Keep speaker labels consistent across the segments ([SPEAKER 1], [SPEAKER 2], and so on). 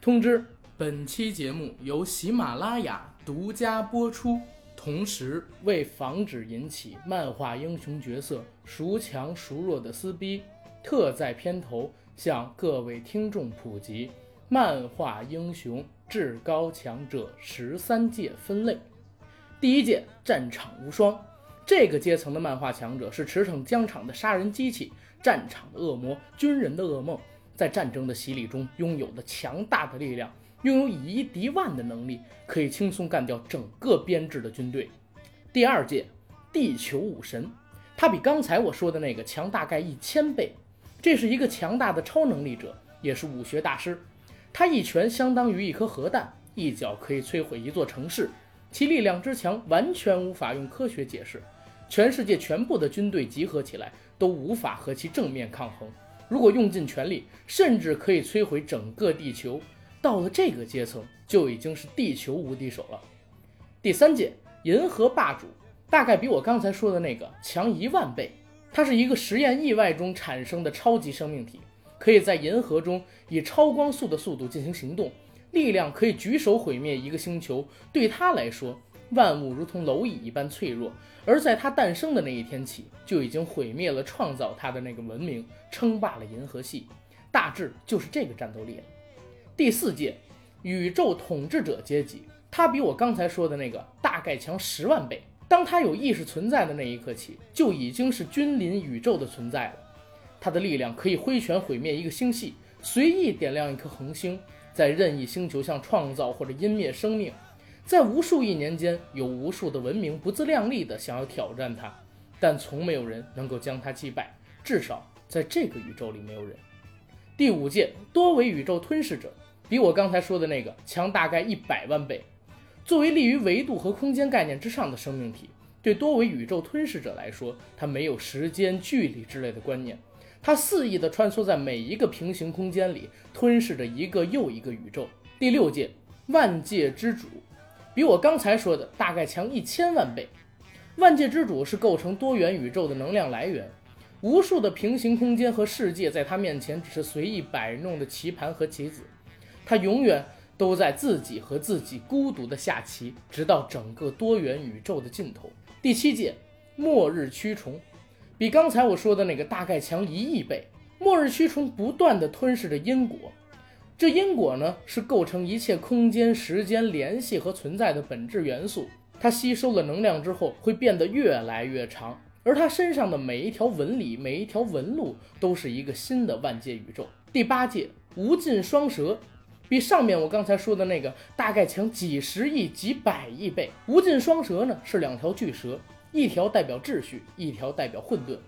[SPEAKER 1] 通知
[SPEAKER 2] 本期节目由喜马拉雅独家播出，同时
[SPEAKER 1] 为防止引起漫画英雄角色孰强孰弱的撕逼，特在片头向各位听众普及漫画英雄至高强者十三界分类。第一届战场无双，这个阶层的漫画强者是驰骋疆场的杀人机器，战场的恶魔，军人的噩梦，在战争的洗礼中拥有的强大的力量，拥有以一敌万的能力，可以轻松干掉整个编制的军队。第二届地球武神，他比刚才我说的那个强大概一千倍，这是一个强大的超能力者，也是武学大师。他一拳相当于一颗核弹，一脚可以摧毁一座城市，其力量之强完全无法用科学解释。全世界全部的军队集合起来都无法和其正面抗衡。如果用尽全力，甚至可以摧毁整个地球。到了这个阶层，就已经是地球无敌手了。第三届银河霸主大概比我刚才说的那个强一万倍。它是一个实验意外中产生的超级生命体，可以在银河中以超光速的速度进行行动，力量可以举手毁灭一个星球。对它来说，万物如同蝼蚁一般脆弱，而在它诞生的那一天起，就已经毁灭了创造它的那个文明，称霸了银河系。大致就是这个战斗力了。第四届宇宙统治者阶级，它比我刚才说的那个大概强十万倍。当它有意识存在的那一刻起，就已经是君临宇宙的存在了。它的力量可以挥拳毁灭一个星系，随意点亮一颗恒星，在任意星球上创造或者湮灭生命。在无数亿年间，有无数的文明不自量力地想要挑战它，但从没有人能够将它击败，至少在这个宇宙里没有人。第五届多维宇宙吞噬者，比我刚才说的那个强大概一百万倍。作为立于维度和空间概念之上的生命体，对多维宇宙吞噬者来说，它没有时间、距离之类的观念，它肆意地穿梭在每一个平行空间里，吞噬着一个又一个宇宙。第六届万界之主，比我刚才说的大概强一千万倍。万界之主是构成多元宇宙的能量来源，无数的平行空间和世界在他面前只是随意摆弄的棋盘和棋子，他永远都在自己和自己孤独的下棋，直到整个多元宇宙的尽头。第七届末日驱虫，比刚才我说的那个大概强一亿倍。末日驱虫不断地吞噬着因果，这因果呢是构成一切空间、时间联系和存在的本质元素。它吸收了能量之后，会变得越来越长，而它身上的每一条纹理、每一条纹路都是一个新的万界宇宙。第八届无尽双蛇，比上面我刚才说的那个大概强几十亿、几百亿倍。无尽双蛇呢是两条巨蛇，一条代表秩序，一条代表混沌。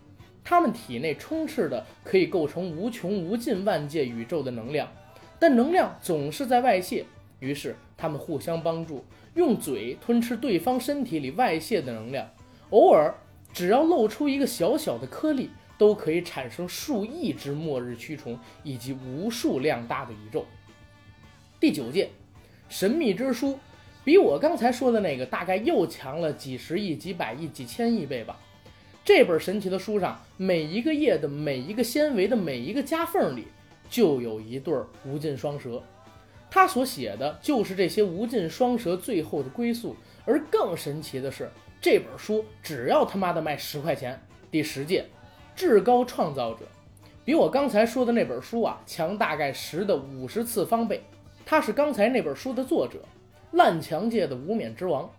[SPEAKER 1] 它们体内充斥的可以构成无穷无尽万界宇宙的能量，但能量总是在外泄，于是它们互相帮助，用嘴吞吃对方身体里外泄的能量。偶尔，只要露出一个小小的颗粒，都可以产生数亿只末日驱虫以及无数量大的宇宙。第九届神秘之书，比我刚才说的那个大概又强了几十亿、几百亿、几千亿倍吧。这本神奇的书上，每一个页的每一个纤维的每一个夹缝里，就有一对儿无尽双蛇。他所写的就是这些无尽双蛇最后的归宿。而更神奇的是，这本书只要他妈的卖十块钱。第十届至高创造者，比我刚才说的那本书啊强大概十的五十次方倍。他是刚才那本书的作者，烂强界的无冕之王。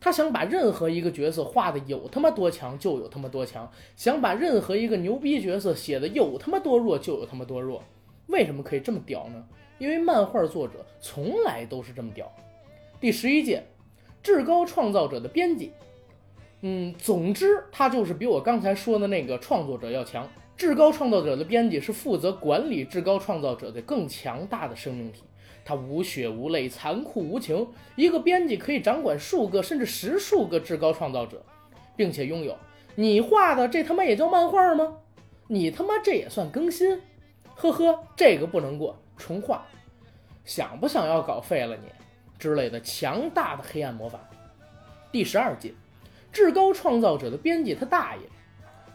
[SPEAKER 1] 他想把任何一个角色画的有他妈多强就有他妈多强，想把任何一个牛逼角色写的有他妈多弱就有他妈多弱。为什么可以这么屌呢？因为漫画作者从来都是这么屌。第十一届至高创造者的编辑，嗯，总之他就是比我刚才说的那个创作者要强。至高创造者的编辑是负责管理至高创造者的更强大的生命体，他无血无泪，残酷无情。一个编辑可以掌管数个甚至十数个至高创造者，并且拥有你画的这他妈也叫漫画吗？你他妈这也算更新？呵呵，这个不能过，重画。想不想要搞废了你之类的强大的黑暗魔法？第十二届至高创造者的编辑他大爷，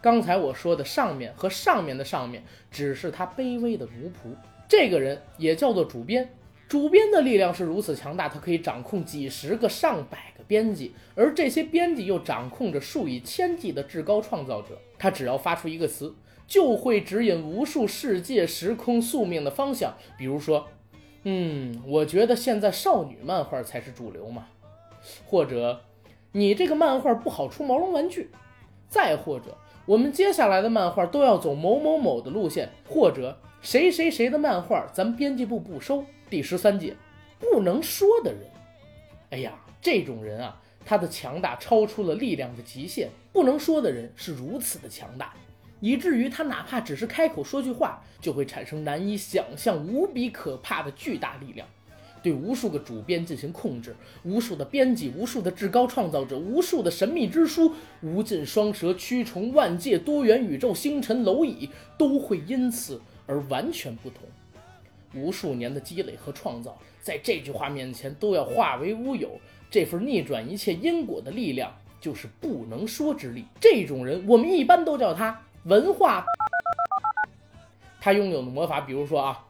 [SPEAKER 1] 刚才我说的上面和上面的上面，只是他卑微的奴仆。这个人也叫做主编，主编的力量是如此强大，他可以掌控几十个、上百个编辑，而这些编辑又掌控着数以千计的至高创造者。他只要发出一个词，就会指引无数世界、时空、宿命的方向。比如说，嗯，我觉得现在少女漫画才是主流嘛，或者你这个漫画不好出毛绒玩具，再或者我们接下来的漫画都要走某某某的路线，或者谁谁谁的漫画咱编辑部不收。第十三届，不能说的人，哎呀，这种人啊，他的强大超出了力量的极限。不能说的人是如此的强大，以至于他哪怕只是开口说句话，就会产生难以想象、无比可怕的巨大力量，对无数个主编进行控制，无数的编辑，无数的至高创造者，无数的神秘之书，无尽双蛇、蛆虫、万界、多元宇宙、星辰、蝼蚁，都会因此而完全不同。无数年的积累和创造，在这句话面前都要化为乌有。这份逆转一切因果的力量，就是不能说之力。这种人，我们一般都叫他文化。他拥有的魔法，比如说啊，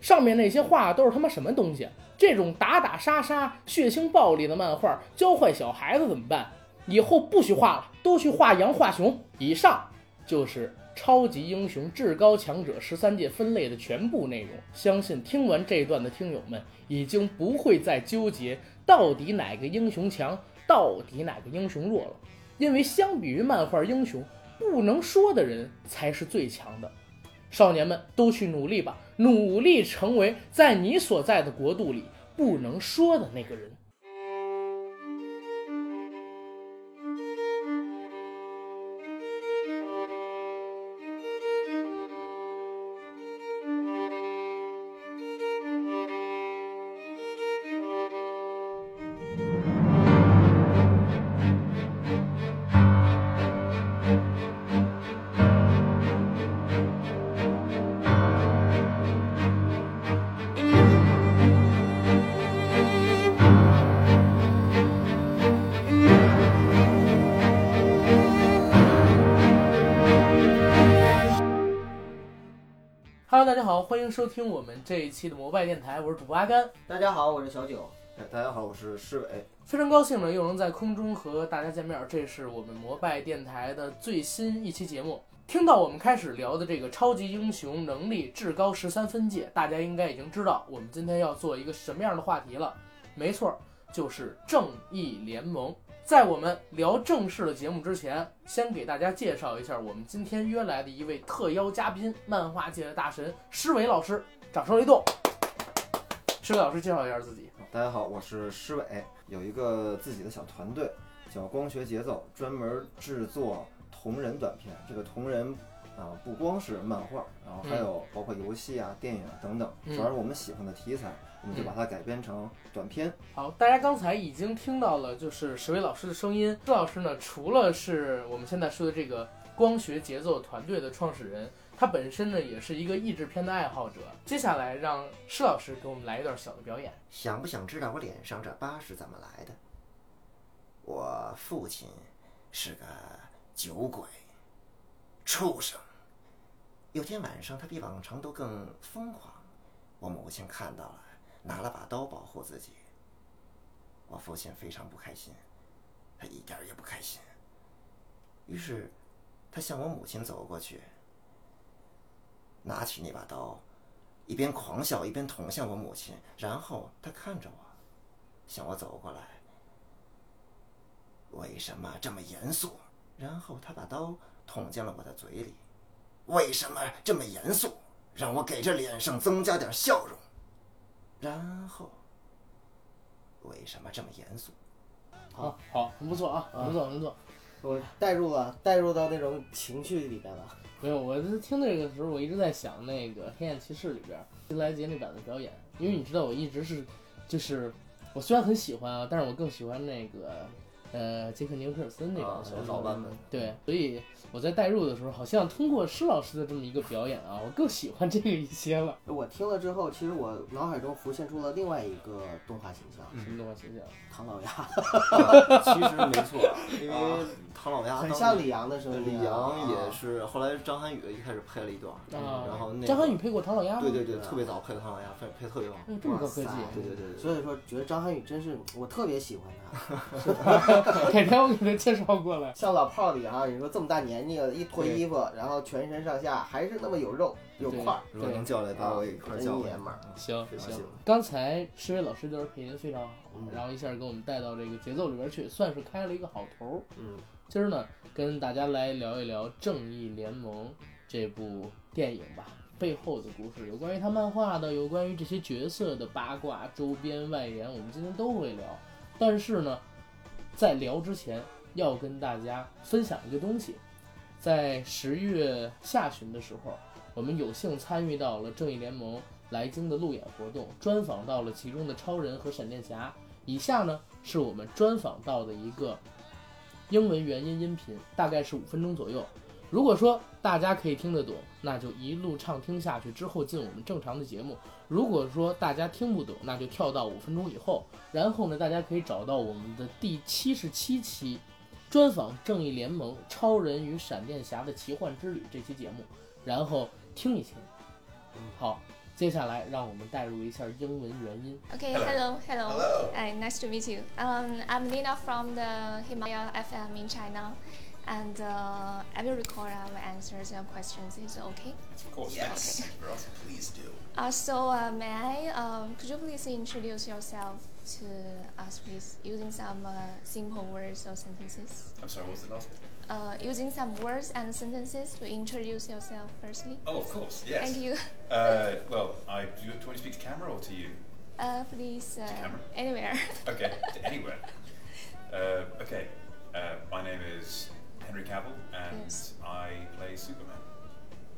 [SPEAKER 1] 上面那些画都是他妈什么东西？这种打打杀杀、血腥暴力的漫画，教坏小孩子怎么办？以后不许画了，都去画羊、画熊。以上就是。超级英雄至高强者十三届分类的全部内容，相信听完这段的听友们已经不会再纠结到底哪个英雄强，到底哪个英雄弱了，因为相比于漫画英雄，不能说的人才是最强的。少年们都去努力吧，努力成为在你所在的国度里不能说的那个人。大家好，欢迎收听我们这一期的摩拜电台，我是主播阿甘。
[SPEAKER 3] 大家好，我是小九。
[SPEAKER 4] 哎，大家好，我是施伟。
[SPEAKER 1] 非常高兴呢，又能在空中和大家见面。这是我们摩拜电台的最新一期节目。听到我们开始聊的这个超级英雄能力至高十三分界，大家应该已经知道我们今天要做一个什么样的话题了。没错，就是正义联盟。在我们聊正式的节目之前，先给大家介绍一下我们今天约来的一位特邀嘉宾——漫画界的大神施伟老师，掌声雷动！施伟老师介绍一下自己。
[SPEAKER 4] 啊大家好，我是施伟，有一个自己的小团队，叫光学节奏，专门制作同人短片。这个同人啊、呃，不光是漫画，然后还有包括游戏啊、嗯、电影等等，只要是我们喜欢的题材。我们就把它改编成短片、嗯。
[SPEAKER 1] 好，大家刚才已经听到了，就是石伟老师的声音。石老师呢，除了是我们现在说的这个光学节奏团队的创始人，他本身呢也是一个译制片的爱好者。接下来让施老师给我们来一段小的表演。
[SPEAKER 5] 想不想知道我脸上这疤是怎么来的？我父亲是个酒鬼、畜生。有天晚上，他比往常都更疯狂。我母亲看到了。拿了把刀保护自己，我父亲非常不开心，他一点也不开心。于是，他向我母亲走过去，拿起那把刀，一边狂笑一边捅向我母亲。然后他看着我，向我走过来。为什么这么严肃？然后他把刀捅进了我的嘴里。为什么这么严肃？让我给这脸上增加点笑容。然后，为什么这么严肃？
[SPEAKER 1] 好好，很不错啊，很不错，很不错。
[SPEAKER 3] 我带入了，带入到那种情绪里边了。
[SPEAKER 6] 没有，我是听这个时候，我一直在想那个《黑暗骑士》里边金莱杰那版的表演，因为你知道，我一直是，就是我虽然很喜欢啊，但是我更喜欢那个
[SPEAKER 1] 呃杰克尼克尔森那
[SPEAKER 7] 啊
[SPEAKER 1] 种，
[SPEAKER 7] 小早版本。
[SPEAKER 1] 对，所以我在代入的时候，好像通过施老师的这么一个表演啊，我更喜欢这个一些了。
[SPEAKER 3] 我听了之后，其实我脑海中浮现出了另外一个动画形象
[SPEAKER 5] 嗯
[SPEAKER 1] 什么动画形象？
[SPEAKER 3] ——唐老鸭，
[SPEAKER 7] 其实没错，
[SPEAKER 5] 因为唐老 鸭
[SPEAKER 3] 很
[SPEAKER 5] 当
[SPEAKER 3] 像
[SPEAKER 5] 年
[SPEAKER 3] 李阳的声音啊。
[SPEAKER 5] 李阳也
[SPEAKER 3] 啊
[SPEAKER 5] 是，后来张涵予一开始配了一段，
[SPEAKER 1] 啊
[SPEAKER 5] 嗯然后那个
[SPEAKER 1] 张涵予配过唐老鸭吗？
[SPEAKER 5] 对对对，特别早配的唐老鸭，配配特别好。
[SPEAKER 1] 嗯，这么高科
[SPEAKER 3] 哇
[SPEAKER 1] 技，
[SPEAKER 5] 对对对对，
[SPEAKER 3] 所以说，觉得张涵予真是我特别喜欢他，
[SPEAKER 1] 改天我给他介绍过来。
[SPEAKER 3] 像老炮儿里啊，你说这么大年纪了，一脱衣服，然后全身上下还是那么有肉有块儿，
[SPEAKER 7] 如果能叫来，把我也一块儿叫
[SPEAKER 3] 真
[SPEAKER 7] 来
[SPEAKER 3] 爷。们儿。
[SPEAKER 1] 行
[SPEAKER 7] 非常
[SPEAKER 1] 行
[SPEAKER 7] 喜欢，
[SPEAKER 1] 刚才诗伟老师这段配音非常好
[SPEAKER 3] 嗯，
[SPEAKER 1] 然后一下给我们带到这个节奏里边去，算是开了一个好头儿。
[SPEAKER 3] 嗯，
[SPEAKER 1] 今儿呢，跟大家来聊一聊《正义联盟》这部电影吧，背后的故事，有关于它漫画的，有关于这些角色的八卦、周边外延，我们今天都会聊。但是呢，在聊之前，要跟大家分享一个东西，在十月下旬的时候，我们有幸参与到了《正义联盟》来京的路演活动，专访到了其中的超人和闪电侠。以下呢，是我们专访到的一个英文原音音频，大概是五分钟左右。如果说大家可以听得懂，那就一路畅听下去，之后进我们正常的节目。如果说大家听不懂，那就跳到五分钟以后。然后呢，大家可以找到我们的第七十七期专访《正义联盟：超人与闪电侠的奇幻之旅》这期节目，然后听一听。好，接下来让我们带入一下英文原音。
[SPEAKER 8] Okay, hello, hello. Hi, nice to meet you. Um, I'm Nina from the Himalaya FM in China, and uh, I will record our answers and questions. Is it okay?
[SPEAKER 9] Of course. Yes. Girl, please do.
[SPEAKER 8] Uh, so, uh, may I? Um, could you please introduce yourself to us, please, using some uh, simple words or sentences?
[SPEAKER 9] I'm sorry, what was the last bit?
[SPEAKER 8] Uh, using some words and sentences to introduce yourself firstly.
[SPEAKER 9] Oh, of course, yes.
[SPEAKER 8] Thank you.
[SPEAKER 9] Uh, well, I, do, you, do you want to speak to camera or to you?
[SPEAKER 8] Uh, please, uh,
[SPEAKER 9] camera.
[SPEAKER 8] anywhere.
[SPEAKER 9] Okay, to anywhere. Uh, okay, uh, my name is Henry Cavill, and
[SPEAKER 8] Yes.
[SPEAKER 9] I play Superman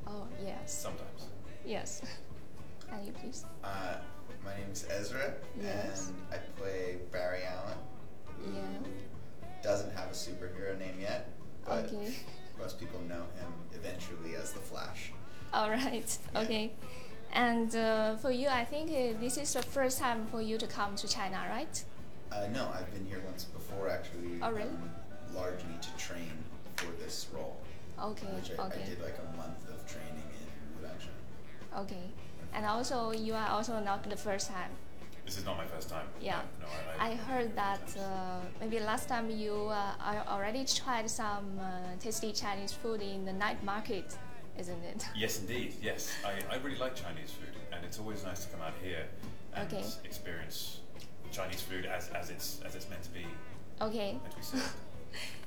[SPEAKER 8] oh, yes,
[SPEAKER 9] sometimes.
[SPEAKER 8] yes. And you, please.
[SPEAKER 10] Uh, my name is Ezra,
[SPEAKER 8] Yes.
[SPEAKER 10] and I play Barry Allen, who
[SPEAKER 8] Yeah.
[SPEAKER 10] doesn't have a superhero name yet, but
[SPEAKER 8] Okay.
[SPEAKER 10] most people know him eventually as the Flash.
[SPEAKER 8] All right. Okay. And uh, for you, I think uh, this is the first time for you to come to China, right?
[SPEAKER 10] Uh, no, I've been here once before, actually.
[SPEAKER 8] Oh, really?
[SPEAKER 10] um, largely to train for this role,
[SPEAKER 8] Okay.
[SPEAKER 10] which I, I
[SPEAKER 8] Okay.
[SPEAKER 10] did like a month of training in production.
[SPEAKER 8] Okay. And also, you are also not the first time.
[SPEAKER 9] This is not my first time.
[SPEAKER 8] Yeah.
[SPEAKER 9] No, I, I,
[SPEAKER 8] I heard that uh, maybe last time you uh, I already tried some uh, tasty Chinese food in the night market, isn't it?
[SPEAKER 9] Yes, indeed. Yes, I, I really like Chinese food, and it's always nice to come out here and
[SPEAKER 8] Okay.
[SPEAKER 9] experience Chinese food as, as it's as it's meant to be
[SPEAKER 8] Okay.
[SPEAKER 9] meant to be served.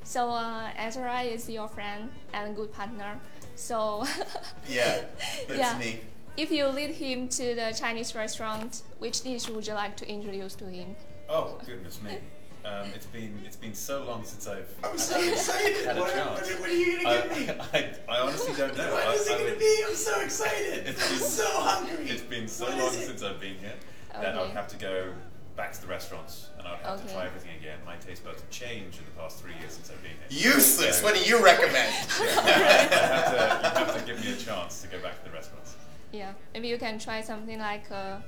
[SPEAKER 8] So uh, Ezra is your friend and good partner. So.
[SPEAKER 10] Yeah, that's
[SPEAKER 8] Yeah.
[SPEAKER 10] me.
[SPEAKER 8] If you lead him to the Chinese restaurant, which dish would you like to introduce to him?
[SPEAKER 9] Oh goodness me! Um, it's been it's been so long since I've.
[SPEAKER 10] I'm Oh, so excited!
[SPEAKER 9] Had a
[SPEAKER 10] What,
[SPEAKER 9] chance.
[SPEAKER 10] what- what are you
[SPEAKER 9] I,
[SPEAKER 10] gonna give me?
[SPEAKER 9] I, I honestly don't know. I,
[SPEAKER 10] What is
[SPEAKER 9] I
[SPEAKER 10] it gonna
[SPEAKER 9] would-
[SPEAKER 10] be? I'm so excited! I'm
[SPEAKER 9] It's been-
[SPEAKER 10] so hungry!
[SPEAKER 9] It's been so
[SPEAKER 10] What is
[SPEAKER 9] long
[SPEAKER 10] it?
[SPEAKER 9] since I've been here that I
[SPEAKER 8] Okay.
[SPEAKER 9] would have to go back to the restaurants and I would have
[SPEAKER 8] Okay.
[SPEAKER 9] to try everything again. My taste buds have changed in the past three years since I've been here.
[SPEAKER 10] Useless. What do you recommend?
[SPEAKER 9] You have to, you have to give me a chance to go back to the restaurants.
[SPEAKER 8] Yeah, maybe you can try something like a,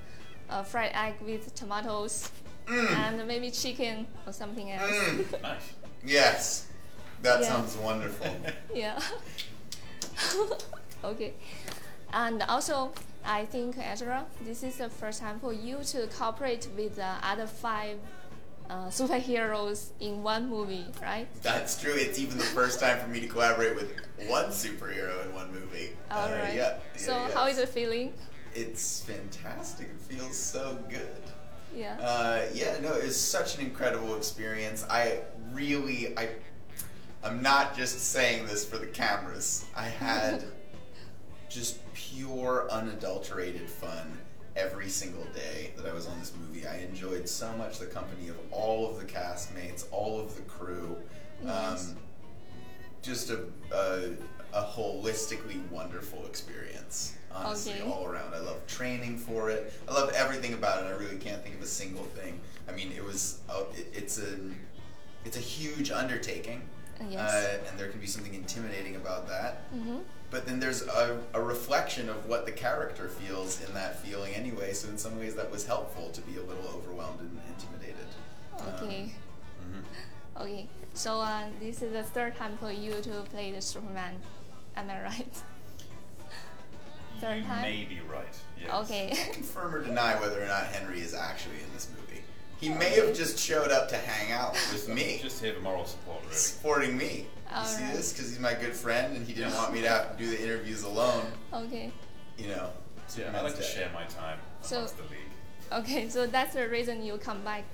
[SPEAKER 8] a fried egg with tomatoes and maybe chicken or something else.
[SPEAKER 9] Nice.
[SPEAKER 10] yes, that
[SPEAKER 8] Yeah.
[SPEAKER 10] sounds wonderful.
[SPEAKER 8] Yeah. okay. And also, I think Ezra, this is the first time for you to cooperate with the other five uh, superheroes in one movie, right?
[SPEAKER 10] That's true. It's even the first time for me to collaborate with one superhero in one movie.
[SPEAKER 8] All
[SPEAKER 10] Uh,
[SPEAKER 8] right.
[SPEAKER 10] Yeah.
[SPEAKER 8] So
[SPEAKER 10] yeah,
[SPEAKER 8] how
[SPEAKER 10] yeah.
[SPEAKER 8] is it feeling?
[SPEAKER 10] It's fantastic. It feels so good.
[SPEAKER 8] Yeah.
[SPEAKER 10] Uh, yeah, no, it was such an incredible experience. I really, I, I'm not just saying this for the cameras. I had just pure, unadulterated fun every single day that I was on this movie. I enjoyed so much the company of all of the castmates, all of the crew.
[SPEAKER 8] Nice.
[SPEAKER 10] Um, just a, a, a holistically wonderful experience. Honestly,
[SPEAKER 8] Okay.
[SPEAKER 10] all around. I love training for it. I love everything about it. I really can't think of oh, a single thing. I mean, it was uh, it, it's an It's a huge undertaking,
[SPEAKER 8] Uh, yes.
[SPEAKER 10] uh, and there can be something intimidating about that.
[SPEAKER 8] mm-hmm.
[SPEAKER 10] But then there's a, a reflection of what the character feels in that feeling anyway. So in some ways, that was helpful to be a little overwhelmed and intimidated.
[SPEAKER 8] Okay. Okay. So uh, this is the third time for you to play the Superman. Am I right? Third
[SPEAKER 9] you
[SPEAKER 8] time?
[SPEAKER 9] may be right. Yes.
[SPEAKER 8] Okay.
[SPEAKER 10] Confirm or deny whether or not Henry is actually in this movie. He may have just showed up to hang out with me,
[SPEAKER 9] Just here for moral support, really.
[SPEAKER 10] supporting me. You
[SPEAKER 8] All
[SPEAKER 10] see
[SPEAKER 8] right.
[SPEAKER 10] this? Because he's my good friend, and he didn't want me to have to do the interviews alone.
[SPEAKER 8] okay.
[SPEAKER 10] You know.
[SPEAKER 9] Yeah, I like to
[SPEAKER 10] Superman's
[SPEAKER 9] share my time
[SPEAKER 8] So-
[SPEAKER 9] amongst the league.
[SPEAKER 8] Okay. So that's the reason you come back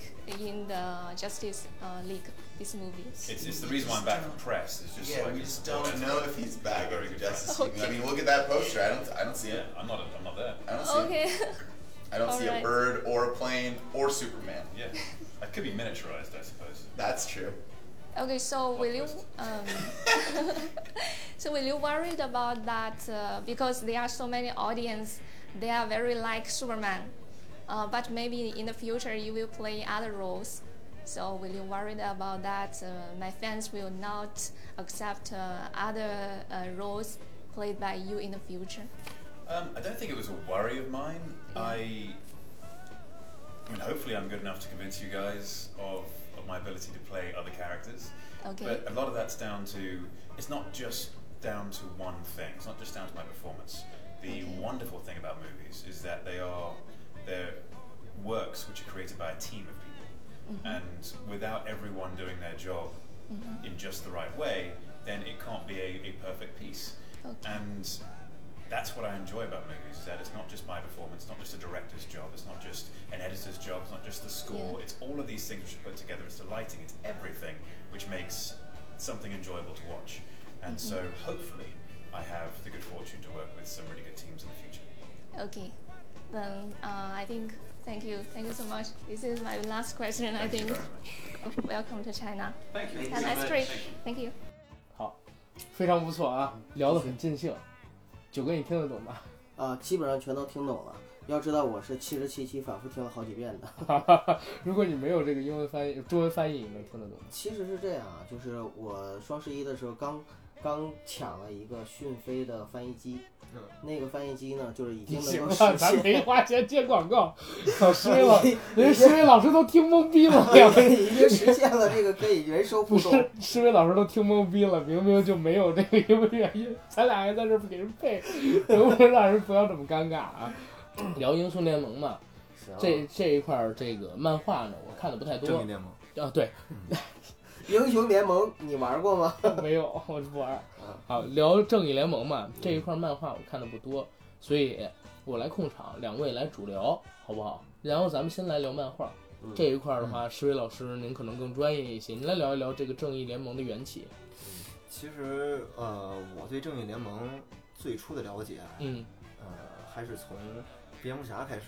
[SPEAKER 8] in the Justice uh, League. This movie.
[SPEAKER 9] It's, it's the reason why I'm back from press. It's just so
[SPEAKER 10] Yeah,
[SPEAKER 9] I
[SPEAKER 10] we
[SPEAKER 9] can
[SPEAKER 10] just
[SPEAKER 9] support
[SPEAKER 10] don't
[SPEAKER 9] it.
[SPEAKER 10] know if he's back
[SPEAKER 9] Very
[SPEAKER 10] in the
[SPEAKER 9] good
[SPEAKER 10] Justice
[SPEAKER 8] friend.
[SPEAKER 10] League. I mean, look at that poster. I don't, I don't see
[SPEAKER 9] Yeah,
[SPEAKER 10] it.
[SPEAKER 9] I'm not. I'm not there.
[SPEAKER 10] I don't see it.
[SPEAKER 8] Okay.
[SPEAKER 10] I don't see a
[SPEAKER 8] Alright.
[SPEAKER 10] bird or a plane or Superman.
[SPEAKER 9] Yeah, I could be miniaturized, I suppose.
[SPEAKER 10] That's true.
[SPEAKER 8] okay. So will you?
[SPEAKER 9] Northwest.
[SPEAKER 8] Um, so will you worried about that uh, because there are so many audience? They are very like Superman, uh, but maybe in the future you will play other roles. So will you worried about that? Uh, my fans will not accept uh, other uh, roles played by you in the future.
[SPEAKER 9] Um, I don't think it was a worry of mine. I, I mean, hopefully, I'm good enough to convince you guys of, of my ability to play other characters.
[SPEAKER 8] Okay.
[SPEAKER 9] But a lot of that's down to it's not just down to one thing. It's not just down to my performance. The
[SPEAKER 8] Okay.
[SPEAKER 9] wonderful thing about movies is that they are they're works which are created by a team of people,
[SPEAKER 8] Mm-hmm.
[SPEAKER 9] and without everyone doing their job in just the right way, then it can't be a, a perfect piece.
[SPEAKER 8] Okay.
[SPEAKER 9] And that's what I enjoy about movies is that it's not just my performance, it's not just a director's job, it's not just an editor's job, it's not just the score,
[SPEAKER 8] Yeah.
[SPEAKER 9] it's all of these things which are put together, it's the lighting, it's everything which makes something enjoyable to watch. And
[SPEAKER 8] Mm-hmm.
[SPEAKER 9] so hopefully I have the good fortune to work with some really good teams in the future.
[SPEAKER 8] Okay. Then uh, I think thank you, thank you so much. This is my last question. I
[SPEAKER 9] Thank you
[SPEAKER 8] think.
[SPEAKER 9] very much.
[SPEAKER 8] Welcome to China.
[SPEAKER 5] Thank you.
[SPEAKER 8] Have a nice trip. Thank you.
[SPEAKER 1] 好，非常不错啊，聊得很尽兴。九哥，你听得懂吗？
[SPEAKER 3] 啊，基本上全都听懂了。要知道我是七十七期反复听了好几遍的。
[SPEAKER 1] 如果你没有这个英文翻译、中文翻译，你能听得懂吗？
[SPEAKER 3] 其实是这样啊，就是我双十一的时候刚刚抢了一个讯飞的翻译机，
[SPEAKER 5] 嗯
[SPEAKER 3] 那个翻译机呢，就是已经
[SPEAKER 1] 你行
[SPEAKER 3] 能够
[SPEAKER 1] 了，
[SPEAKER 3] 实
[SPEAKER 1] 咱
[SPEAKER 3] 现，
[SPEAKER 1] 没花钱接广 告，老师 老，人师威老师都听懵逼 了呀，
[SPEAKER 3] 已经实现了这个可以人手
[SPEAKER 1] 不
[SPEAKER 3] 不
[SPEAKER 1] 是
[SPEAKER 3] 动。
[SPEAKER 1] 师威老师都听懵逼了，明明就没有这个英文原因， 咱俩还在这儿给人配，能不能让人不要这么尴尬 啊？聊英雄联盟嘛，
[SPEAKER 3] 行
[SPEAKER 1] 这这一块儿这个漫画呢，我看的不太
[SPEAKER 11] 正
[SPEAKER 1] 多
[SPEAKER 11] 义联盟，
[SPEAKER 1] 啊，对，
[SPEAKER 3] 英雄联盟你玩过吗？
[SPEAKER 1] 没有，我不玩儿。好，聊正义联盟嘛，这一块漫画我看的不多，所以我来控场，两位来主聊，好不好？然后咱们先来聊漫画这一块的话，石伟老师您可能更专业一些，您来聊一聊这个正义联盟的缘起。
[SPEAKER 5] 其实呃，我对正义联盟最初的了解，
[SPEAKER 1] 嗯，
[SPEAKER 5] 呃，还是从蝙蝠侠开始。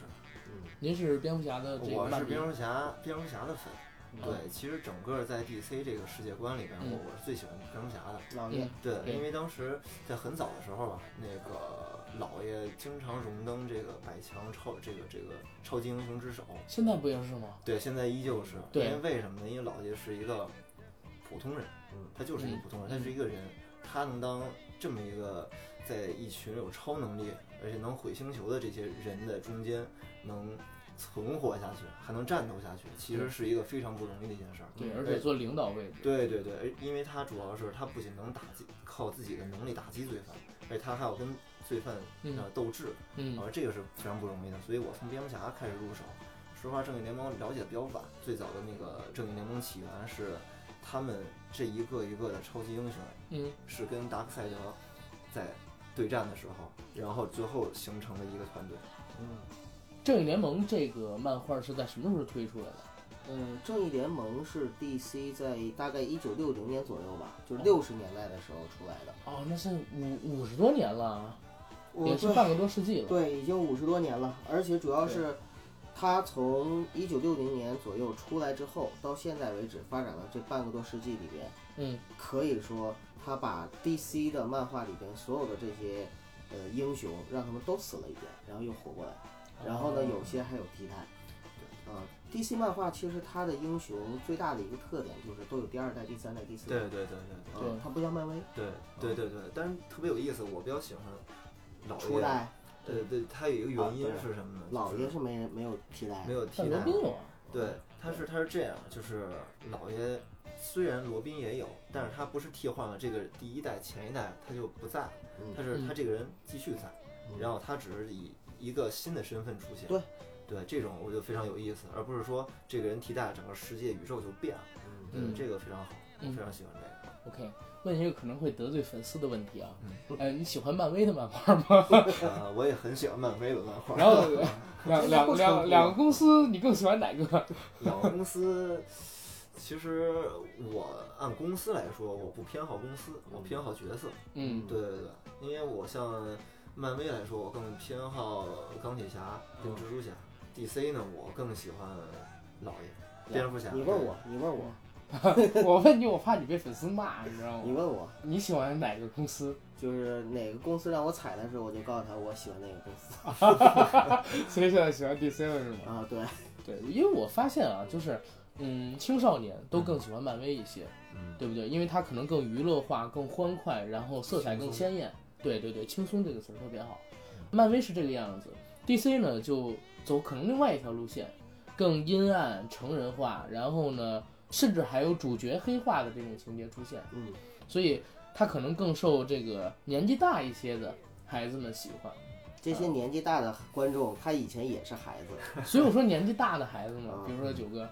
[SPEAKER 1] 您是蝙蝠侠的呃这个
[SPEAKER 5] 我是
[SPEAKER 1] 漫迷
[SPEAKER 5] 蝙，蝠侠，蝙蝠侠的粉。
[SPEAKER 1] 嗯
[SPEAKER 5] 对，其实整个在 DC 这个世界观里边，我我是最喜欢蝙蝠侠的。
[SPEAKER 3] 老爷，
[SPEAKER 5] 对，
[SPEAKER 1] 嗯对
[SPEAKER 5] 因为当时在很早的时候吧，啊那个老爷经常荣登这个百强超这个这个超级英雄之首。
[SPEAKER 1] 现在不也是吗？
[SPEAKER 5] 对，现在依旧是，因
[SPEAKER 1] 嗯对
[SPEAKER 5] 为为什么呢？因为老爷是一个普通人，
[SPEAKER 3] 嗯
[SPEAKER 5] 他就是一个普通人，他是一个人，他能当这么一个在一群有超能力，而且能毁星球的这些人的中间能存活下去，还能战斗下去，其实是一个非常不容易的一件事儿。
[SPEAKER 1] 对，而且做领导位置。
[SPEAKER 5] 对对对，而因为他主要是他不仅能打击，靠自己的能力打击罪犯，而且他还要跟罪犯
[SPEAKER 1] 嗯
[SPEAKER 5] 呃斗智，
[SPEAKER 1] 嗯
[SPEAKER 5] 而这个是非常不容易的。所以我从蝙蝠侠开始入手，说实话，正义联盟了解的比较晚。最早的那个正义联盟起源是他们这一个一个的超级英雄
[SPEAKER 1] 嗯
[SPEAKER 5] 是跟达克赛德在对战的时候，然后最后形成了一个团队。
[SPEAKER 3] 嗯
[SPEAKER 1] 正义联盟这个漫画是在什么时候推出来的？
[SPEAKER 3] 嗯，正义联盟是 DC 在大概一九六零年左右吧，就是六十年代的时候出来的。
[SPEAKER 1] 哦，那是五五十多年了，啊
[SPEAKER 3] 我
[SPEAKER 1] 也是半个多世纪了。
[SPEAKER 3] 对，已经五十多年了，而且主要是它从一九六零年左右出来之后，到现在为止发展了这半个多世纪里边，
[SPEAKER 1] 嗯，
[SPEAKER 3] 可以说它把 DC 的漫画里边所有的这些呃英雄，让他们都死了一遍，然后又活过来，然后呢，有些还有替代。啊、 DC 漫画其实它的英雄最大的一个特点就是都有第二代、第三代、第四代
[SPEAKER 5] 对，对对对对
[SPEAKER 1] 对
[SPEAKER 3] 嗯，它不像漫威
[SPEAKER 5] 对对对对，但是特别有意思，我比较喜欢老
[SPEAKER 3] 初
[SPEAKER 5] 爷。
[SPEAKER 3] 代，
[SPEAKER 5] 对对，它有一个
[SPEAKER 3] 啊
[SPEAKER 5] 原因
[SPEAKER 3] 对
[SPEAKER 5] 是什么呢？
[SPEAKER 3] 老
[SPEAKER 5] 就
[SPEAKER 3] 爷
[SPEAKER 5] 是
[SPEAKER 3] 是没人没有替代
[SPEAKER 5] 没
[SPEAKER 3] 的，
[SPEAKER 5] 有替
[SPEAKER 1] 但罗
[SPEAKER 5] 代
[SPEAKER 1] 宾。有啊，
[SPEAKER 5] 对，他是他是这样，就是老爷虽然罗宾也有，但是他不是替换了这个第一代前一代，他就不在了，他
[SPEAKER 3] 嗯，
[SPEAKER 5] 是他
[SPEAKER 1] 嗯
[SPEAKER 5] 这个人继续在，
[SPEAKER 3] 嗯
[SPEAKER 5] 然后他只是以一个新的身份出现。
[SPEAKER 3] 对。
[SPEAKER 5] 对这种我觉得非常有意思，而不是说这个人替代整个世界宇宙就变了，对、
[SPEAKER 1] 嗯
[SPEAKER 5] 这个非常好，我
[SPEAKER 1] 嗯
[SPEAKER 5] 非常喜欢这个。
[SPEAKER 1] OK，问一个可能会得罪粉丝的问题啊，
[SPEAKER 5] 嗯
[SPEAKER 1] 呃，你喜欢漫威的漫画吗？
[SPEAKER 5] 呃，我也很喜欢漫威的漫画。
[SPEAKER 1] 然 后 两两
[SPEAKER 3] 不冲突啊
[SPEAKER 1] 两两个公司，你更喜欢哪个？
[SPEAKER 5] 两个公司，其实我按公司来说，我不偏好公司，我偏好角色。
[SPEAKER 1] 嗯
[SPEAKER 5] 对对对，因为我像漫威来说，我更偏好钢铁侠跟
[SPEAKER 1] 嗯
[SPEAKER 5] 蜘蛛侠。DC 呢，我更喜欢老爷蝙蝠侠。
[SPEAKER 3] 你问我，你问我，
[SPEAKER 1] 我问你，我怕你被粉丝骂，你知道
[SPEAKER 3] 你
[SPEAKER 1] 吗？
[SPEAKER 3] 问我，
[SPEAKER 1] 你喜欢哪个公司？
[SPEAKER 3] 就是哪个公司让我踩的时候，我就告诉他我喜欢哪个公司
[SPEAKER 1] 所以现在喜欢 DC 了是吗？
[SPEAKER 3] 啊，对，
[SPEAKER 1] 对，因为我发现啊，就是嗯，青少年都更喜欢漫威一些，
[SPEAKER 5] 嗯，
[SPEAKER 1] 对不对？因为它可能更娱乐化、更欢快，然后色彩更鲜艳。对对对，轻松这个词儿特别好。漫威是这个样子，DC 呢就走可能另外一条路线，更阴暗、成人化，然后呢，甚至还有主角黑化的这种情节出现，
[SPEAKER 3] 嗯，
[SPEAKER 1] 所以它可能更受这个年纪大一些的孩子们喜欢。
[SPEAKER 3] 这
[SPEAKER 5] 啊
[SPEAKER 3] 些年纪大的观众，他以前也是孩子，
[SPEAKER 1] 所以我说年纪大的孩子们，
[SPEAKER 3] 啊
[SPEAKER 1] 比如说九哥，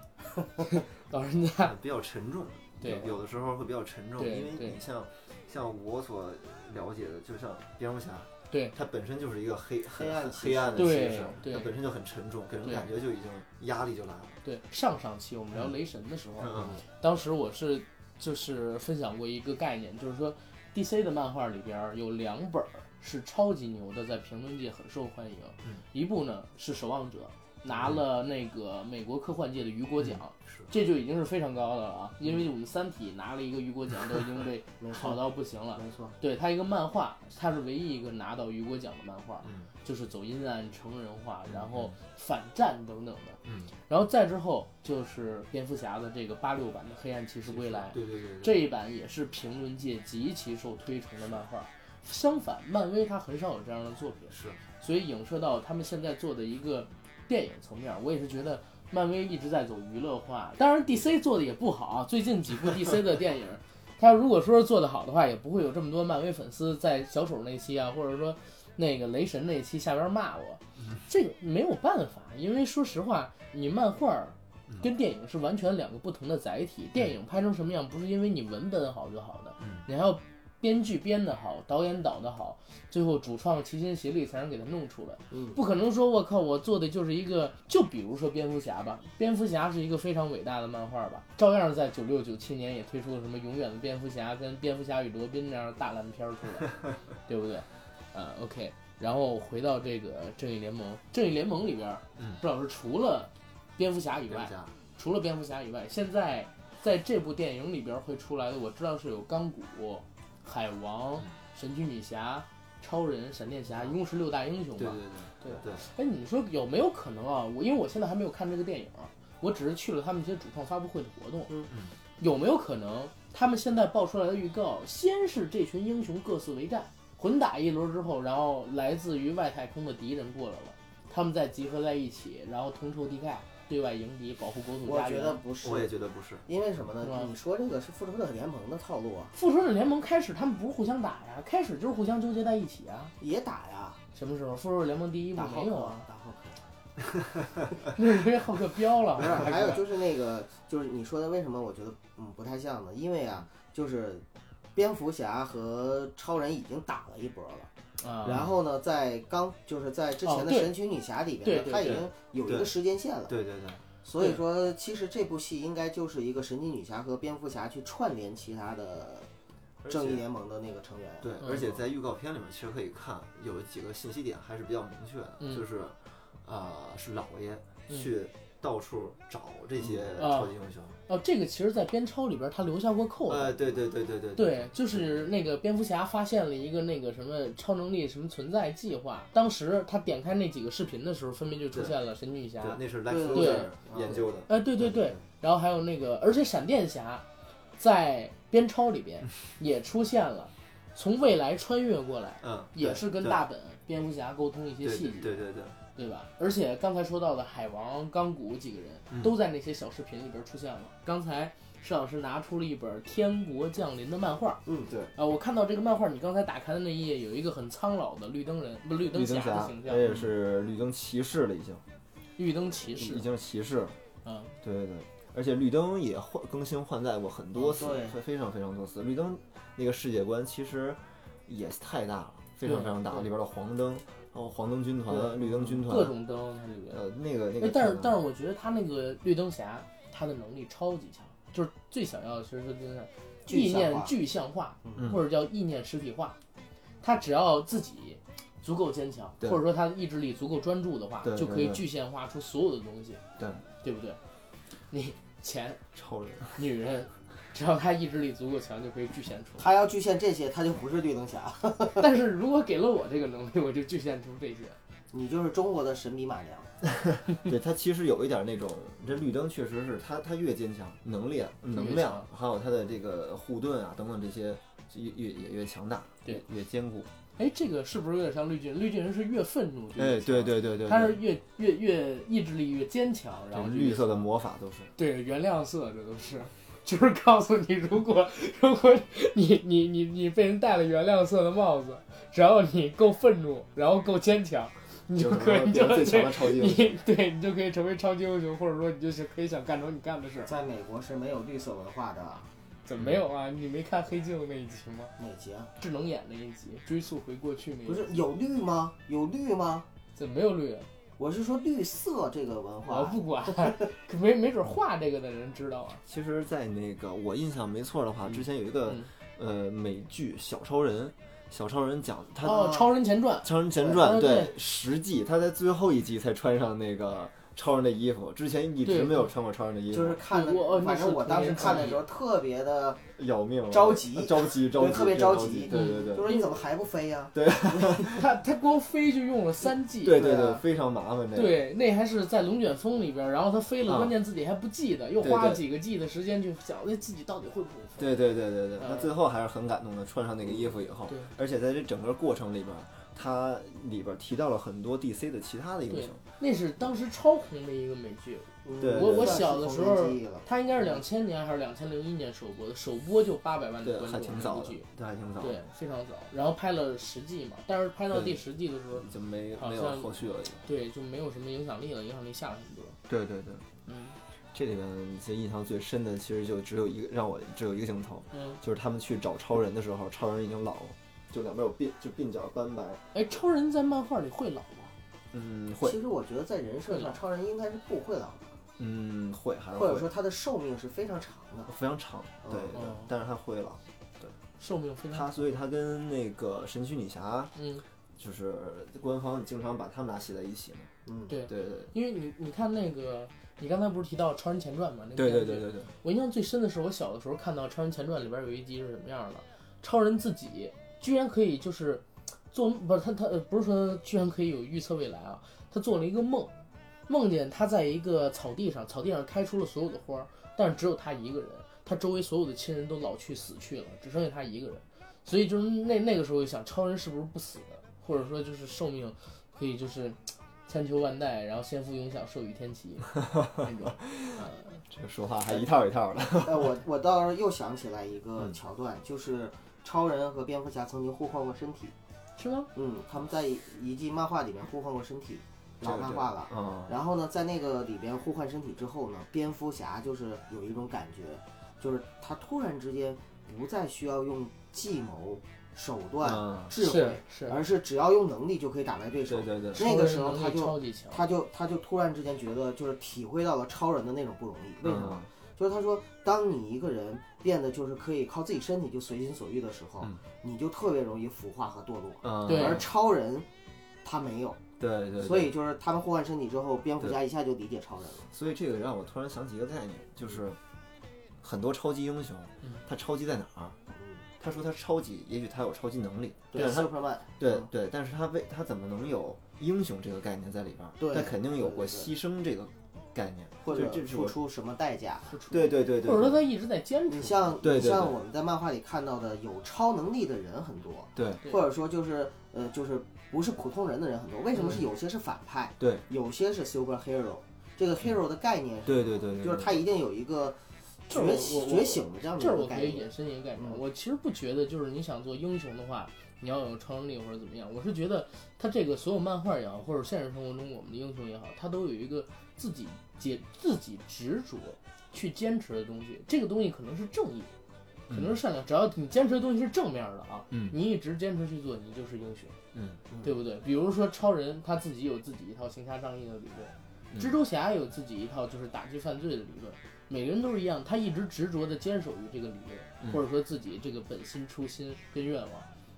[SPEAKER 1] 老人家，
[SPEAKER 5] 比较沉重，
[SPEAKER 1] 对
[SPEAKER 5] 有有的时候会比较沉重，
[SPEAKER 1] 对
[SPEAKER 5] 因为
[SPEAKER 1] 对
[SPEAKER 5] 你像像我所了解的，就像蝙蝠侠，
[SPEAKER 1] 对，
[SPEAKER 5] 他本身就是一个黑
[SPEAKER 3] 黑暗
[SPEAKER 5] 很
[SPEAKER 3] 骑士
[SPEAKER 5] 黑暗的
[SPEAKER 1] 对
[SPEAKER 5] 骑士，
[SPEAKER 1] 对
[SPEAKER 5] 他本身就很沉重，给人
[SPEAKER 1] 对
[SPEAKER 5] 感觉就已经压力就来了。
[SPEAKER 1] 对上上期我们聊雷神的 时候，
[SPEAKER 5] 嗯，
[SPEAKER 1] 当时我是就是分享过一个概念，就是说 DC 的漫画里边儿有两本儿是超级牛的，在评论界很受欢迎。
[SPEAKER 5] 嗯
[SPEAKER 1] 一部呢是《守望者》，拿了那个美国科幻界的雨果奖，
[SPEAKER 5] 是
[SPEAKER 1] 这就已经是非常高的了啊！因为我们《三体》拿了一个雨果奖，都已经被
[SPEAKER 3] 没
[SPEAKER 1] 炒
[SPEAKER 3] 错，
[SPEAKER 1] 到不行了。
[SPEAKER 3] 没错，
[SPEAKER 1] 对它一个漫画，它是唯一一个拿到雨果奖的漫画，
[SPEAKER 5] 嗯
[SPEAKER 1] 就是走阴暗、成人化，然后反战等等的。
[SPEAKER 5] 嗯，
[SPEAKER 1] 然后再之后就是蝙蝠侠的这个八六版的《黑暗骑士归来》，
[SPEAKER 5] 对对对，对
[SPEAKER 1] 这一版也是评论界极其受推崇的漫画。相反，漫威它很少有这样的作品，
[SPEAKER 5] 是
[SPEAKER 1] 所以影射到他们现在做的一个电影层面，我也是觉得漫威一直在走娱乐化。当然，DC 做的也不好啊，最近几部 DC 的电影，它如果说是做得好的话，也不会有这么多漫威粉丝在小丑那期啊，或者说那个雷神那期下边骂我。这个没有办法，因为说实话，你漫画儿
[SPEAKER 5] 嗯
[SPEAKER 1] 跟电影是完全两个不同的载体。电影拍成什么样，不是因为你文本好就好的
[SPEAKER 5] 嗯，
[SPEAKER 1] 你还要编剧编得好，导演导得好，最后主创齐心协力才能给它弄出来。
[SPEAKER 3] 嗯，
[SPEAKER 1] 不可能说我靠，我做的就是一个，就比如说蝙蝠侠吧，蝙蝠侠是一个非常伟大的漫画吧，照样在九六九七年也推出了什么《永远的蝙蝠侠》跟《蝙蝠侠与罗宾》那样的大烂片儿出来， 对不对？啊，OK。然后回到这个正义联盟，正义联盟里边儿，
[SPEAKER 5] 嗯
[SPEAKER 1] 朱老师除了蝙蝠侠以
[SPEAKER 5] 蝙
[SPEAKER 1] 外
[SPEAKER 5] 蝠，侠，
[SPEAKER 1] 除了蝙蝠侠以外，现在在这部电影里边会出来的，我知道是有钢骨、海王、神奇女侠、超人、闪电侠，一共是六大英雄
[SPEAKER 5] 对对
[SPEAKER 1] 吧？
[SPEAKER 5] 对
[SPEAKER 1] 对
[SPEAKER 5] 对。
[SPEAKER 1] 哎，你说有没有可能啊？我因为我现在还没有看这个电影啊，我只是去了他们一些主创发布会的活动。
[SPEAKER 3] 嗯
[SPEAKER 5] 嗯
[SPEAKER 1] 有没有可能他们现在爆出来的预告，先是这群英雄各自为战，混打一轮之后，然后来自于外太空的敌人过来了，他们再集合在一起，然后同仇敌忾，对外迎敌，保护国土
[SPEAKER 3] 我
[SPEAKER 1] 嗯家
[SPEAKER 3] 觉
[SPEAKER 1] 园。
[SPEAKER 3] 得不是，
[SPEAKER 5] 我也觉得不是，
[SPEAKER 3] 因为什么
[SPEAKER 1] 是吧
[SPEAKER 3] 呢？你说这个是复仇者联盟的套路啊，
[SPEAKER 1] 复仇者联盟开始他们不是互相打呀，开始就是互相纠结在一起啊。
[SPEAKER 3] 也打呀，
[SPEAKER 1] 什么时候复仇者联盟第一部
[SPEAKER 3] 打浩
[SPEAKER 1] 没有
[SPEAKER 3] 克
[SPEAKER 1] 啊？，
[SPEAKER 3] 打浩克，
[SPEAKER 1] 那是因为浩克飙了。啊
[SPEAKER 3] 不是，还有
[SPEAKER 1] 是
[SPEAKER 3] 就是那个，就是你说的为什么我觉得嗯不太像呢？因为啊，就是蝙蝠侠和超人已经打了一波了。
[SPEAKER 1] 啊，
[SPEAKER 3] 然后呢，在刚就是在之前
[SPEAKER 1] 哦
[SPEAKER 3] 的
[SPEAKER 1] 对
[SPEAKER 3] 神奇女侠里
[SPEAKER 1] 对
[SPEAKER 3] 边呢，
[SPEAKER 1] 对
[SPEAKER 3] 它已
[SPEAKER 5] 对
[SPEAKER 3] 经有一
[SPEAKER 5] 对
[SPEAKER 3] 个时间线了。
[SPEAKER 5] 对对对，
[SPEAKER 3] 所以说，其实这部戏应该就是一个神奇女侠和蝙蝠侠去串联其他的
[SPEAKER 5] 而
[SPEAKER 3] 正义
[SPEAKER 5] 且
[SPEAKER 3] 联盟的那个成员。
[SPEAKER 5] 对，
[SPEAKER 1] 嗯
[SPEAKER 5] 而且在预告片里面其实可以看有几个信息点还是比较明确的，
[SPEAKER 1] 嗯
[SPEAKER 12] 呃
[SPEAKER 5] 就是，啊、是老爷
[SPEAKER 1] 嗯
[SPEAKER 5] 去
[SPEAKER 12] 到处找这些
[SPEAKER 1] 嗯啊
[SPEAKER 12] 超级英雄。
[SPEAKER 1] 哦，这个其实，在边超里边他留下过扣
[SPEAKER 12] 呃，
[SPEAKER 1] 子。
[SPEAKER 12] 对对对对对
[SPEAKER 1] 对，就是那个蝙蝠侠发现了一个那个什么超能力什么存在计划，当时他点开那几个视频的时候，分别就出现了神奇女侠，
[SPEAKER 12] 对，那是莱
[SPEAKER 3] 对
[SPEAKER 12] 斯
[SPEAKER 3] 对
[SPEAKER 12] 特研究的。
[SPEAKER 1] 哎，对对对，然后还有那个，而且闪电侠在边超里 边也出现了，从未来穿越过来，
[SPEAKER 12] 嗯，
[SPEAKER 1] 也是跟
[SPEAKER 12] 对
[SPEAKER 1] 大本蝙蝠侠沟通一些
[SPEAKER 12] 对
[SPEAKER 1] 细
[SPEAKER 12] 对
[SPEAKER 1] 节，
[SPEAKER 12] 对对对，
[SPEAKER 1] 对吧？而且刚才说到的海王、钢骨几个人、
[SPEAKER 12] 嗯
[SPEAKER 1] 都在那些小视频里边出现了。刚才施老师拿出了一本《天国降临》的漫画，
[SPEAKER 12] 嗯对，
[SPEAKER 1] 啊、我看到这个漫画，你刚才打开的那一页有一个很苍老的绿灯人，不绿灯
[SPEAKER 5] 绿
[SPEAKER 1] 侠
[SPEAKER 5] 灯
[SPEAKER 1] 的
[SPEAKER 5] 侠哎
[SPEAKER 1] 形，象，
[SPEAKER 5] 而且是绿灯骑士了，已经
[SPEAKER 1] 绿灯骑士
[SPEAKER 12] 是
[SPEAKER 5] 已经是骑士了。
[SPEAKER 1] 嗯，
[SPEAKER 5] 对对对，而且绿灯也换更新换代过很多次，
[SPEAKER 1] 哦
[SPEAKER 3] 对
[SPEAKER 5] 非非常非常多次。绿灯那个世界观其实也太大了，非常
[SPEAKER 1] 对
[SPEAKER 5] 非常大，
[SPEAKER 1] 对
[SPEAKER 5] 里边的黄灯，然后黄灯军
[SPEAKER 1] 对
[SPEAKER 5] 团、绿灯军团，
[SPEAKER 1] 各种灯它里边。
[SPEAKER 5] 呃那个那
[SPEAKER 1] 哎
[SPEAKER 5] 个，
[SPEAKER 1] 但是
[SPEAKER 5] 太大
[SPEAKER 1] 但
[SPEAKER 5] 了
[SPEAKER 1] 是我觉得他那个绿灯侠，他的能力超级强，就是最想要的其实是绿灯侠
[SPEAKER 3] 具
[SPEAKER 1] 意
[SPEAKER 3] 象化
[SPEAKER 1] 念具象化，
[SPEAKER 5] 嗯
[SPEAKER 1] 或者叫意念实体化。他只要自己足够坚强，或
[SPEAKER 5] 对
[SPEAKER 1] 者说他的意志力足够专注的话，
[SPEAKER 5] 对
[SPEAKER 1] 就可以
[SPEAKER 5] 对对
[SPEAKER 1] 具象化出所有的东西，
[SPEAKER 5] 对
[SPEAKER 1] 对不对？你钱、
[SPEAKER 5] 超人，
[SPEAKER 1] 女人，只要他意志力足够强，就可以具现出。
[SPEAKER 3] 他要巨献这些，他就不是绿灯侠，
[SPEAKER 1] 但是如果给了我这个能力，我就具现出这些。
[SPEAKER 3] 你就是中国的神笔马良。
[SPEAKER 5] 对他其实有一点那种，这绿灯确实是他他越坚强，能力啊能量，还有他的这个护盾啊等等这些越越也越强大，
[SPEAKER 1] 对
[SPEAKER 5] 越越坚固。
[SPEAKER 1] 哎，这个是不是有点像绿巨人？绿巨人是越愤怒就越
[SPEAKER 5] 哎，
[SPEAKER 1] 强
[SPEAKER 5] 对对对对，
[SPEAKER 1] 他
[SPEAKER 5] 对
[SPEAKER 1] 是越越越意志力越坚强，然后
[SPEAKER 5] 这
[SPEAKER 1] 就
[SPEAKER 5] 绿
[SPEAKER 1] 越
[SPEAKER 5] 色的魔法都是。
[SPEAKER 1] 对原谅色，这都是，就是告诉你，如果如果你你你你被人戴了原谅色的帽子，只要你够愤怒，然后够坚强，你就可以你就
[SPEAKER 5] 变成最强的超级英雄
[SPEAKER 1] 你对你就可以成为超级英雄，或者说你就是可以想干成你干的事儿。
[SPEAKER 3] 在美国是没有绿色文化的，
[SPEAKER 1] 怎么没有啊？你没看《黑镜》那一集吗？
[SPEAKER 3] 哪集啊？
[SPEAKER 1] 智能眼那一集，追溯回过去那一集，
[SPEAKER 3] 不是有绿吗？有绿吗？
[SPEAKER 1] 怎么没有绿啊？
[SPEAKER 3] 我是说绿色这个文
[SPEAKER 1] 我
[SPEAKER 3] 化，
[SPEAKER 1] 不管，没没准画这个的人知道啊。
[SPEAKER 5] 其实，在那个我印象没错的话，之前有一个
[SPEAKER 1] 嗯
[SPEAKER 5] 呃美剧《小超人》，小超人讲他
[SPEAKER 1] 哦，《超人前传》
[SPEAKER 5] 《超人前传
[SPEAKER 1] 哦》
[SPEAKER 5] 对
[SPEAKER 1] 对
[SPEAKER 5] 十季，他在最后一季才穿上那个超人的衣服，之前一
[SPEAKER 1] 对
[SPEAKER 5] 直没有穿过超人的衣
[SPEAKER 3] 就是
[SPEAKER 5] 服，
[SPEAKER 3] 看
[SPEAKER 1] 我哦
[SPEAKER 3] 了，
[SPEAKER 1] 那
[SPEAKER 3] 反
[SPEAKER 1] 是
[SPEAKER 3] 正我
[SPEAKER 1] 童
[SPEAKER 3] 当时
[SPEAKER 1] 年
[SPEAKER 3] 看
[SPEAKER 1] 记
[SPEAKER 3] 的
[SPEAKER 1] 忆
[SPEAKER 3] 时候特别的，
[SPEAKER 5] 要命了，呃
[SPEAKER 3] 着急
[SPEAKER 5] 着急，着
[SPEAKER 3] 对
[SPEAKER 5] 急，
[SPEAKER 3] 特别着
[SPEAKER 5] 着
[SPEAKER 3] 急
[SPEAKER 5] 对对对
[SPEAKER 3] 就。说你怎么还不飞呀？
[SPEAKER 1] 他他光飞就用了三 G，
[SPEAKER 5] 对
[SPEAKER 3] 对
[SPEAKER 5] 对
[SPEAKER 3] 啊
[SPEAKER 5] 对，非常麻烦这个。
[SPEAKER 1] 对那还是在龙卷风里边儿，然后他飞了，
[SPEAKER 5] 啊
[SPEAKER 1] 关键自己还不记得，又
[SPEAKER 5] 对
[SPEAKER 1] 花了
[SPEAKER 5] 对
[SPEAKER 1] 几个 G 的时间去想，那自己到底会不会飞？
[SPEAKER 5] 对对对对对，
[SPEAKER 1] 嗯
[SPEAKER 5] 他最后还是很感动的，穿上那个衣服以后
[SPEAKER 1] 对，
[SPEAKER 5] 而且在这整个过程里边，他里边提到了很多 DC 的其他的英
[SPEAKER 1] 对
[SPEAKER 5] 雄，
[SPEAKER 1] 那是当时超红的一个美剧，
[SPEAKER 3] 嗯
[SPEAKER 5] 对
[SPEAKER 1] 我我
[SPEAKER 3] 算是
[SPEAKER 1] 小的时
[SPEAKER 3] 童年
[SPEAKER 1] 候
[SPEAKER 3] 记忆了
[SPEAKER 1] 它应该是两千年还是两千零一年首播的，首播就八百万的
[SPEAKER 5] 对，
[SPEAKER 1] 观
[SPEAKER 5] 还
[SPEAKER 1] 众
[SPEAKER 5] 挺
[SPEAKER 1] 那
[SPEAKER 5] 早
[SPEAKER 1] 部
[SPEAKER 5] 的
[SPEAKER 1] 剧，，
[SPEAKER 5] 对，还挺早的。
[SPEAKER 1] 对，非常早，然后拍了十季嘛，但是拍到
[SPEAKER 5] 对
[SPEAKER 1] 第十季的时候，
[SPEAKER 5] 就没
[SPEAKER 1] 好
[SPEAKER 5] 没有
[SPEAKER 1] 像
[SPEAKER 5] 后续了，已经。
[SPEAKER 1] 对就没有什么影响力了，影响力下了很多，
[SPEAKER 5] 对对对，
[SPEAKER 1] 嗯
[SPEAKER 5] 这里面其实印象最深的，其实就只有一个，让我只有一个镜头，
[SPEAKER 1] 嗯，
[SPEAKER 5] 就是他们去找超人的时候，超人已经老了，就两边有鬓，就鬓角斑白。
[SPEAKER 1] 哎，超人在漫画里会老吗？
[SPEAKER 5] 嗯，会
[SPEAKER 3] 其，实我觉得在人设
[SPEAKER 1] 会老
[SPEAKER 3] 上，超人应该是不会老的，
[SPEAKER 5] 嗯，会，还是
[SPEAKER 3] 或者
[SPEAKER 5] 会，
[SPEAKER 3] 说他的寿命是非常长的。
[SPEAKER 5] 非常长，对对对
[SPEAKER 1] 哦，
[SPEAKER 5] 但是他会老。
[SPEAKER 1] 寿命非常
[SPEAKER 5] 他所以他跟那个神奇女侠，
[SPEAKER 1] 嗯。
[SPEAKER 5] 就是官方经常把他们俩写在一起嘛。
[SPEAKER 3] 嗯，
[SPEAKER 1] 对
[SPEAKER 5] 对对
[SPEAKER 1] 因为你你看那个，你刚才不是提到《超人前传》吗？那
[SPEAKER 5] 对
[SPEAKER 1] 片
[SPEAKER 5] 对
[SPEAKER 1] 子
[SPEAKER 5] 对对对，
[SPEAKER 1] 我印象最深的是我小的时候看到《超人前传》里边有一集是什么样的，超人自己居然可以就是做不是他他呃不是说居然可以有预测未来啊，他做了一个梦，梦见他在一个草地上，草地上开出了所有的花儿，但是只有他一个人，他周围所有的亲人都老去死去了，只剩下他一个人，所以就是那那个时候就想，超人是不是不死的，或者说就是寿命可以就是。千秋万代，然后先富永享，寿与天齐，那种， 呃，
[SPEAKER 5] 这个说话还一套一套的。
[SPEAKER 3] 哎，我我倒是又想起来一个
[SPEAKER 5] 嗯
[SPEAKER 3] 桥段，就是超人和蝙蝠侠曾经互换过身体。
[SPEAKER 1] 是吗？
[SPEAKER 3] 嗯，他们在一一季漫画里面互换过身体，老漫画了。
[SPEAKER 5] 嗯，
[SPEAKER 3] 然后呢，在那个里边互换身体之后呢，蝙蝠侠就是有一种感觉，就是他突然之间不再需要用计谋、手段、
[SPEAKER 5] 嗯，
[SPEAKER 3] 智慧，
[SPEAKER 1] 是
[SPEAKER 3] 而是只要用能力就可以打败对手
[SPEAKER 5] 对。对对，
[SPEAKER 3] 那个时候
[SPEAKER 1] 超人
[SPEAKER 3] 他
[SPEAKER 1] 能力
[SPEAKER 3] 就
[SPEAKER 1] 超级强，
[SPEAKER 3] 他就他就突然之间觉得，就是体会到了超人的那种不容易。为什
[SPEAKER 5] 嗯
[SPEAKER 3] 么？就是他说，当你一个人变得就是可以靠自己身体就随心所欲的时候，
[SPEAKER 5] 嗯
[SPEAKER 3] 你就特别容易腐化和堕落。
[SPEAKER 5] 嗯？嗯，
[SPEAKER 1] 对
[SPEAKER 3] 而超人他没有，
[SPEAKER 5] 对对，
[SPEAKER 3] 所以就是他们互换身体之后，蝙蝠侠一下就理解超人了。
[SPEAKER 5] 所以这个让我突然想起一个概念，就是很多超级英雄，他超级在哪儿？他说他超级，也许他有超级能力，
[SPEAKER 3] 嗯对
[SPEAKER 5] 但是他
[SPEAKER 3] ，Superman，
[SPEAKER 5] 对
[SPEAKER 3] 嗯
[SPEAKER 5] 对，但是他为他怎么能有英雄这个概念在里边儿？
[SPEAKER 3] 对
[SPEAKER 5] 他肯定有
[SPEAKER 3] 对
[SPEAKER 5] 过
[SPEAKER 3] 对
[SPEAKER 5] 牺牲这个概念，
[SPEAKER 3] 或
[SPEAKER 5] 这
[SPEAKER 3] 者
[SPEAKER 5] 这是
[SPEAKER 3] 付
[SPEAKER 5] 我
[SPEAKER 3] 出什么代价？
[SPEAKER 5] 对对对对，
[SPEAKER 1] 或者说
[SPEAKER 5] 对
[SPEAKER 1] 他一直在坚
[SPEAKER 3] 你
[SPEAKER 1] 持。
[SPEAKER 3] 像
[SPEAKER 5] 对
[SPEAKER 3] 你
[SPEAKER 5] 对
[SPEAKER 3] 像
[SPEAKER 5] 对
[SPEAKER 3] 我们在漫画里看到的有超能力的人很多，
[SPEAKER 5] 对
[SPEAKER 1] 对
[SPEAKER 3] 或者说就是呃就是不是普通人的人很多。为什么是有些是反派，
[SPEAKER 5] 对嗯
[SPEAKER 3] 有些是 superhero？这个 hero 的概念
[SPEAKER 5] 对对对对，
[SPEAKER 3] 就是他一定有一个
[SPEAKER 1] 这儿我
[SPEAKER 3] 觉醒
[SPEAKER 1] 我
[SPEAKER 3] 觉醒的这样的
[SPEAKER 1] 这儿
[SPEAKER 3] 一个
[SPEAKER 1] 我
[SPEAKER 3] 概
[SPEAKER 1] 可以
[SPEAKER 3] 念
[SPEAKER 1] 引。申一个概念，
[SPEAKER 3] 嗯
[SPEAKER 1] 我其实不觉得就是你想做英雄的话，你要有超能力或者怎么样，我是觉得他这个所有漫画也好，或者现实生活中我们的英雄也好，他都有一个自己解自己执着去坚持的东西，这个东西可能是正义。可能是善良，只要你坚持的东西是正面的啊，
[SPEAKER 5] 嗯
[SPEAKER 1] 你一直坚持去做，你就是英雄，
[SPEAKER 5] 嗯，
[SPEAKER 1] 对不对？比如说超人，他自己有自己一套行侠仗义的理论，蜘蛛侠有自己一套就是打击犯罪的理论，每个人都是一样，他一直执着的坚守于这个理论，或者说自己这个本心、初心跟愿望，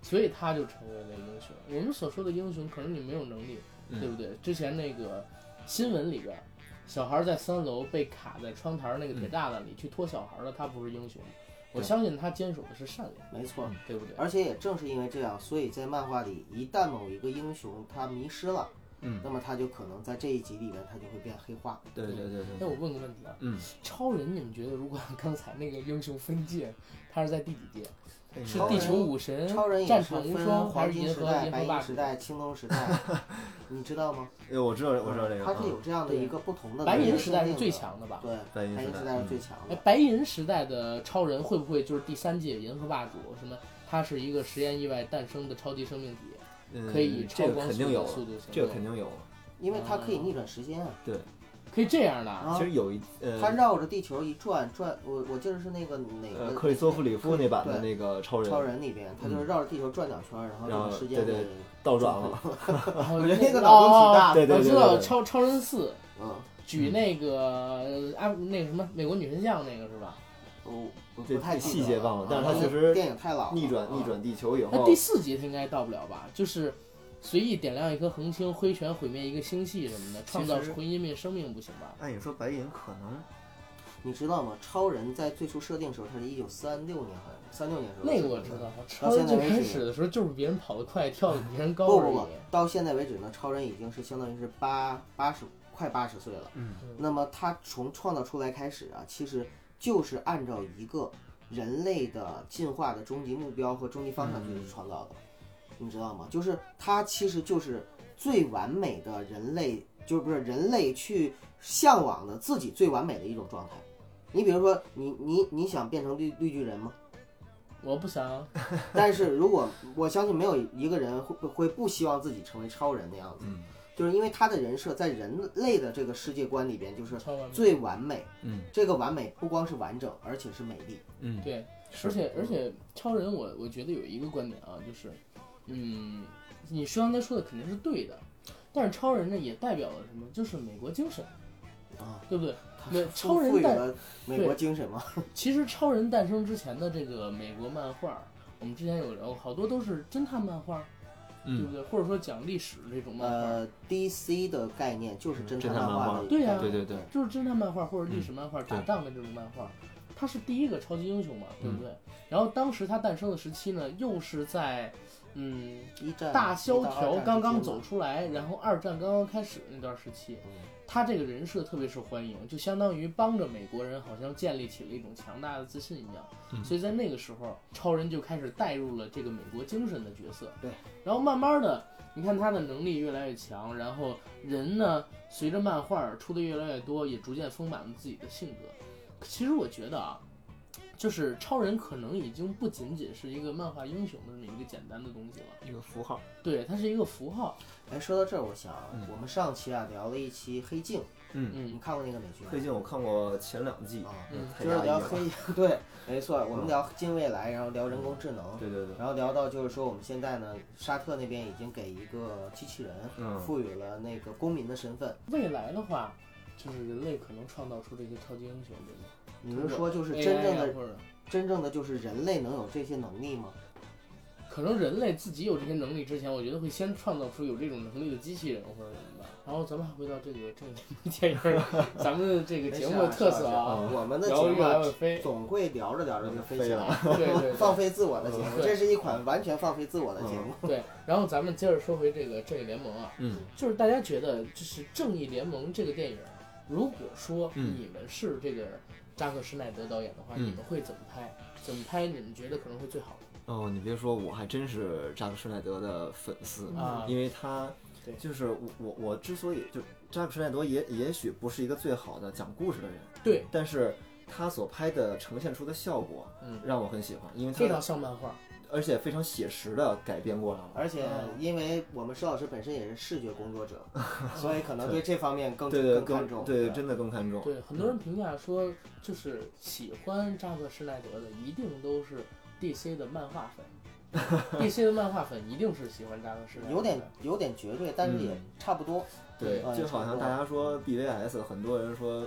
[SPEAKER 1] 所以他就成为了英雄。我们所说的英雄，可能你没有能力，
[SPEAKER 5] 嗯
[SPEAKER 1] 对不对？之前那个新闻里边，小孩在三楼被卡在窗台那个铁栅栏里去拖小孩的，他不是英雄。我相信他坚守的是善良，
[SPEAKER 3] 没错，
[SPEAKER 1] 对不对？
[SPEAKER 3] 而且也正是因为这样，所以在漫画里，一旦某一个英雄他迷失了，
[SPEAKER 5] 嗯
[SPEAKER 3] 那么他就可能在这一集里面他就会变黑化。
[SPEAKER 5] 对对对
[SPEAKER 1] 那
[SPEAKER 5] 对，
[SPEAKER 1] 我问个问题啊，
[SPEAKER 5] 嗯，
[SPEAKER 1] 超人，你们觉得如果按刚才那个英雄分界，他是在第几届？是
[SPEAKER 3] 超
[SPEAKER 1] 地
[SPEAKER 3] 人
[SPEAKER 1] 球武神、
[SPEAKER 3] 超人
[SPEAKER 1] 嗯
[SPEAKER 3] 也
[SPEAKER 1] 战
[SPEAKER 3] 是
[SPEAKER 1] 场无
[SPEAKER 3] 分
[SPEAKER 1] 双，还
[SPEAKER 3] 黄
[SPEAKER 1] 是
[SPEAKER 3] 金
[SPEAKER 1] 银
[SPEAKER 3] 时
[SPEAKER 1] 河
[SPEAKER 3] 代、
[SPEAKER 1] 银
[SPEAKER 3] 白
[SPEAKER 1] 河
[SPEAKER 3] 银
[SPEAKER 1] 霸
[SPEAKER 3] 时
[SPEAKER 1] 主？
[SPEAKER 3] 代、青铜时代， 你知道吗？
[SPEAKER 5] 哎，我知道我知道这个，
[SPEAKER 3] 它是
[SPEAKER 5] 啊
[SPEAKER 3] 有这样的一个不同的。
[SPEAKER 1] 白银时代是最，强的吧？
[SPEAKER 3] 对，
[SPEAKER 5] 白银时
[SPEAKER 3] 银
[SPEAKER 5] 代嗯
[SPEAKER 3] 时代是最强
[SPEAKER 1] 哎
[SPEAKER 3] 的，。
[SPEAKER 1] 白银时代的超人会不会就是第三届银河霸主？什么？他是一个实验意外诞生的超级生命体，
[SPEAKER 5] 嗯
[SPEAKER 1] 可以以超
[SPEAKER 5] 这个
[SPEAKER 1] 光
[SPEAKER 5] 肯
[SPEAKER 1] 速
[SPEAKER 5] 定有
[SPEAKER 1] 的，速度行动，
[SPEAKER 5] 这个肯定有，
[SPEAKER 3] 因为它可以逆转时间啊。
[SPEAKER 1] 可以这样的 啊。
[SPEAKER 3] 啊
[SPEAKER 5] 其实有一呃
[SPEAKER 3] 它绕着地球一转转，我我记得是那个哪
[SPEAKER 5] 呃
[SPEAKER 3] 个
[SPEAKER 5] 克里索夫里夫那版的
[SPEAKER 3] 对
[SPEAKER 5] 那个超人
[SPEAKER 3] 超人里边，它就是绕着地球转两圈，然后
[SPEAKER 5] 然
[SPEAKER 3] 这
[SPEAKER 5] 后
[SPEAKER 3] 个时间
[SPEAKER 5] 对对
[SPEAKER 3] 给
[SPEAKER 5] 倒转了，
[SPEAKER 1] 哦然后
[SPEAKER 3] 我觉得那个脑洞挺大
[SPEAKER 1] 哦
[SPEAKER 5] 对对
[SPEAKER 1] 我
[SPEAKER 5] 对
[SPEAKER 1] 知
[SPEAKER 5] 对
[SPEAKER 1] 道了
[SPEAKER 5] 对
[SPEAKER 1] 超超人四
[SPEAKER 3] 嗯，
[SPEAKER 1] 举那个啊那个什么美国女神像那个是吧？
[SPEAKER 3] 我我
[SPEAKER 5] 这
[SPEAKER 3] 不太记
[SPEAKER 5] 细
[SPEAKER 3] 得
[SPEAKER 5] 节
[SPEAKER 3] 了
[SPEAKER 5] 忘了，但是
[SPEAKER 3] 啊
[SPEAKER 5] 他确
[SPEAKER 3] 那个
[SPEAKER 5] 实
[SPEAKER 3] 电影太老了，
[SPEAKER 5] 逆转
[SPEAKER 3] 啊
[SPEAKER 5] 逆转地球以
[SPEAKER 1] 那
[SPEAKER 5] 后
[SPEAKER 1] 第，四集他应该到不了吧？就是随意点亮一颗恒星，挥拳毁灭一个星系什么的，创造
[SPEAKER 5] 其实
[SPEAKER 1] 纯音灭生命不行吧？
[SPEAKER 5] 按理说白银可能
[SPEAKER 3] 你知道吗？超人在最初设定的时候，它是一九三六年，好像三六年的时候。
[SPEAKER 1] 那个我知道。，超人最开始的时候就是别人跑得快，跳得比别人高
[SPEAKER 3] 不
[SPEAKER 1] 而
[SPEAKER 3] 不
[SPEAKER 1] 已
[SPEAKER 3] 不。，到现在为止呢，超人已经是相当于是八八十快八十岁了。
[SPEAKER 5] 嗯。
[SPEAKER 3] 那么他从创造出来开始啊，其实就是按照一个人类的进化的终极目标和终极方向去创造的，你知道吗？就是他其实就是最完美的人类，就是不是人类去向往的自己最完美的一种状态。你比如说，你你你想变成绿绿巨人吗？
[SPEAKER 1] 我不 想，
[SPEAKER 3] 但是如果我相信没有一个人会会不希望自己成为超人那样子，
[SPEAKER 5] 嗯
[SPEAKER 3] 就是因为他的人设在人类的这个世界观里边就是
[SPEAKER 1] 超完美。
[SPEAKER 3] 最完美。
[SPEAKER 5] 嗯，
[SPEAKER 3] 这个完美不光是完整，而且是美丽。
[SPEAKER 5] 嗯
[SPEAKER 1] 对，而且而且超人我，我觉得有一个观点啊，就是，嗯，你说刚才说的肯定是对的，但是超人呢也代表了什么？就是美国精神
[SPEAKER 3] 啊，
[SPEAKER 1] 对不对？那
[SPEAKER 3] 赋
[SPEAKER 1] 超
[SPEAKER 3] 赋
[SPEAKER 1] 人
[SPEAKER 3] 予
[SPEAKER 1] 诞
[SPEAKER 3] 了美国精神嘛，
[SPEAKER 1] 其实超人诞生之前的这个美国漫画，我们之前有聊过，好多都是侦探漫画，
[SPEAKER 5] 嗯
[SPEAKER 1] 对不对？或者说讲历史这种漫画，
[SPEAKER 3] 呃，DC 的概念就是侦
[SPEAKER 5] 嗯侦探
[SPEAKER 3] 探
[SPEAKER 5] 漫
[SPEAKER 3] 画
[SPEAKER 5] 画
[SPEAKER 3] 的，
[SPEAKER 1] 对啊呀
[SPEAKER 5] 对对对，
[SPEAKER 1] 就是侦探漫画或者历史漫画、打
[SPEAKER 5] 对
[SPEAKER 1] 仗的这种漫画，他是第一个超级英雄嘛，对不对？然后当时他诞生的时期呢，又是在嗯
[SPEAKER 3] 一战
[SPEAKER 1] 大萧
[SPEAKER 3] 一到二
[SPEAKER 1] 条
[SPEAKER 3] 战
[SPEAKER 1] 刚刚
[SPEAKER 3] 之间嗯
[SPEAKER 1] 走
[SPEAKER 3] 嘛
[SPEAKER 1] 出来，然后二战刚刚开始那段时期，他这个人设特别受欢迎，就相当于帮着美国人好像建立起了一种强大的自信一样。所以在那个时候，超人就开始带入了这个美国精神的角色。
[SPEAKER 3] 对，
[SPEAKER 1] 然后慢慢的，你看他的能力越来越强，然后人呢，随着漫画出的越来越多，也逐渐丰满了自己的性格。其实我觉得啊，就是超人可能已经不仅仅是一个漫画英雄的这么一个简单的东西了，
[SPEAKER 5] 一个符号，
[SPEAKER 1] 对，它是一个符号。
[SPEAKER 3] 哎，说到这儿，我想
[SPEAKER 5] 嗯
[SPEAKER 3] 我们上期啊聊了一期《黑镜》，你
[SPEAKER 1] 嗯，
[SPEAKER 3] 看过那个美剧吗？
[SPEAKER 5] 最近我看过前两季
[SPEAKER 3] 啊，
[SPEAKER 1] 嗯
[SPEAKER 5] 太
[SPEAKER 3] 就是
[SPEAKER 5] 压抑
[SPEAKER 3] 聊
[SPEAKER 5] 了，
[SPEAKER 3] 黑， 对，没错，我们聊近未来，然后聊人工智能，
[SPEAKER 5] 对对对，
[SPEAKER 3] 然后聊到就是说，我们现在呢，沙特那边已经给一个机器人
[SPEAKER 5] 嗯
[SPEAKER 3] 赋予了那个公民的身份。
[SPEAKER 1] 未来的话，就是人类可能创造出这些超级英雄，对吗？
[SPEAKER 3] 你是说就是
[SPEAKER 1] AI
[SPEAKER 3] 真正
[SPEAKER 1] 啊
[SPEAKER 3] 的、
[SPEAKER 1] 或者
[SPEAKER 3] 真正的就是人类能有这些能力吗？
[SPEAKER 1] 可能人类自己有这些能力之前，我觉得会先创造出有这种能力的机器人或者什么吧。然后咱们还回到这个 这个电影儿，咱们的这个节目的特色啊，
[SPEAKER 3] 我们的节
[SPEAKER 1] 然后
[SPEAKER 3] 目
[SPEAKER 1] 越来越
[SPEAKER 3] 啊
[SPEAKER 1] 飞，
[SPEAKER 3] 总会聊着聊着就飞起来了，
[SPEAKER 1] 对对嗯对。
[SPEAKER 3] 放飞自我的节目，
[SPEAKER 1] 对
[SPEAKER 3] 这是一款完全放飞自我的节目。
[SPEAKER 1] 对，然后咱们接着说回这个正义联盟啊，
[SPEAKER 5] 嗯，
[SPEAKER 1] 就是大家觉得就是《正义联盟》这个电影，如果说
[SPEAKER 5] 嗯
[SPEAKER 1] 你们是这个扎克施耐德导演的话，
[SPEAKER 5] 嗯
[SPEAKER 1] 你们会怎么拍？怎么拍？你们觉得可能会最好？
[SPEAKER 5] 哦，你别说，我还真是扎克施耐德的粉丝
[SPEAKER 1] 啊
[SPEAKER 5] 因为他
[SPEAKER 1] 对
[SPEAKER 5] 就是我我我之所以就扎克施耐德也也许不是一个最好的讲故事的人，
[SPEAKER 1] 对，
[SPEAKER 5] 但是他所拍的呈现出的效果，
[SPEAKER 1] 嗯，
[SPEAKER 5] 让我很喜欢，因为
[SPEAKER 1] 非常
[SPEAKER 5] 他
[SPEAKER 1] 像漫画，
[SPEAKER 5] 而且非常写实的改编过来了。
[SPEAKER 3] 而且，
[SPEAKER 1] 嗯
[SPEAKER 3] 因为我们施老师本身也是视觉工作者， 所以可能对这方面更
[SPEAKER 5] 对对
[SPEAKER 3] 更看重。
[SPEAKER 5] 对，真的更看重。
[SPEAKER 1] 对，很多人评价说，就是喜欢扎克施耐德的，一定都是 DC 的漫画粉 ，DC 的漫画粉一定是喜欢扎克施耐德的，
[SPEAKER 3] 有点有点绝对，但是也
[SPEAKER 5] 嗯
[SPEAKER 3] 差不多。
[SPEAKER 5] 对
[SPEAKER 3] 嗯，
[SPEAKER 5] 就好像大家说 BVS，很多人说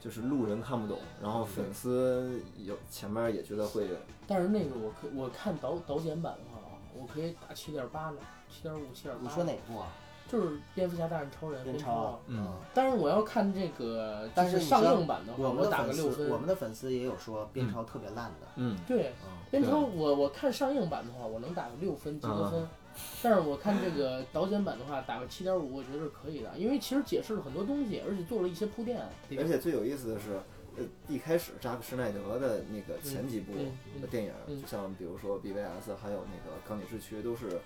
[SPEAKER 5] 就是路人看不懂，然后粉丝有前面也觉得会
[SPEAKER 1] 但是那个我可我看导导剪版的话啊，我可以打七点八呢，七点五、七点八。
[SPEAKER 3] 你说哪部啊？
[SPEAKER 1] 就是蝙蝠侠大战超人，
[SPEAKER 3] 人
[SPEAKER 1] 非
[SPEAKER 3] 超啊
[SPEAKER 1] 常。
[SPEAKER 5] 嗯
[SPEAKER 1] 当然我要看这个，
[SPEAKER 3] 但
[SPEAKER 1] 就是
[SPEAKER 3] 你
[SPEAKER 1] 上
[SPEAKER 3] 知道
[SPEAKER 1] 映版的话，
[SPEAKER 3] 我
[SPEAKER 1] 我
[SPEAKER 3] 们的
[SPEAKER 1] 打
[SPEAKER 3] 粉
[SPEAKER 1] 个
[SPEAKER 3] 丝，
[SPEAKER 1] 六分
[SPEAKER 3] 我。们的粉丝也有说边超特别烂的，
[SPEAKER 5] 嗯
[SPEAKER 1] 对，
[SPEAKER 3] 嗯，
[SPEAKER 1] 蝙蝠我我看上映版的话，我能打个六分及格分。 但是我看这个导剪版的话，打个七点五，我觉得是可以的，因为其实解释了很多东西，而且做了一些铺垫。啊
[SPEAKER 5] 而且最有意思的是，呃，一开始扎克施耐德的那个前几部
[SPEAKER 1] 嗯嗯嗯
[SPEAKER 5] 电影，
[SPEAKER 1] 嗯
[SPEAKER 5] 就像比如说 BVS，还有那个钢铁之躯，都是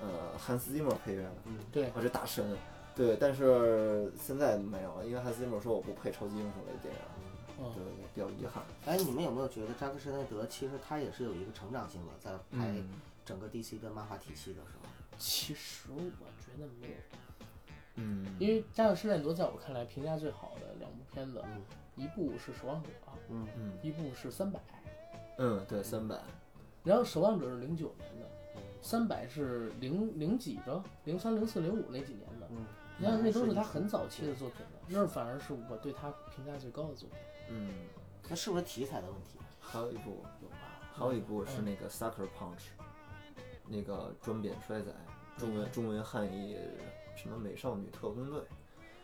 [SPEAKER 5] 呃汉斯季默配乐的，
[SPEAKER 3] 嗯
[SPEAKER 1] 对，
[SPEAKER 5] 或者大神。对，但是现在没有了，因为汉斯季默说我不配超级英雄类电影，
[SPEAKER 1] 嗯
[SPEAKER 5] 对，对对，比较遗憾。
[SPEAKER 3] 哎，你们有没有觉得扎克施耐德其实他也是有一个成长性的，在
[SPEAKER 5] 嗯
[SPEAKER 3] 拍
[SPEAKER 1] 嗯
[SPEAKER 3] 整个 DC 的漫画体系的时候，
[SPEAKER 1] 其实我觉得没有，
[SPEAKER 5] 嗯，
[SPEAKER 1] 因为《加勒施耐德》在我看来评价最好的两部片子，
[SPEAKER 3] 嗯
[SPEAKER 1] 一部是《守望者》，啊
[SPEAKER 3] 嗯，
[SPEAKER 5] 嗯
[SPEAKER 1] 一部是《三百》。
[SPEAKER 5] 嗯，对，三百。
[SPEAKER 1] 然后《守望者》是零九年的，三百是零零几的，零三、零四、零五那几年的。
[SPEAKER 3] 嗯，
[SPEAKER 1] 你想，那都是他很早期的作品了，那反而是我对他评价最高的作品。
[SPEAKER 5] 嗯，
[SPEAKER 3] 那是不是题材的问题？
[SPEAKER 5] 还有一部，还有一部是那个《Sucker Punch》，那个专扁摔仔，中文中文汉译什么美少女特工队？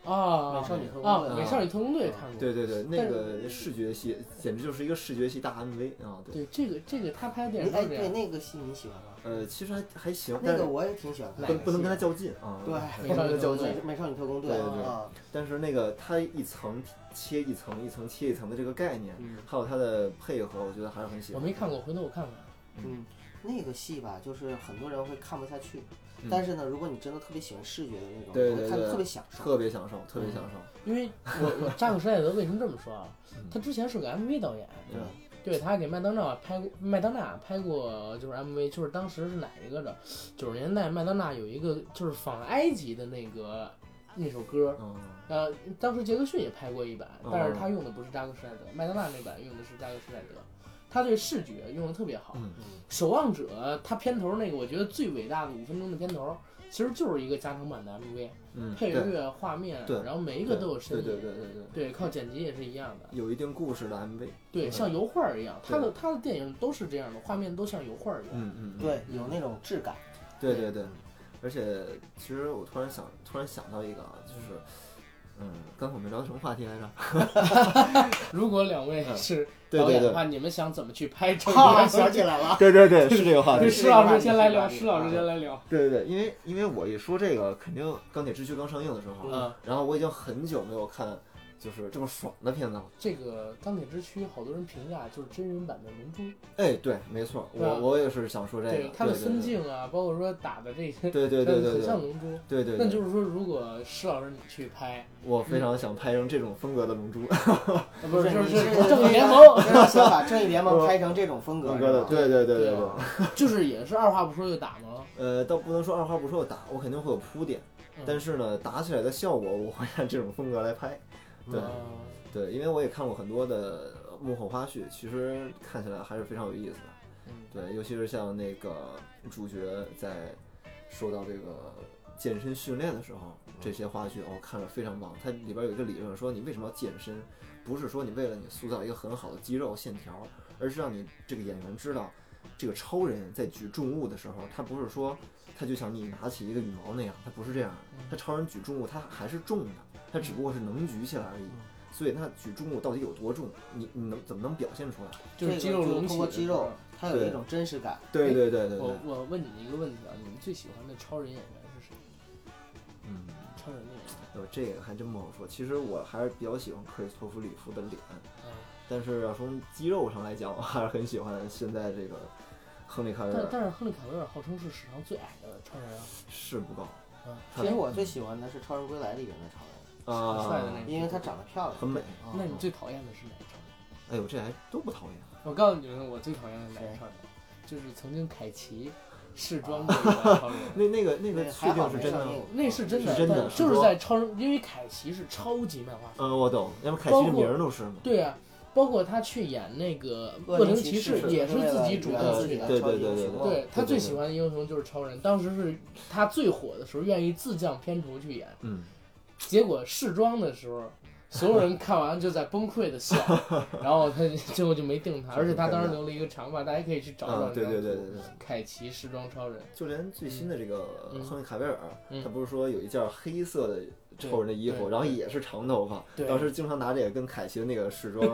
[SPEAKER 1] 啊，
[SPEAKER 3] 美少女特工队
[SPEAKER 1] 啊，
[SPEAKER 5] 啊
[SPEAKER 1] 美少女特工
[SPEAKER 3] 嗯
[SPEAKER 1] 队看过。
[SPEAKER 5] 对对对，那
[SPEAKER 1] 但
[SPEAKER 5] 个视觉系简直就是一个视觉系大 MV 啊！对，
[SPEAKER 1] 对这个这个他拍的电
[SPEAKER 3] 你
[SPEAKER 1] 影都
[SPEAKER 3] 哎，
[SPEAKER 1] 是这
[SPEAKER 3] 对
[SPEAKER 1] 样。
[SPEAKER 3] 那个戏你喜欢吗？
[SPEAKER 5] 呃，其实还还行，
[SPEAKER 3] 那
[SPEAKER 5] 但是
[SPEAKER 3] 个我也挺喜欢看
[SPEAKER 5] 不
[SPEAKER 3] 的。
[SPEAKER 5] 不能跟他较劲啊，
[SPEAKER 3] 对
[SPEAKER 5] 不能跟他较
[SPEAKER 1] 对
[SPEAKER 5] 劲。
[SPEAKER 3] 美美少女特工队
[SPEAKER 5] 对对对
[SPEAKER 3] 啊，
[SPEAKER 5] 但是那个它一层切一层，一层切一层的这个概念，
[SPEAKER 3] 嗯
[SPEAKER 5] 还有它的配合，我觉得还是很喜
[SPEAKER 1] 我
[SPEAKER 5] 欢。
[SPEAKER 1] 没看过，回头我看看。
[SPEAKER 3] 嗯，那个戏吧，就是很多人会看不下去，
[SPEAKER 5] 嗯
[SPEAKER 3] 但是呢，如果你真的特别喜欢视觉的那种，
[SPEAKER 5] 对
[SPEAKER 3] 你
[SPEAKER 5] 对
[SPEAKER 3] 会看得
[SPEAKER 5] 对
[SPEAKER 3] 特别享受。
[SPEAKER 5] 特别享受，特别享受。
[SPEAKER 1] 因为我我扎克施耐德为什么这么说啊？
[SPEAKER 3] 嗯
[SPEAKER 1] 他之前是个 MV 导演，
[SPEAKER 3] 对，
[SPEAKER 1] 对他还给麦当娜拍过麦当娜拍过就是 MV，就是当时是哪一个的？九十年代麦当娜有一个就是仿埃及的那个那首歌，
[SPEAKER 5] 嗯，
[SPEAKER 1] 呃，当时杰克逊也拍过一版，
[SPEAKER 5] 哦
[SPEAKER 1] 但是他用的不是扎克施耐德，麦当娜那版用的是扎克施耐德，他对视觉用的特别好。
[SPEAKER 5] 嗯
[SPEAKER 1] 守望者他片头那个我觉得最伟大的五分钟的片头，其实就是一个加长版的 MV，、
[SPEAKER 5] 嗯，
[SPEAKER 1] 配
[SPEAKER 5] 对
[SPEAKER 1] 乐、画面，
[SPEAKER 5] 对
[SPEAKER 1] 然后每一个都有深意。
[SPEAKER 5] 对对对对对，
[SPEAKER 1] 对，靠剪辑也是一样的。
[SPEAKER 5] 有一定故事的 MV。
[SPEAKER 1] 对，
[SPEAKER 5] 嗯
[SPEAKER 1] 像油画儿一样，他
[SPEAKER 5] 对
[SPEAKER 1] 的他的电影都是这样的，画面都像油画儿一样。
[SPEAKER 5] 嗯嗯，
[SPEAKER 3] 对，有那种 质感。
[SPEAKER 5] 对对对，而且其实我突然想，突然想到一个啊，就是。嗯，刚才我们聊的什么话题来着？
[SPEAKER 1] 如果两位是
[SPEAKER 5] 嗯对
[SPEAKER 1] 导
[SPEAKER 5] 对
[SPEAKER 1] 演的
[SPEAKER 5] 对
[SPEAKER 1] 话，，你们想怎么去拍这
[SPEAKER 3] 哈，
[SPEAKER 1] 个？
[SPEAKER 3] 想起来了，
[SPEAKER 5] 对对对，是这个话
[SPEAKER 1] 对，
[SPEAKER 5] 题。
[SPEAKER 1] 施老师先来
[SPEAKER 3] 是
[SPEAKER 1] 聊，
[SPEAKER 3] 吧
[SPEAKER 1] 施老师先来聊。
[SPEAKER 5] 对对对，因为因为我一说这个，肯定《钢铁之躯》刚上映的时候，
[SPEAKER 1] 嗯，
[SPEAKER 5] 然后我已经很久没有看就是这么爽的片子了。
[SPEAKER 1] 这个《钢铁之躯》好多人评价就是真人版的龙珠，
[SPEAKER 5] 哎，对，没错，
[SPEAKER 1] 是吧
[SPEAKER 5] 我我也是想说这个。
[SPEAKER 1] 它的
[SPEAKER 5] 对对
[SPEAKER 1] 分
[SPEAKER 5] 对
[SPEAKER 1] 镜啊，包括说打的这些，
[SPEAKER 5] 对对对对
[SPEAKER 1] 很像
[SPEAKER 5] 对
[SPEAKER 1] 龙珠。
[SPEAKER 5] 对对，
[SPEAKER 1] 那
[SPEAKER 5] 对
[SPEAKER 1] 就是说，如果施老师你去拍，
[SPEAKER 5] 我非常想拍成这种风格的《龙珠》。
[SPEAKER 1] 啊不是，就是
[SPEAKER 3] 你是
[SPEAKER 1] 正义联盟，
[SPEAKER 3] 这样想把正义联盟拍成这种风格
[SPEAKER 5] 风
[SPEAKER 3] 是
[SPEAKER 5] 格的，
[SPEAKER 3] 吧，
[SPEAKER 5] 对对对对啊对。
[SPEAKER 1] 就是也是二话不说就打嘛。
[SPEAKER 5] 呃，倒不能说二话不说的打，我肯定会有铺垫，
[SPEAKER 1] 嗯
[SPEAKER 5] 但是呢，打起来的效果我会按这种风格来拍。对、
[SPEAKER 1] 啊
[SPEAKER 5] 对，因为我也看过很多的幕后花絮，其实看起来还是非常有意思的。
[SPEAKER 1] 嗯
[SPEAKER 5] 对，尤其是像那个主角在受到这个健身训练的时候，这些花絮哦，看着非常棒。它里边有一个理论说，你为什么要健身，不是说你为了你塑造一个很好的肌肉线条，而是让你这个演员知道。这个超人在举重物的时候，他不是说他就像你拿起一个羽毛那样，他不是这样的。他超人举重物，他还是重的，他只不过是能举起来而已。所以他举重物到底有多重，你你能怎么能表现出来？
[SPEAKER 1] 就是肌
[SPEAKER 3] 这个
[SPEAKER 1] 肉
[SPEAKER 3] 就是
[SPEAKER 1] 隆
[SPEAKER 3] 通
[SPEAKER 1] 起嗯
[SPEAKER 3] 过
[SPEAKER 1] 的时
[SPEAKER 3] 肌
[SPEAKER 1] 候
[SPEAKER 3] 肉。，它有
[SPEAKER 5] 对
[SPEAKER 3] 一种真实感。
[SPEAKER 5] 对对对对对
[SPEAKER 1] 我，我问你们一个问题啊，你们最喜欢的超人演员是谁？
[SPEAKER 5] 嗯，
[SPEAKER 1] 超人的演员。
[SPEAKER 5] 呃，这个还真不好说。其实我还是比较喜欢克里斯托弗里夫的脸，
[SPEAKER 1] 嗯，
[SPEAKER 5] 但是要从肌肉上来讲，我还是很喜欢现在这个亨利卡维
[SPEAKER 1] 但
[SPEAKER 5] 尔，
[SPEAKER 1] 但是亨利卡维尔号称是史上最矮的超人啊。
[SPEAKER 5] 是不高
[SPEAKER 1] 嗯，
[SPEAKER 5] 他
[SPEAKER 3] 其实我最喜欢的是《超人归来》里面的超人，
[SPEAKER 5] 啊，
[SPEAKER 1] 帅的那个
[SPEAKER 3] 因为他长得漂亮，
[SPEAKER 5] 很美。
[SPEAKER 3] 啊
[SPEAKER 1] 那你最讨厌的是哪个超人？
[SPEAKER 5] 哎呦，这还都不讨厌。啊
[SPEAKER 1] 我告诉你们，我最讨厌的是哪个超人，就是曾经凯奇试装过的超人。
[SPEAKER 5] 那那个那个
[SPEAKER 3] 对
[SPEAKER 5] 确
[SPEAKER 3] 还好
[SPEAKER 5] 定是
[SPEAKER 3] 没
[SPEAKER 5] 真的
[SPEAKER 3] 上
[SPEAKER 5] 吗？
[SPEAKER 3] 映
[SPEAKER 1] 啊
[SPEAKER 3] 啊
[SPEAKER 1] 那是真的，
[SPEAKER 5] 是真的
[SPEAKER 1] 但就是是
[SPEAKER 5] 吧
[SPEAKER 1] 在超人，因为凯奇是超级漫画家。
[SPEAKER 5] 呃，我懂，要不凯
[SPEAKER 1] 包
[SPEAKER 5] 奇的
[SPEAKER 1] 括
[SPEAKER 5] 名儿都是嘛。
[SPEAKER 1] 对啊，包括他去演那个《恶
[SPEAKER 3] 恶
[SPEAKER 1] 灵
[SPEAKER 3] 灵
[SPEAKER 1] 骑
[SPEAKER 3] 骑
[SPEAKER 1] 士
[SPEAKER 3] 士》，
[SPEAKER 1] 也是自己主
[SPEAKER 3] 为
[SPEAKER 1] 动
[SPEAKER 3] 了
[SPEAKER 1] 自己的。
[SPEAKER 5] 对
[SPEAKER 3] 对
[SPEAKER 5] 对
[SPEAKER 3] 对
[SPEAKER 5] 对
[SPEAKER 3] 对
[SPEAKER 5] 对
[SPEAKER 3] 对
[SPEAKER 5] 对
[SPEAKER 3] 对
[SPEAKER 1] 对他最喜欢的英雄就是超人，当时是他最火的时候，愿意自降片酬去演。
[SPEAKER 5] 嗯，
[SPEAKER 1] 结果试装的时候，所有人看完就在崩溃 的笑，然后他最后就没定他，而且他当时留了一个长发，大家可以去找找
[SPEAKER 5] 啊，
[SPEAKER 1] 那张图。
[SPEAKER 5] 对对对对对，
[SPEAKER 1] 凯奇试装超人，
[SPEAKER 5] 就连最新的这个
[SPEAKER 1] 嗯
[SPEAKER 5] 亨利卡维尔
[SPEAKER 1] 嗯，
[SPEAKER 5] 他不是说有一件黑色的超人的衣
[SPEAKER 1] 对
[SPEAKER 5] 服，然后也是长头发，
[SPEAKER 1] 对
[SPEAKER 5] 当时经常拿这个跟凯奇的那个时 装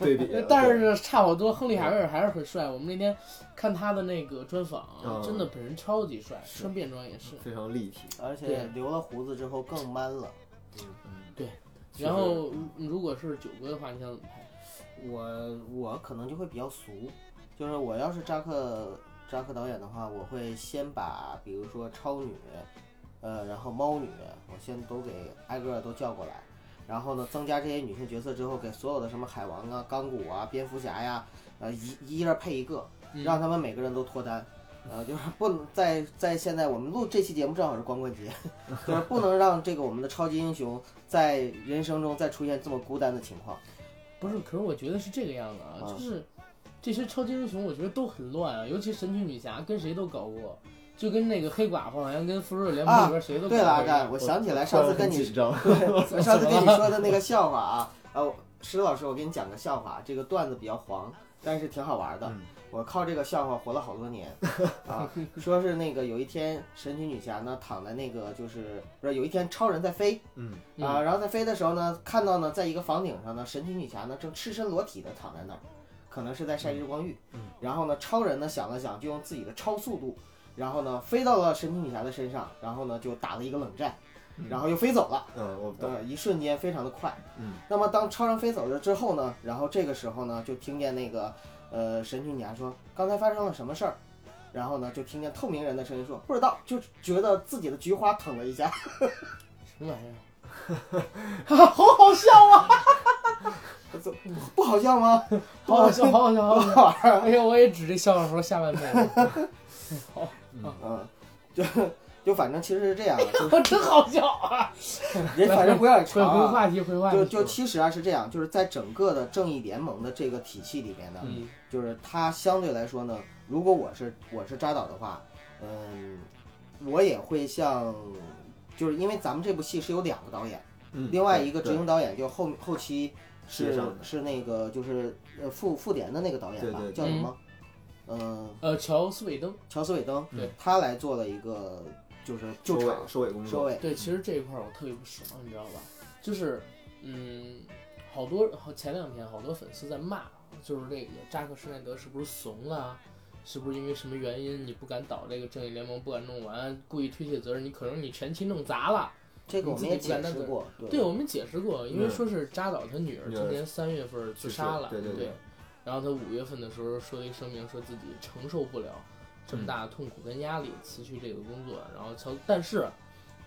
[SPEAKER 5] 对比。啊
[SPEAKER 1] 但是差好多，亨利·海维尔还是很帅。我们那天看他的那个专访啊，
[SPEAKER 5] 嗯
[SPEAKER 1] 真的本人超级帅，
[SPEAKER 5] 是
[SPEAKER 1] 穿便装也是
[SPEAKER 5] 对。非常立体。
[SPEAKER 3] 而
[SPEAKER 1] 对
[SPEAKER 3] 且留了胡子之后更 man 了。
[SPEAKER 5] 嗯确实
[SPEAKER 1] 然后，如如果是九哥的话，你想怎么拍？
[SPEAKER 3] 我我可能就会比较俗，就是我要是扎克扎克导演的话，我会先把比如说超女，呃，然后猫女，我先都给挨个儿都叫过来，然后呢，增加这些女性角色之后，给所有的什么海王啊、钢骨啊、蝙蝠侠呀，呃，一一人配一个，
[SPEAKER 1] 嗯
[SPEAKER 3] 让他们每个人都脱单。呃，就是不能在在现在我们录这期节目正好是光棍节， 就是不能让这个我们的超级英雄在人生中再出现这么孤单的情况。
[SPEAKER 1] 不是，可是我觉得是这个样的啊，
[SPEAKER 3] 啊
[SPEAKER 1] 就是这些超级英雄，我觉得都很乱啊，尤其神奇女侠跟谁都搞过，就跟那个黑寡妇好像跟复仇者联盟
[SPEAKER 3] 啊
[SPEAKER 1] 里边谁 都搞过
[SPEAKER 3] 对
[SPEAKER 1] 一
[SPEAKER 3] 了，
[SPEAKER 1] 样。
[SPEAKER 3] 阿甘，我想起来上次跟
[SPEAKER 5] 突然很
[SPEAKER 3] 你
[SPEAKER 5] 紧张，
[SPEAKER 3] 对，上次跟你说的那个笑话啊，呃，石头老师，我给你讲个笑话，这个段子比较黄，但是挺好玩的。
[SPEAKER 5] 嗯
[SPEAKER 3] 我靠这个笑话活了好多年 啊！ 说是那个有一天神奇女侠呢躺在那个就是不是有一天超人在飞
[SPEAKER 5] 嗯，
[SPEAKER 3] 啊、然后在飞的时候呢，看到呢在一个房顶上呢，神奇女侠呢正赤身裸体的躺在那儿，可能是在晒日光浴。
[SPEAKER 5] 嗯
[SPEAKER 3] 然后呢，超人呢想了想，就用自己的超速度，然后呢飞到了神奇女侠的身上，然后呢就打了一个冷战，然后又飞走了。
[SPEAKER 5] 嗯，我懂。
[SPEAKER 3] 呃，一瞬间非常的快。
[SPEAKER 5] 嗯，
[SPEAKER 3] 那么当超人飞走了之后呢，然后这个时候呢，就听见那个呃神奇女侠说刚才发生了什么事儿，然后呢就听见透明人的声音说不知道，就觉得自己的菊花疼了一下，
[SPEAKER 1] 什 么玩意儿？
[SPEAKER 3] 好好笑 啊！怎么不好笑吗？
[SPEAKER 1] 好好笑，好好笑，好
[SPEAKER 3] 不
[SPEAKER 1] 好笑！
[SPEAKER 3] 好玩儿啊。
[SPEAKER 1] 哎呀，我也指这笑话说下半辈子，
[SPEAKER 3] 嗯，就就反正其实是这样的，就
[SPEAKER 1] 我真好笑啊！
[SPEAKER 3] 人反正不要
[SPEAKER 1] 回
[SPEAKER 3] 长
[SPEAKER 1] 回
[SPEAKER 3] 啊。
[SPEAKER 1] 话题，回话题。
[SPEAKER 3] 就就其实啊是这样，就是在整个的正义联盟的这个体系里边呢，
[SPEAKER 1] 嗯
[SPEAKER 3] 就是它相对来说呢，如果我是我是扎导的话，嗯，我也会像，就是因为咱们这部戏是有两个导演，
[SPEAKER 5] 嗯，
[SPEAKER 3] 另外一个执
[SPEAKER 5] 对
[SPEAKER 3] 行导演就后后期
[SPEAKER 5] 世界
[SPEAKER 3] 是
[SPEAKER 5] 上的
[SPEAKER 3] 是那个就是呃复复联的那个导演吧，
[SPEAKER 5] 对对对
[SPEAKER 3] 叫什么？嗯、
[SPEAKER 1] 呃，乔斯韦登，
[SPEAKER 3] 乔斯韦登，
[SPEAKER 1] 对
[SPEAKER 3] 他来做了一个就是救
[SPEAKER 5] 收
[SPEAKER 3] 场
[SPEAKER 5] 尾收尾工
[SPEAKER 3] 收
[SPEAKER 5] 作。
[SPEAKER 3] 尾，
[SPEAKER 1] 对，其实这一块儿我特别不爽，你知道吧？就是，嗯，好多好前两天好多粉丝在骂，就是那个扎克施耐德是不是怂了啊？是不是因为什么原因你不敢导这个正义联盟，不敢弄完，故意推卸责任？你可能你前期弄砸了。
[SPEAKER 3] 这个我们也解释过，
[SPEAKER 1] 对，我们解释过，因为
[SPEAKER 5] 嗯
[SPEAKER 1] 说是扎导他女儿
[SPEAKER 5] 女
[SPEAKER 1] 今
[SPEAKER 5] 儿
[SPEAKER 1] 年三月份自
[SPEAKER 5] 去世
[SPEAKER 1] 杀了，
[SPEAKER 5] 对对对
[SPEAKER 1] 然后他五月份的时候说了一声明，说自己承受不了这
[SPEAKER 5] 嗯
[SPEAKER 1] 么大的痛苦跟压力，辞去这个工作。然后乔，但是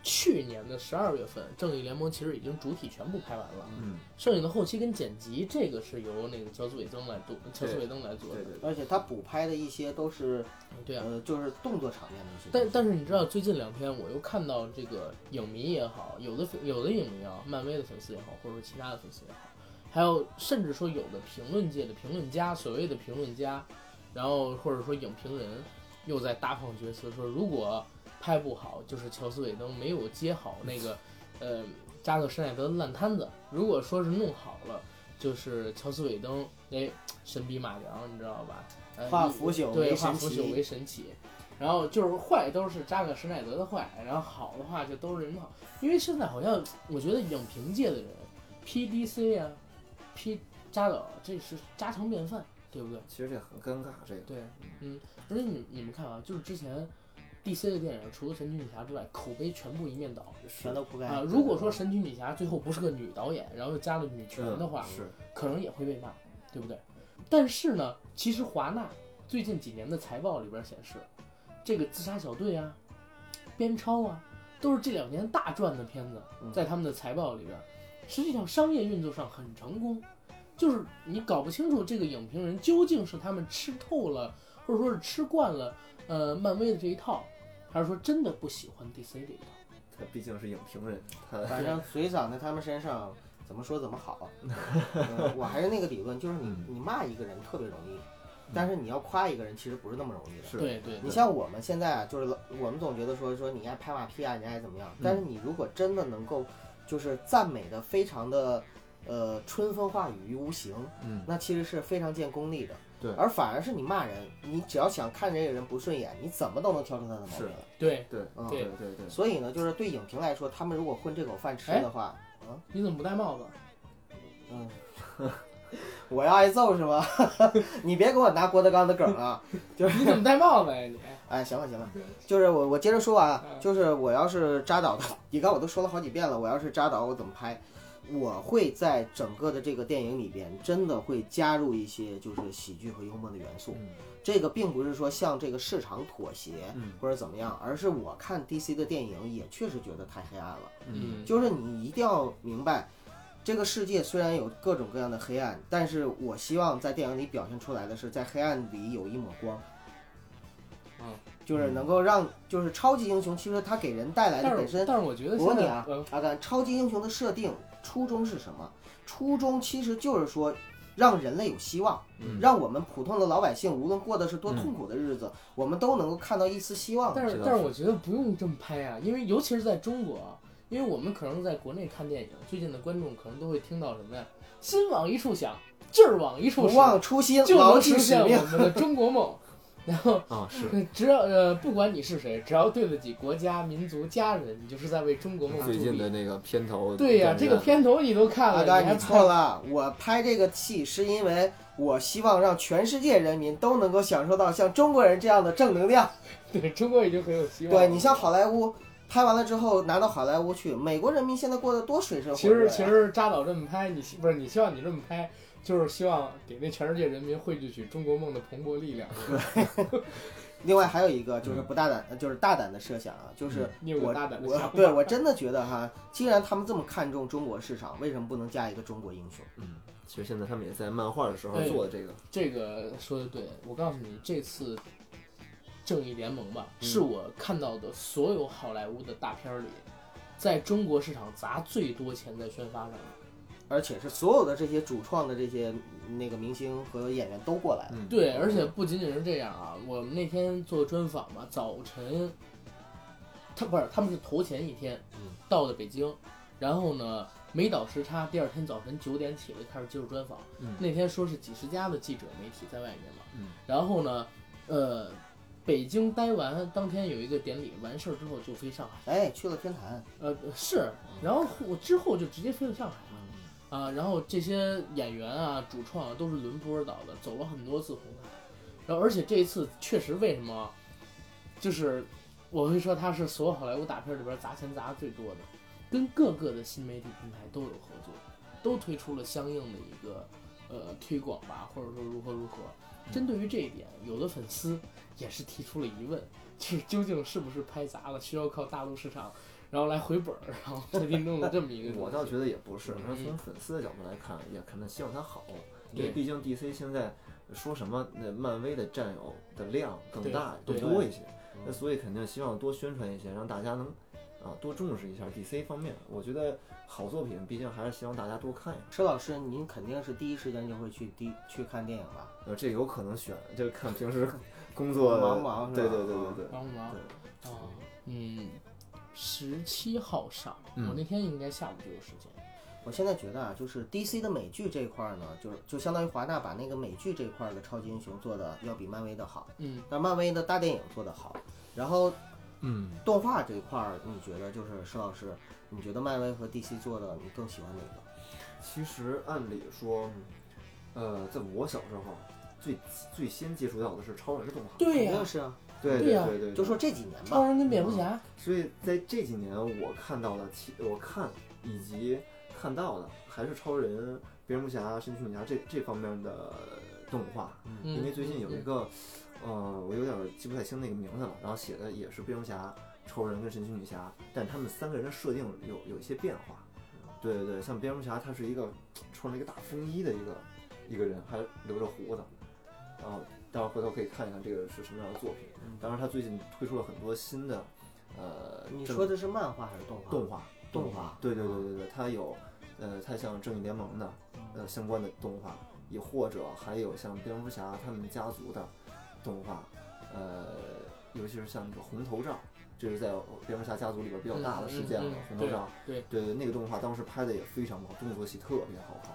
[SPEAKER 1] 去年的十二月份，《正义联盟》其实已经主体全部拍完了，
[SPEAKER 5] 嗯，
[SPEAKER 1] 剩下的后期跟剪辑这个是由那个乔斯韦登来做，乔斯韦登来做的
[SPEAKER 5] 对。对对，
[SPEAKER 3] 而且他补拍的一些都是
[SPEAKER 1] 对啊，
[SPEAKER 3] 呃就是动作场面的一些东
[SPEAKER 1] 但
[SPEAKER 3] 西，
[SPEAKER 1] 但是你知道，最近两天我又看到这个影迷也好，有的粉有的影迷啊，漫威的粉丝也好，或者说其他的粉丝也好，还有甚至说有的评论界的评论家，所谓的评论家，然后或者说影评人，又在大放厥词说，如果拍不好，就是乔斯韦登没有接好那个，呃，扎克施耐德的烂摊子；如果说是弄好了，就是乔斯韦登那神笔马良，你知道吧？呃
[SPEAKER 3] 化腐朽为
[SPEAKER 1] 对，
[SPEAKER 3] 神
[SPEAKER 1] 化腐
[SPEAKER 3] 奇
[SPEAKER 1] 朽为神奇。然后就是坏都是扎克施耐德的坏，然后好的话就都是人好。因为现在好像我觉得影评界的人，PDC 啊，P 扎导这是家常便饭，对不对？
[SPEAKER 5] 其实这很尴尬，这个
[SPEAKER 1] 对，嗯，而且你你们看啊，就是之前 DC 的电影，除了《神奇女侠》之外，口碑全部一面倒
[SPEAKER 3] 全都铺盖
[SPEAKER 1] 啊、
[SPEAKER 3] 了。
[SPEAKER 1] 如果说《神奇女侠》最后不是个女导演，然后又加了女权的话，
[SPEAKER 5] 嗯是
[SPEAKER 3] 嗯
[SPEAKER 1] 可能也会被骂，对不对？但是呢，其实华纳最近几年的财报里边显示，这个《自杀小队》啊，《边超》啊，都是这两年大赚的片子，
[SPEAKER 5] 嗯
[SPEAKER 1] 在他们的财报里边，实际上商业运作上很成功。就是你搞不清楚这个影评人究竟是他们吃透了，或者说是吃惯了，呃，漫威的这一套，还是说真的不喜欢 DC 这一套。
[SPEAKER 5] 他毕竟是影评人，他
[SPEAKER 3] 反正嘴长在他们身上，怎么说怎么 好。嗯我还是那个理论，就是你
[SPEAKER 5] 嗯
[SPEAKER 3] 你骂一个人特别容易，但是你要夸一个人其实不是那么容易的。
[SPEAKER 5] 是
[SPEAKER 1] 对对
[SPEAKER 3] 你像我们现在啊，就是老我们总觉得说说你爱拍马屁啊，你爱怎么样？
[SPEAKER 5] 嗯
[SPEAKER 3] 但是你如果真的能够，就是赞美的非常的，呃，春风化雨于无形，
[SPEAKER 5] 嗯，
[SPEAKER 3] 那其实是非常见功力的。
[SPEAKER 5] 对
[SPEAKER 3] 而反而是你骂人，你只要想看这个人不顺眼，你怎么都能挑出他的毛病
[SPEAKER 5] 是
[SPEAKER 3] 来。
[SPEAKER 1] 对，
[SPEAKER 5] 对
[SPEAKER 3] 嗯
[SPEAKER 5] 对对对，
[SPEAKER 3] 所以呢，就是对影评来说，他们如果混这口饭吃
[SPEAKER 1] 哎
[SPEAKER 3] 的话，
[SPEAKER 1] 你怎么不戴帽子？
[SPEAKER 3] 嗯，我要挨揍是吗？ 你别给我拿郭德纲的梗啊！
[SPEAKER 1] 你怎么戴帽子呀、你？
[SPEAKER 3] 哎，行了行了，就是我我接着说啊，就是我要是扎导的，你看我都说了好几遍了，我要是扎导我怎么拍？我会在整个的这个电影里边，真的会加入一些就是喜剧和幽默的元素。
[SPEAKER 5] 嗯
[SPEAKER 3] 这个并不是说向这个市场妥协
[SPEAKER 5] 嗯
[SPEAKER 3] 或者怎么样，而是我看 DC 的电影也确实觉得太黑暗了。
[SPEAKER 5] 嗯
[SPEAKER 3] 就是你一定要明白，这个世界虽然有各种各样的黑暗，但是我希望在电影里表现出来的是，在黑暗里有一抹光。
[SPEAKER 1] 嗯，
[SPEAKER 3] 就是能够让，就是超级英雄，其实它给人带来的
[SPEAKER 1] 但
[SPEAKER 3] 本
[SPEAKER 1] 是
[SPEAKER 3] 身，
[SPEAKER 1] 但是我觉得
[SPEAKER 3] 我
[SPEAKER 1] 现
[SPEAKER 3] 问你
[SPEAKER 1] 在
[SPEAKER 3] 啊
[SPEAKER 1] 嗯，
[SPEAKER 3] 阿甘，超级英雄的设定初衷是什么？初衷其实就是说，让人类有希望，
[SPEAKER 5] 嗯
[SPEAKER 3] 让我们普通的老百姓，无论过的是多痛苦的日子，我们都能够看到一丝希望。
[SPEAKER 1] 但是
[SPEAKER 5] 这倒
[SPEAKER 1] 但是
[SPEAKER 5] 是
[SPEAKER 1] 我觉得不用这么拍啊，因为尤其是在中国啊，因为我们可能在国内看电影，最近的观众可能都会听到什么呀？心往一处想，劲儿往一处
[SPEAKER 3] 不
[SPEAKER 1] 使，
[SPEAKER 3] 忘初心，
[SPEAKER 1] 就
[SPEAKER 3] 牢
[SPEAKER 1] 能
[SPEAKER 3] 记
[SPEAKER 1] 实
[SPEAKER 3] 使
[SPEAKER 1] 现
[SPEAKER 3] 命。
[SPEAKER 1] 我们的中国梦。 然后
[SPEAKER 5] 啊是
[SPEAKER 1] 只要呃，不管你是谁，只要对得起国家、民族、家人，你就是在为中国梦
[SPEAKER 5] 最
[SPEAKER 1] 助
[SPEAKER 5] 近的
[SPEAKER 1] 力。
[SPEAKER 5] 那个片头，
[SPEAKER 1] 对呀、这个片头你都看
[SPEAKER 3] 阿
[SPEAKER 1] 了，
[SPEAKER 3] 甘，
[SPEAKER 1] 你还
[SPEAKER 3] 你错了。我拍这个戏是因为我希望让全世界人民都能够享受到像中国人这样的正能量。
[SPEAKER 1] 对中国已经很有希望了。
[SPEAKER 3] 对你像好莱坞拍完了之后拿到好莱坞去，美国人民现在过得多水深火
[SPEAKER 1] 其
[SPEAKER 3] 热
[SPEAKER 1] 实
[SPEAKER 3] 呀。
[SPEAKER 1] 其实扎导这么拍，你希不是你希望你这么拍，就是希望给那全世界人民汇聚起中国梦的蓬勃力量。
[SPEAKER 3] 另外还有一个就是不大胆，就是大胆的设想啊，就是
[SPEAKER 1] 嗯你有个
[SPEAKER 3] 我
[SPEAKER 1] 大胆的
[SPEAKER 3] 我
[SPEAKER 1] 想法
[SPEAKER 3] 对我真的觉得哈，既然他们这么看重中国市场，为什么不能加一个中国英雄？
[SPEAKER 5] 嗯，其实现在他们也在漫画的时候
[SPEAKER 1] 对
[SPEAKER 5] 做的这个，
[SPEAKER 1] 这个说的对，我告诉你，这次《正义联盟》吧，是
[SPEAKER 3] 嗯
[SPEAKER 1] 我看到的所有好莱坞的大片儿里，在中国市场砸最多钱在宣发上的。
[SPEAKER 3] 而且是所有的这些主创的这些那个明星和演员都过来了。
[SPEAKER 5] 嗯
[SPEAKER 1] 对，而且不仅仅是这样啊，我们那天做专访嘛，早晨，他不是他们是头前一天
[SPEAKER 5] 嗯
[SPEAKER 1] 到的北京，然后呢没倒时差，第二天早晨九点起来开始接受专访。
[SPEAKER 5] 嗯
[SPEAKER 1] 那天说是几十家的记者媒体在外面嘛，
[SPEAKER 5] 嗯
[SPEAKER 1] 然后呢，呃，北京待完当天有一个典礼，完事儿之后就飞上海。
[SPEAKER 3] 哎，去了天坛，
[SPEAKER 1] 呃，是，
[SPEAKER 5] 哦
[SPEAKER 1] 然后我之后就直接飞到上海了。啊，然后这些演员啊、主创啊都是轮播导的，走了很多次红毯，然后而且这一次确实为什么啊，就是我会说它是所有好莱坞大片里边砸钱砸的最多的，跟各个的新媒体平台都有合作，都推出了相应的一个呃推广吧，或者说如何如何。针对于这一点，有的粉丝也是提出了疑问， 就是究竟是不是拍砸了，需要靠大陆市场，然后来回本儿，然后特地弄了这么一个东西。
[SPEAKER 5] 我倒觉得也不是，那
[SPEAKER 1] 嗯
[SPEAKER 5] 从粉丝的角度来看，也可能希望他好，因
[SPEAKER 1] 对
[SPEAKER 5] 为毕竟 DC 现在说什么，那漫威的占有的量更
[SPEAKER 1] 对
[SPEAKER 5] 大、
[SPEAKER 1] 对
[SPEAKER 5] 更多一些，那所以肯定希望多宣传一些，让大家能啊多重视一下 DC 方面。我觉得好作品，毕竟还是希望大家多看一
[SPEAKER 3] 佘
[SPEAKER 5] 看。
[SPEAKER 3] 老师，您肯定是第一时间就会去第去看电影吧？
[SPEAKER 5] 呃，这有可能选，就看 平时工
[SPEAKER 3] 忙
[SPEAKER 5] 作
[SPEAKER 3] 忙是吧
[SPEAKER 5] 对对对对对。
[SPEAKER 1] 帮忙
[SPEAKER 5] 对
[SPEAKER 1] 啊，嗯，十七号上，
[SPEAKER 5] 嗯
[SPEAKER 1] 我那天应该下午就有时间。
[SPEAKER 3] 我现在觉得啊，就是 DC 的美剧这一块儿呢，就是就相当于华纳把那个美剧这一块儿的超级英雄做的要比漫威的好，
[SPEAKER 1] 嗯，
[SPEAKER 3] 但漫威的大电影做的好。然后
[SPEAKER 5] 嗯，
[SPEAKER 3] 动画这一块儿，你觉得就是石老师，你觉得漫威和 DC 做的，你更喜欢哪个？
[SPEAKER 5] 其实按理说，呃，在我小时候最最先接触到的是超人的动画，
[SPEAKER 1] 对呀、
[SPEAKER 3] 肯定是啊，
[SPEAKER 5] 对
[SPEAKER 1] 对呀
[SPEAKER 5] 对对，
[SPEAKER 3] 就说这几年
[SPEAKER 1] 超
[SPEAKER 3] 吧，
[SPEAKER 1] 人跟蝙蝠侠，
[SPEAKER 5] 所以在这几年我看到的，其我看以及看到的还是超人、蝙蝠侠、神奇女侠这这方面的动画，
[SPEAKER 1] 嗯，
[SPEAKER 5] 因为最近有一个，呃，我有点记不太清那个名字了，然后写的也是蝙蝠侠、超人跟神奇女侠，但他们三个人的设定有有一些变化。对对对，像蝙蝠侠他是一个穿着一个大风衣的一个一个人，还留着胡子，然后待会儿回头可以看一看这个是什么样的作品。当然，他最近推出了很多新的，呃，
[SPEAKER 3] 嗯你
[SPEAKER 5] 正
[SPEAKER 3] 说的是漫画还是动画？
[SPEAKER 5] 动画，
[SPEAKER 3] 动
[SPEAKER 5] 画
[SPEAKER 3] 画，
[SPEAKER 5] 对对对对对，它有，呃，它像正义联盟的，
[SPEAKER 3] 嗯
[SPEAKER 5] 呃，相关的动画，也或者还有像蝙蝠侠他们家族的动画，呃，尤其是像这个红头罩，这是在蝙蝠侠家族里边比较大的事件了，
[SPEAKER 1] 嗯嗯嗯
[SPEAKER 5] 红头罩，
[SPEAKER 1] 对
[SPEAKER 5] 对对，那个动画当时拍的也非常好，动作戏特别好看，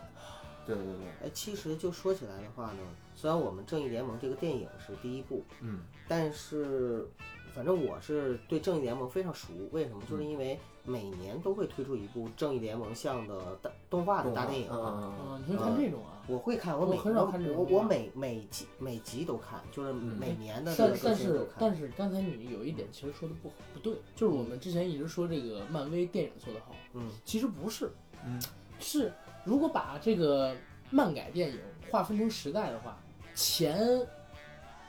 [SPEAKER 5] 对对对，
[SPEAKER 3] 哎，其实就说起来的话呢，虽然我们《正义联盟》这个电影是第一部，
[SPEAKER 5] 嗯，
[SPEAKER 3] 但是反正我是对《正义联盟》非常熟。为什么？就是因为每年都会推出一部《正义联盟》像的大动画的
[SPEAKER 5] 动画
[SPEAKER 3] 大电影。
[SPEAKER 5] 嗯嗯嗯嗯
[SPEAKER 1] 嗯，你会看这种啊？
[SPEAKER 3] 我会看，我
[SPEAKER 1] 我
[SPEAKER 3] 每
[SPEAKER 1] 很少看这
[SPEAKER 3] 我
[SPEAKER 1] 种
[SPEAKER 3] 我每每集每集都看，就是每年的这
[SPEAKER 1] 但
[SPEAKER 3] 个更
[SPEAKER 1] 但
[SPEAKER 3] 新都
[SPEAKER 1] 是
[SPEAKER 3] 看。
[SPEAKER 1] 但是刚才你有一点其实说的不好不对，就是我们之前一直说这个漫威电影做得好，
[SPEAKER 3] 嗯，
[SPEAKER 1] 其实不是，
[SPEAKER 5] 嗯，
[SPEAKER 1] 是如果把这个漫改电影划分成时代的话，前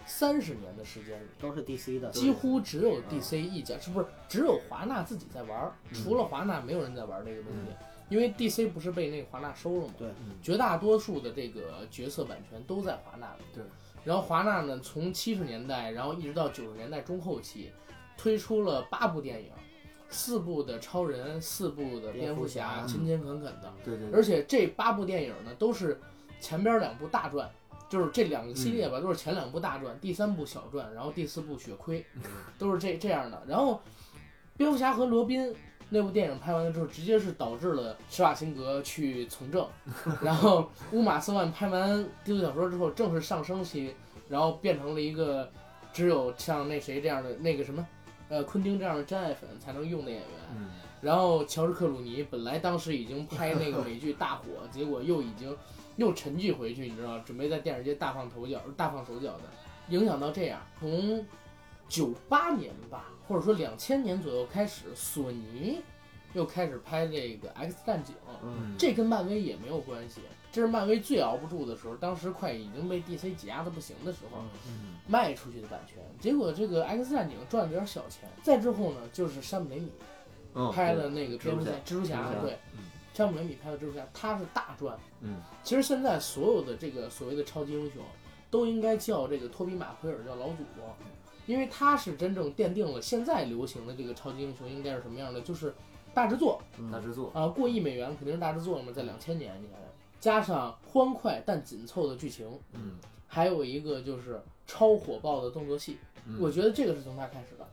[SPEAKER 1] 三十年的时间里。
[SPEAKER 3] 都是 DC 的，
[SPEAKER 1] 几乎只有 DC
[SPEAKER 3] 嗯
[SPEAKER 1] 一家，是不是只有华纳自己在玩儿？除了华纳，没有人在玩儿这个东西，因为 DC 不是被那个华纳收了吗？
[SPEAKER 3] 嗯对
[SPEAKER 5] 嗯
[SPEAKER 1] 绝大多数的这个角色版权都在华纳里。
[SPEAKER 5] 对，
[SPEAKER 1] 然后华纳呢，从七十年代，然后一直到九十年代中后期，推出了八部电影，四部的超人，四部的蝙蝠侠，
[SPEAKER 3] 蝙蝠侠
[SPEAKER 1] 勤勤恳恳的。
[SPEAKER 5] 对对对
[SPEAKER 1] 啊而且这八部电影呢，都是前边两部大传，就是这两个系列吧，都是前两部大传，
[SPEAKER 5] 嗯
[SPEAKER 1] 第三部小传，然后第四部血亏，都是这这样的。然后，蝙蝠侠和罗宾那部电影拍完了之后，直接是导致了施瓦辛格去从 政，然后乌玛斯万拍完《低俗小说》之后，正式上升期，然后变成了一个只有像那谁这样的那个什么。呃，昆汀这样的真爱粉才能用的演员，
[SPEAKER 5] 嗯
[SPEAKER 1] 然后乔治克鲁尼本来当时已经拍那个美剧大火，结果又已经又沉寂回去，你知道，准备在电影界大放头角、大放手脚的，影响到这样，从九八年吧，或者说两千年左右开始，索尼又开始拍这个《X 战警》，
[SPEAKER 3] 嗯，
[SPEAKER 1] 这跟漫威也没有关系，这是漫威最熬不住的时候，当时快已经被 DC 挤压的不行的时候，
[SPEAKER 5] 嗯
[SPEAKER 1] 卖出去的版权，结果这个《X 战警》赚了点小钱，再之后呢，就是山姆雷米。
[SPEAKER 5] 嗯，
[SPEAKER 1] 拍的那个
[SPEAKER 5] 蜘
[SPEAKER 1] 蝙蝠
[SPEAKER 5] 蛛侠
[SPEAKER 1] 侠，蜘蛛侠
[SPEAKER 5] 蜘蛛侠
[SPEAKER 1] 对
[SPEAKER 5] 嗯，
[SPEAKER 1] 山姆雷米拍的蜘蛛侠，他是大赚。
[SPEAKER 5] 嗯，
[SPEAKER 1] 其实现在所有的这个所谓的超级英雄，都应该叫这个托比马奎尔叫老祖宗，
[SPEAKER 5] 嗯
[SPEAKER 1] 因为他是真正奠定了现在流行的这个超级英雄应该是什么样的，就是大制作
[SPEAKER 5] 大制作，
[SPEAKER 1] 啊、过亿美元肯定是大制作了嘛，在两千年应该加上欢快但紧凑的剧情，
[SPEAKER 5] 嗯，
[SPEAKER 1] 还有一个就是超火爆的动作戏，
[SPEAKER 5] 嗯
[SPEAKER 1] 我觉得这个是从他开始的，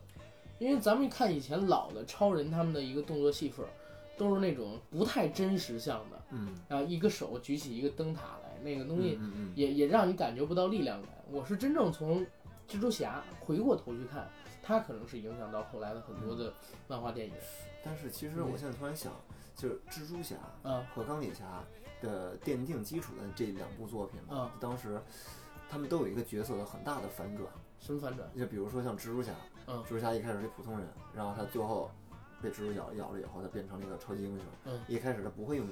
[SPEAKER 1] 因为咱们看以前老的超人他们的一个动作戏份儿，都是那种不太真实像的，
[SPEAKER 5] 嗯
[SPEAKER 1] 然后一个手举起一个灯塔来，那个东
[SPEAKER 5] 嗯
[SPEAKER 1] 西
[SPEAKER 5] 嗯嗯
[SPEAKER 1] 也也让你感觉不到力量感。我是真正从蜘蛛侠回过头去看，他可能是影响到后来的很多的漫画电影，
[SPEAKER 5] 但是其实我现在突然想，就是蜘蛛侠，
[SPEAKER 1] 嗯
[SPEAKER 5] 和钢铁侠的奠定基础的这两部作品
[SPEAKER 1] 嗯
[SPEAKER 5] 嘛，当时他们都有一个角色的很大的反转，
[SPEAKER 1] 什么反转？
[SPEAKER 5] 就比如说像蜘蛛侠，
[SPEAKER 1] 嗯
[SPEAKER 5] 蜘蛛侠一开始是普通人，然后他最后被蜘蛛咬咬了以后，他变成了一个超级英雄。
[SPEAKER 1] 嗯
[SPEAKER 5] 一开始他不会用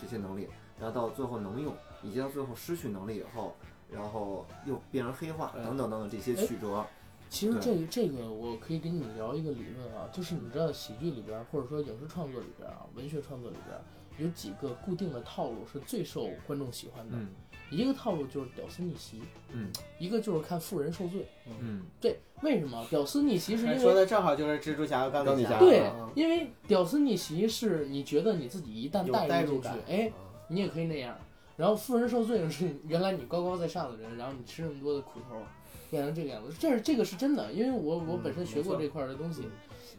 [SPEAKER 5] 这些能力，然后到最后能用，以及到最后失去能力以后，然后又变成黑化，
[SPEAKER 1] 嗯
[SPEAKER 5] 等等等等这些曲折。
[SPEAKER 1] 其实这个这个我可以跟你聊一个理论啊，就是你知道喜剧里边儿或者说影视创作里边儿啊，文学创作里边儿有几个固定的套路是最受观众喜欢的。
[SPEAKER 5] 嗯
[SPEAKER 1] 一个套路就是屌丝逆袭，
[SPEAKER 5] 嗯
[SPEAKER 1] 一个就是看富人受罪。
[SPEAKER 5] 嗯
[SPEAKER 1] 这为什么屌丝逆袭是因
[SPEAKER 3] 说
[SPEAKER 1] 为
[SPEAKER 3] 的正好就是蜘蛛侠和钢铁侠，
[SPEAKER 5] 钢铁侠
[SPEAKER 1] 对
[SPEAKER 3] 嗯，
[SPEAKER 1] 因为屌丝逆袭是你觉得你自己一旦
[SPEAKER 3] 有
[SPEAKER 1] 带
[SPEAKER 3] 代
[SPEAKER 1] 入
[SPEAKER 3] 入
[SPEAKER 1] 进去
[SPEAKER 3] 感，
[SPEAKER 1] 哎，你也可以那样。然后富人受罪的是原来你高高在上的人，然后你吃那么多的苦头，变成这个样子。这是这个是真的，因为我我
[SPEAKER 3] 嗯
[SPEAKER 1] 本身学过这块儿的东西。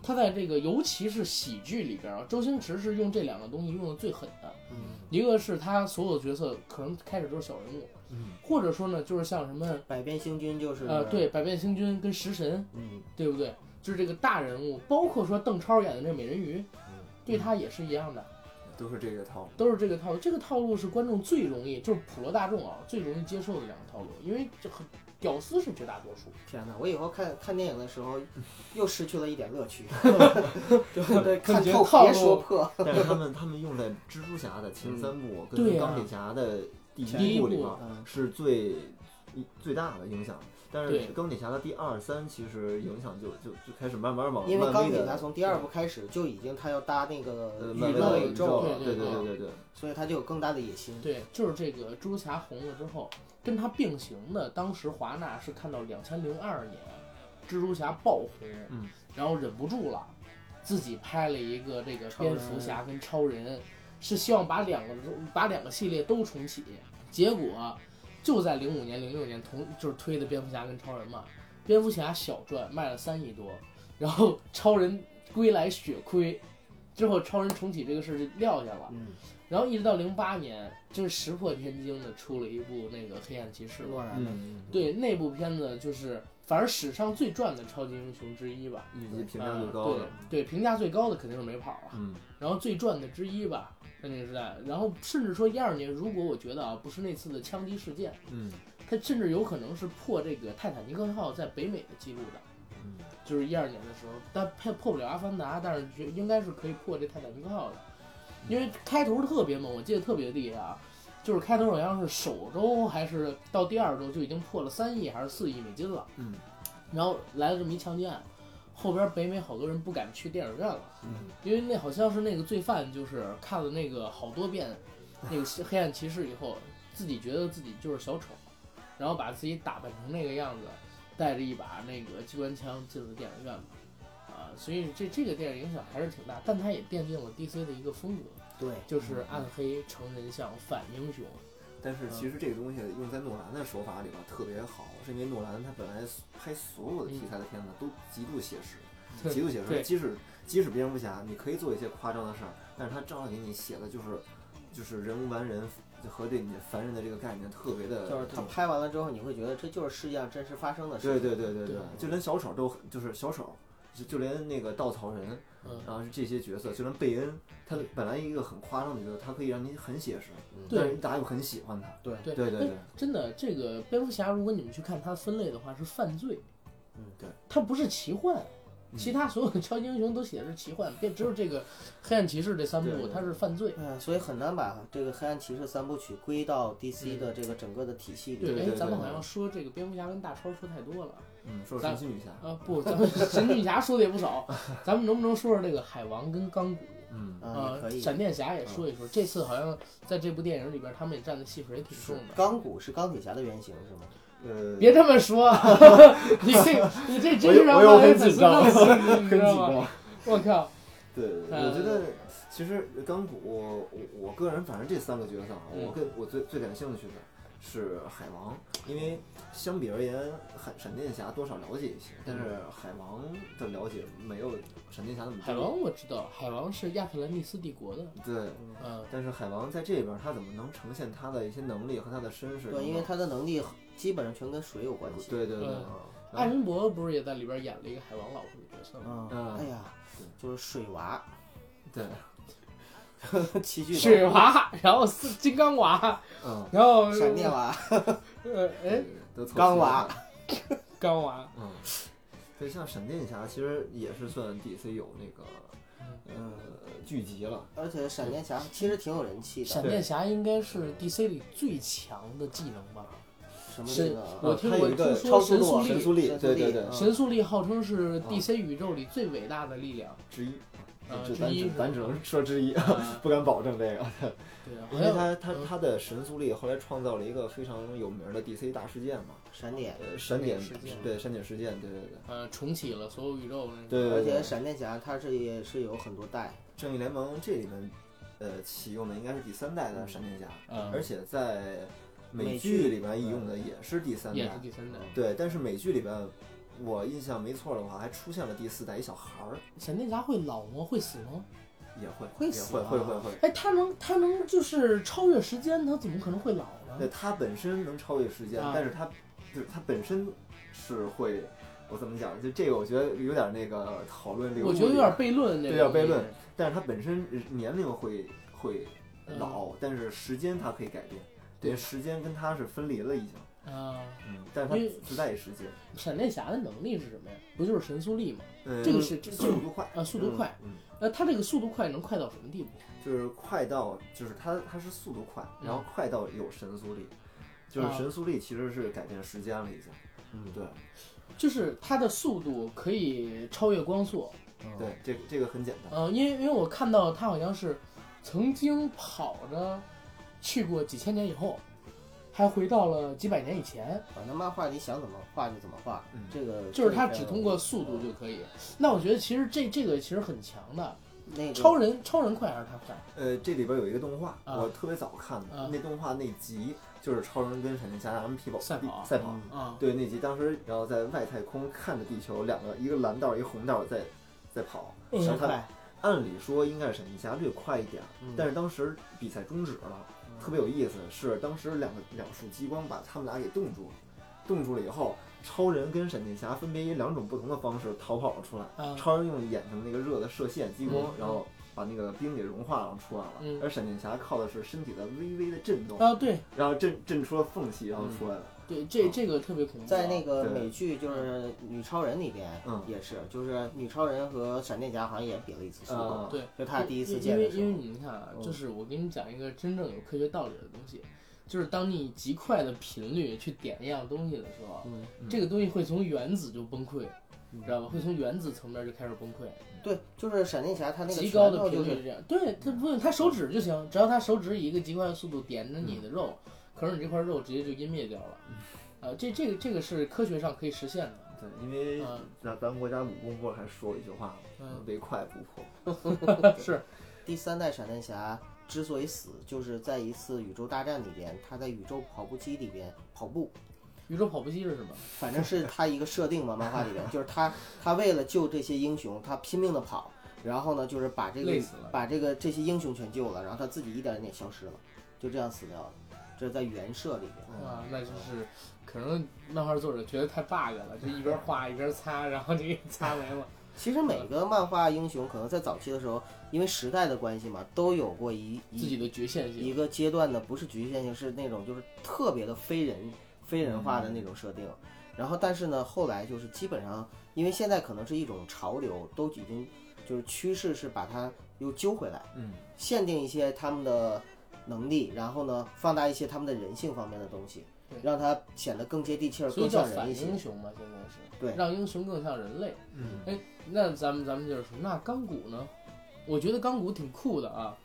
[SPEAKER 1] 他在这个，尤其是喜剧里边儿啊，周星驰是用这两个东西用的最狠的。
[SPEAKER 3] 嗯，
[SPEAKER 1] 一个是他所有的角色可能开始都是小人物，
[SPEAKER 5] 嗯，
[SPEAKER 1] 或者说呢，就是像什么
[SPEAKER 3] 百变星君就是
[SPEAKER 1] 呃，对，，百变星君跟食神，
[SPEAKER 3] 嗯，
[SPEAKER 1] 对不对？就是这个大人物，包括说邓超演的这美人鱼，
[SPEAKER 3] 嗯
[SPEAKER 1] 对他也是一样的，
[SPEAKER 5] 都是这个套路。
[SPEAKER 1] 都是这个套路。这个套路是观众最容易，就是普罗大众啊最容易接受的两个套路，因为这很屌丝是绝大多数。
[SPEAKER 3] 天哪！我以后看看电影的时候，又失去了一点 乐趣。对对，看透
[SPEAKER 1] 套
[SPEAKER 3] 别说
[SPEAKER 1] 路
[SPEAKER 3] 破。
[SPEAKER 5] 但是他们他们用在蜘蛛侠的前三部
[SPEAKER 1] 对
[SPEAKER 5] 跟
[SPEAKER 1] 呀
[SPEAKER 5] 钢铁侠的第
[SPEAKER 1] 第一
[SPEAKER 5] 一部里
[SPEAKER 1] 部
[SPEAKER 5] 面
[SPEAKER 3] 嗯
[SPEAKER 5] 是最最大的影响。但
[SPEAKER 1] 对
[SPEAKER 5] 是钢铁侠的第二三其实影响就就就开始慢慢往
[SPEAKER 3] 因为
[SPEAKER 5] 漫
[SPEAKER 3] 钢
[SPEAKER 5] 威
[SPEAKER 3] 铁
[SPEAKER 5] 的
[SPEAKER 3] 侠从第二部开始就已经他要搭那
[SPEAKER 5] 呃
[SPEAKER 3] 个
[SPEAKER 5] 漫威
[SPEAKER 1] 宙
[SPEAKER 5] 的
[SPEAKER 3] 宇
[SPEAKER 5] 宇
[SPEAKER 3] 宙
[SPEAKER 5] 宙
[SPEAKER 3] 了，
[SPEAKER 5] 了，
[SPEAKER 1] 对
[SPEAKER 5] 对
[SPEAKER 1] 对
[SPEAKER 5] 对对对，
[SPEAKER 3] 所以他就有更大的野心。
[SPEAKER 1] 对，就是这个蜘蛛侠红了之后，跟他并行的，当时华纳是看到两千零二年蜘蛛侠爆红，
[SPEAKER 5] 嗯，
[SPEAKER 1] 然后忍不住了，自己拍了一个这个蝙蝠侠跟超人，是希望把两个把两个系列都重启，结果就在零五年零六年同就是推的蝙蝠侠跟超人嘛，蝙蝠侠小赚卖了三亿多，然后超人归来血亏，之后超人重启这个事儿就撂下了。
[SPEAKER 3] 嗯，
[SPEAKER 1] 然后一直到零八年，就是石破天惊的出了一部那个《黑暗骑士》嘛。
[SPEAKER 3] 诺兰的
[SPEAKER 5] 嗯，
[SPEAKER 1] 对，那部片子就是反正史上最赚的超级英雄之一吧。
[SPEAKER 5] 以及评价最高的
[SPEAKER 1] 啊，对对，评价最高的肯定是没跑了。
[SPEAKER 5] 嗯，
[SPEAKER 1] 然后最赚的之一吧，在那个时代。然后甚至说一二年，如果我觉得啊，不是那次的枪击事件，
[SPEAKER 5] 嗯
[SPEAKER 1] 它甚至有可能是破这个泰坦尼克号在北美的记录的。
[SPEAKER 5] 嗯，
[SPEAKER 1] 就是一二年的时候，但破破不了阿凡达，但是觉应该是可以破这泰坦尼克号的，因为开头特别猛，我记得特别厉害啊，就是开头好像是首周还是到第二周就已经破了三亿还是四亿美金了，
[SPEAKER 5] 嗯，
[SPEAKER 1] 然后来了这么一枪击案，后边北美好多人不敢去电影院了，嗯，因为那好像是那个罪犯就是看了那个好多遍那个黑暗骑士以后，自己觉得自己就是小丑，然后把自己打扮成那个样子，带着一把那个机关枪进了电影院嘛，啊，所以这这个电影影响还是挺大，但它也奠定了 DC 的一个风格，
[SPEAKER 3] 对，
[SPEAKER 5] 嗯
[SPEAKER 1] 就是暗黑、成人像、反英雄。
[SPEAKER 5] 但是其实这个东西用在诺兰的手法里边特别好，是因为诺兰他本来拍所有的题材的片子都极度写实，嗯极度写
[SPEAKER 1] 对
[SPEAKER 5] 实。即使即使蝙蝠侠，你可以做一些夸张的事儿，但是他照样给你写的就是就是人无完人和对你凡人的这个概念特别的
[SPEAKER 3] 就是他
[SPEAKER 5] 重。
[SPEAKER 3] 拍完了之后，你会觉得这就是世界上真实发生的事。
[SPEAKER 5] 对对对对
[SPEAKER 1] 对
[SPEAKER 5] 对，就连小丑都就是小丑，就就连那个稻草人，
[SPEAKER 1] 嗯
[SPEAKER 5] 然后这些角色，就连贝恩，他本来一个很夸张的角色，他可以让你很写实，但是
[SPEAKER 1] 对
[SPEAKER 5] 大家又很喜欢他。
[SPEAKER 3] 对
[SPEAKER 1] 对
[SPEAKER 5] 对对
[SPEAKER 1] 哎
[SPEAKER 5] 对
[SPEAKER 1] 真的，这个蝙蝠侠，如果你们去看它分类的话，是犯罪，
[SPEAKER 3] 嗯，对，
[SPEAKER 1] 它不是奇幻。其他所有
[SPEAKER 5] 嗯
[SPEAKER 1] 的超级英雄都写的是奇幻，便只有这个黑暗骑士这三
[SPEAKER 5] 对
[SPEAKER 1] 部
[SPEAKER 5] 对
[SPEAKER 1] 它是犯罪。
[SPEAKER 3] 嗯，所以很难把这个黑暗骑士三部曲归到 DC
[SPEAKER 1] 嗯
[SPEAKER 3] 的这个整个的体系里。
[SPEAKER 5] 对对
[SPEAKER 1] 哎，
[SPEAKER 5] 对
[SPEAKER 1] 咱们好
[SPEAKER 5] 对
[SPEAKER 1] 像说这个蝙蝠侠跟大超说太多了。
[SPEAKER 5] 嗯，说神奇女侠，
[SPEAKER 1] 啊，不，咱们 神奇女侠说的也不少，咱们能不能说说这个海王跟钢骨啊
[SPEAKER 5] 嗯，
[SPEAKER 3] 嗯，也可以。
[SPEAKER 1] 闪电侠也说一说，这次好像在这部电影里边，他们也占的戏份也挺重的。
[SPEAKER 3] 钢骨是钢铁侠的原型是吗？
[SPEAKER 5] 呃，
[SPEAKER 1] 别这么说，你 这你这真是让
[SPEAKER 5] 我有
[SPEAKER 1] 漫
[SPEAKER 5] 我有
[SPEAKER 1] 威粉
[SPEAKER 5] 很紧
[SPEAKER 1] 丝
[SPEAKER 5] 张
[SPEAKER 1] 闹心，你
[SPEAKER 5] 很
[SPEAKER 1] 知
[SPEAKER 5] 紧
[SPEAKER 1] 道吗？
[SPEAKER 5] 张。
[SPEAKER 1] 我靠，
[SPEAKER 5] 对，我觉得其实钢骨，我我个人反正这三个角色啊，
[SPEAKER 1] 嗯
[SPEAKER 5] 我更我最最感兴趣的是海王，因为相比而言，海闪电侠多少了解一些，但是海王的了解没有闪电侠那么多
[SPEAKER 1] 海王我知道，海王是亚特兰蒂斯帝国的，
[SPEAKER 5] 对。
[SPEAKER 1] 嗯，
[SPEAKER 5] 但是海王在这边，他怎么能呈现他的一些能力和他的身世？
[SPEAKER 3] 对，因为他的能力基本上全跟水有关系。
[SPEAKER 5] 对对对，
[SPEAKER 1] 嗯艾
[SPEAKER 5] 然后
[SPEAKER 1] 伦伯格不是也在里边演了一个海王老婆的角色吗？
[SPEAKER 3] 嗯，
[SPEAKER 5] 嗯
[SPEAKER 3] 哎呀，就是水 娃，
[SPEAKER 5] 对，
[SPEAKER 3] 奇趣
[SPEAKER 1] 水娃，然后四金刚娃，
[SPEAKER 5] 嗯，
[SPEAKER 1] 然后
[SPEAKER 3] 闪电，娃，
[SPEAKER 1] 呃，哎，
[SPEAKER 5] 都凑齐
[SPEAKER 3] 钢娃
[SPEAKER 5] 了
[SPEAKER 1] 钢娃，
[SPEAKER 5] 嗯，对，像闪电侠其实也是算 DC 有那个呃剧集了，
[SPEAKER 3] 而且闪电侠其实挺有人气
[SPEAKER 1] 闪
[SPEAKER 3] 的。
[SPEAKER 1] 电侠应该是 DC 里最强的技能吧？
[SPEAKER 3] 什么这个啊
[SPEAKER 1] 我
[SPEAKER 5] 呃
[SPEAKER 1] 听
[SPEAKER 5] 它有
[SPEAKER 1] 我
[SPEAKER 5] 一个
[SPEAKER 1] 听
[SPEAKER 3] 超
[SPEAKER 1] 说
[SPEAKER 3] 速
[SPEAKER 1] 神
[SPEAKER 3] 度
[SPEAKER 1] 速
[SPEAKER 5] 神
[SPEAKER 1] 力，
[SPEAKER 5] 速力，
[SPEAKER 3] 神速
[SPEAKER 5] 对
[SPEAKER 3] 力
[SPEAKER 5] 对对，
[SPEAKER 3] 嗯
[SPEAKER 1] 神速力号称
[SPEAKER 5] 嗯
[SPEAKER 1] 是 DC 宇宙里最伟大的力 量。
[SPEAKER 5] 之一，
[SPEAKER 1] 呃
[SPEAKER 5] 就
[SPEAKER 1] 之
[SPEAKER 5] 咱
[SPEAKER 1] 一
[SPEAKER 5] 只
[SPEAKER 1] 是
[SPEAKER 5] 咱只能说之一，
[SPEAKER 1] 啊
[SPEAKER 5] 不敢保证这个，
[SPEAKER 1] 对啊，好
[SPEAKER 5] 因为
[SPEAKER 1] 像
[SPEAKER 5] 他他他的神速力后来创造了一个非常有名的 DC 大事件嘛，
[SPEAKER 3] 闪电，
[SPEAKER 5] 呃，闪点
[SPEAKER 1] 事件
[SPEAKER 5] 对闪点事件，对对对。
[SPEAKER 1] 呃重启了所有宇宙那个。
[SPEAKER 5] 对
[SPEAKER 3] 而
[SPEAKER 5] 对对
[SPEAKER 3] 且闪电侠他是也是有很多代，
[SPEAKER 5] 正义联盟这里面呃启用的应该是第三代的闪电侠，
[SPEAKER 1] 嗯
[SPEAKER 5] 而且在美
[SPEAKER 13] 美
[SPEAKER 5] 剧
[SPEAKER 13] 剧
[SPEAKER 5] 里边用的也是第三
[SPEAKER 1] 也
[SPEAKER 5] 代
[SPEAKER 1] 是，第三代。
[SPEAKER 5] 对，但是美剧里边我印象没错的话，还出现了第四代一小孩儿，
[SPEAKER 1] 闪电侠会老吗？会死吗？
[SPEAKER 5] 也会
[SPEAKER 3] 会
[SPEAKER 5] 也
[SPEAKER 3] 死
[SPEAKER 5] 会
[SPEAKER 3] 啊
[SPEAKER 5] 会会会，
[SPEAKER 1] 哎，他能他能就是超越时间，他怎么可能会老
[SPEAKER 5] 对，
[SPEAKER 1] 呢？
[SPEAKER 5] 它本身能超越时间，
[SPEAKER 1] 啊
[SPEAKER 5] 但是它就是它本身是会，我怎么讲？就这个我觉得有点那个讨论这个，
[SPEAKER 1] 我觉得有点悖论，这
[SPEAKER 5] 对，
[SPEAKER 1] 个
[SPEAKER 5] 有点悖论
[SPEAKER 1] 东西。
[SPEAKER 5] 但是它本身年龄会会
[SPEAKER 1] 嗯
[SPEAKER 5] 老，但是时间它可以改变，对，时间跟它是分离了已经，
[SPEAKER 1] 啊。
[SPEAKER 5] 嗯，但是
[SPEAKER 1] 因为
[SPEAKER 5] 它自带时间，
[SPEAKER 1] 闪电侠的能力是什么呀？不就是神速力吗？
[SPEAKER 5] 嗯，
[SPEAKER 1] 这个是这
[SPEAKER 5] 速度快，
[SPEAKER 1] 啊，速度快。
[SPEAKER 5] 嗯，
[SPEAKER 1] 那他这个速度快能快到什么地步？
[SPEAKER 5] 嗯，就是快到就是它它是速度快，然后快到有神速力，就是
[SPEAKER 1] 嗯啊
[SPEAKER 5] 神速力其实是改变时间了已经，嗯，对。
[SPEAKER 1] 就是他的速度可以超越光速。
[SPEAKER 3] 嗯
[SPEAKER 5] 对，这个这个很简单。
[SPEAKER 1] 呃，因为因为我看到他好像是曾经跑着去过几千年以后，还回到了几百年以前，
[SPEAKER 3] 反正漫画你想怎么画就怎么画，
[SPEAKER 5] 嗯
[SPEAKER 3] 这个
[SPEAKER 1] 就是他
[SPEAKER 3] 这个
[SPEAKER 1] 只通过速度就可以。那我觉得其实这这个其实很强的，
[SPEAKER 3] 那个
[SPEAKER 1] 超人超人快还是他快？
[SPEAKER 5] 呃，这里边有一个动画，
[SPEAKER 1] 啊
[SPEAKER 5] 我特别早看的，
[SPEAKER 1] 啊
[SPEAKER 5] 那动画那集就是超人跟闪电侠他们匹跑
[SPEAKER 1] 赛跑
[SPEAKER 5] 赛跑。
[SPEAKER 1] 啊、
[SPEAKER 5] 对，那集当时然后在外太空看着地球两个，一个蓝道，一个红道在在跑，
[SPEAKER 1] 嗯
[SPEAKER 5] 然后他按理说应该是闪电侠略快一点，
[SPEAKER 1] 嗯
[SPEAKER 5] 但是当时比赛终止了，特别有意思，是当时两个两束激光把他们俩给冻住了，冻住了以后，超人跟闪电侠分别以两种不同的方式逃跑了出来。
[SPEAKER 1] 嗯
[SPEAKER 5] 超人用眼睛那个热的射线激光，然后把那个冰给融化了出来了，
[SPEAKER 1] 嗯
[SPEAKER 5] 而闪电侠靠的是身体的微微的震动，
[SPEAKER 1] 啊，对
[SPEAKER 5] 然后震震出了缝隙，然后
[SPEAKER 1] 嗯
[SPEAKER 5] 出来了。
[SPEAKER 1] 对，这这个特别恐怖啊。
[SPEAKER 3] 在那个
[SPEAKER 5] 对
[SPEAKER 3] 美剧就是女超人里边
[SPEAKER 5] 嗯
[SPEAKER 3] 也是，就是女超人和闪电侠好像也比了一次速
[SPEAKER 5] 啊
[SPEAKER 3] 度，
[SPEAKER 1] 对，
[SPEAKER 3] 就他俩第一次
[SPEAKER 1] 因
[SPEAKER 3] 见
[SPEAKER 1] 为
[SPEAKER 3] 的
[SPEAKER 1] 因为
[SPEAKER 3] 时候，
[SPEAKER 1] 你们看啊，
[SPEAKER 5] 嗯
[SPEAKER 1] 就是我给你们讲一个真正有科学道理的东西，就是当你以极快的频率去点一样东西的时候，啊
[SPEAKER 3] 嗯
[SPEAKER 1] 这个东西会从原子就崩溃，你知道吧？会从原子层面就开始崩溃，
[SPEAKER 3] 对，就是闪电侠他那个
[SPEAKER 1] 极
[SPEAKER 3] 拳
[SPEAKER 1] 高的
[SPEAKER 3] 头就
[SPEAKER 1] 频率
[SPEAKER 3] 是
[SPEAKER 1] 是这样。对，他不用他手指就行，只要他手指以一个极快的速度点着你的肉，
[SPEAKER 3] 嗯
[SPEAKER 1] 可是你这块肉直接就湮灭掉了。呃，这这个这个是科学上可以实现的。
[SPEAKER 5] 对，因为
[SPEAKER 1] 嗯
[SPEAKER 5] 咱咱们国家武功不是还说了一句话吗
[SPEAKER 1] 嗯？
[SPEAKER 5] 唯快不破。
[SPEAKER 1] 是，
[SPEAKER 3] 第三代闪电侠之所以死，就是在一次宇宙大战里边，他在宇宙跑步机里边跑步，
[SPEAKER 1] 宇宙跑步机是什么？
[SPEAKER 3] 反正是他一个设定嘛，漫画里 边就是他他为了救这些英雄，他拼命的跑，然后呢就是把这个
[SPEAKER 1] 累死了
[SPEAKER 3] 把这个这些英雄全救了，然后他自己一点一点消失了，就这样死掉了。这是在原设里边，
[SPEAKER 1] 啊，那就是可能漫画作者觉得太 bug 了，就一边画一边擦，然后就给擦没了。
[SPEAKER 3] 其实每个漫画英雄可能在早期的时候，因为时代的关系嘛，都有过一
[SPEAKER 1] 自己
[SPEAKER 3] 一
[SPEAKER 1] 的局限性
[SPEAKER 3] 一个阶段的，不是局限性，是那种就是特别的非人非人化
[SPEAKER 1] 嗯
[SPEAKER 3] 的那种设定。然后，但是呢，后来就是基本上，因为现在可能是一种潮流，都已经就是趋势是把它又揪回来，
[SPEAKER 5] 嗯，
[SPEAKER 3] 限定一些他们的能力，然后呢，放大一些他们的人性方面的东西
[SPEAKER 1] 对，
[SPEAKER 3] 让它显得更接地气儿、
[SPEAKER 1] 所以
[SPEAKER 3] 更
[SPEAKER 1] 叫
[SPEAKER 3] 像人
[SPEAKER 1] 反
[SPEAKER 3] 一些。
[SPEAKER 1] 英雄嘛，现在是
[SPEAKER 3] 对
[SPEAKER 1] 让英雄更像人类。
[SPEAKER 5] 嗯，
[SPEAKER 1] 哎，那咱们咱们就是说，那钢骨呢？我觉得钢骨挺酷的啊，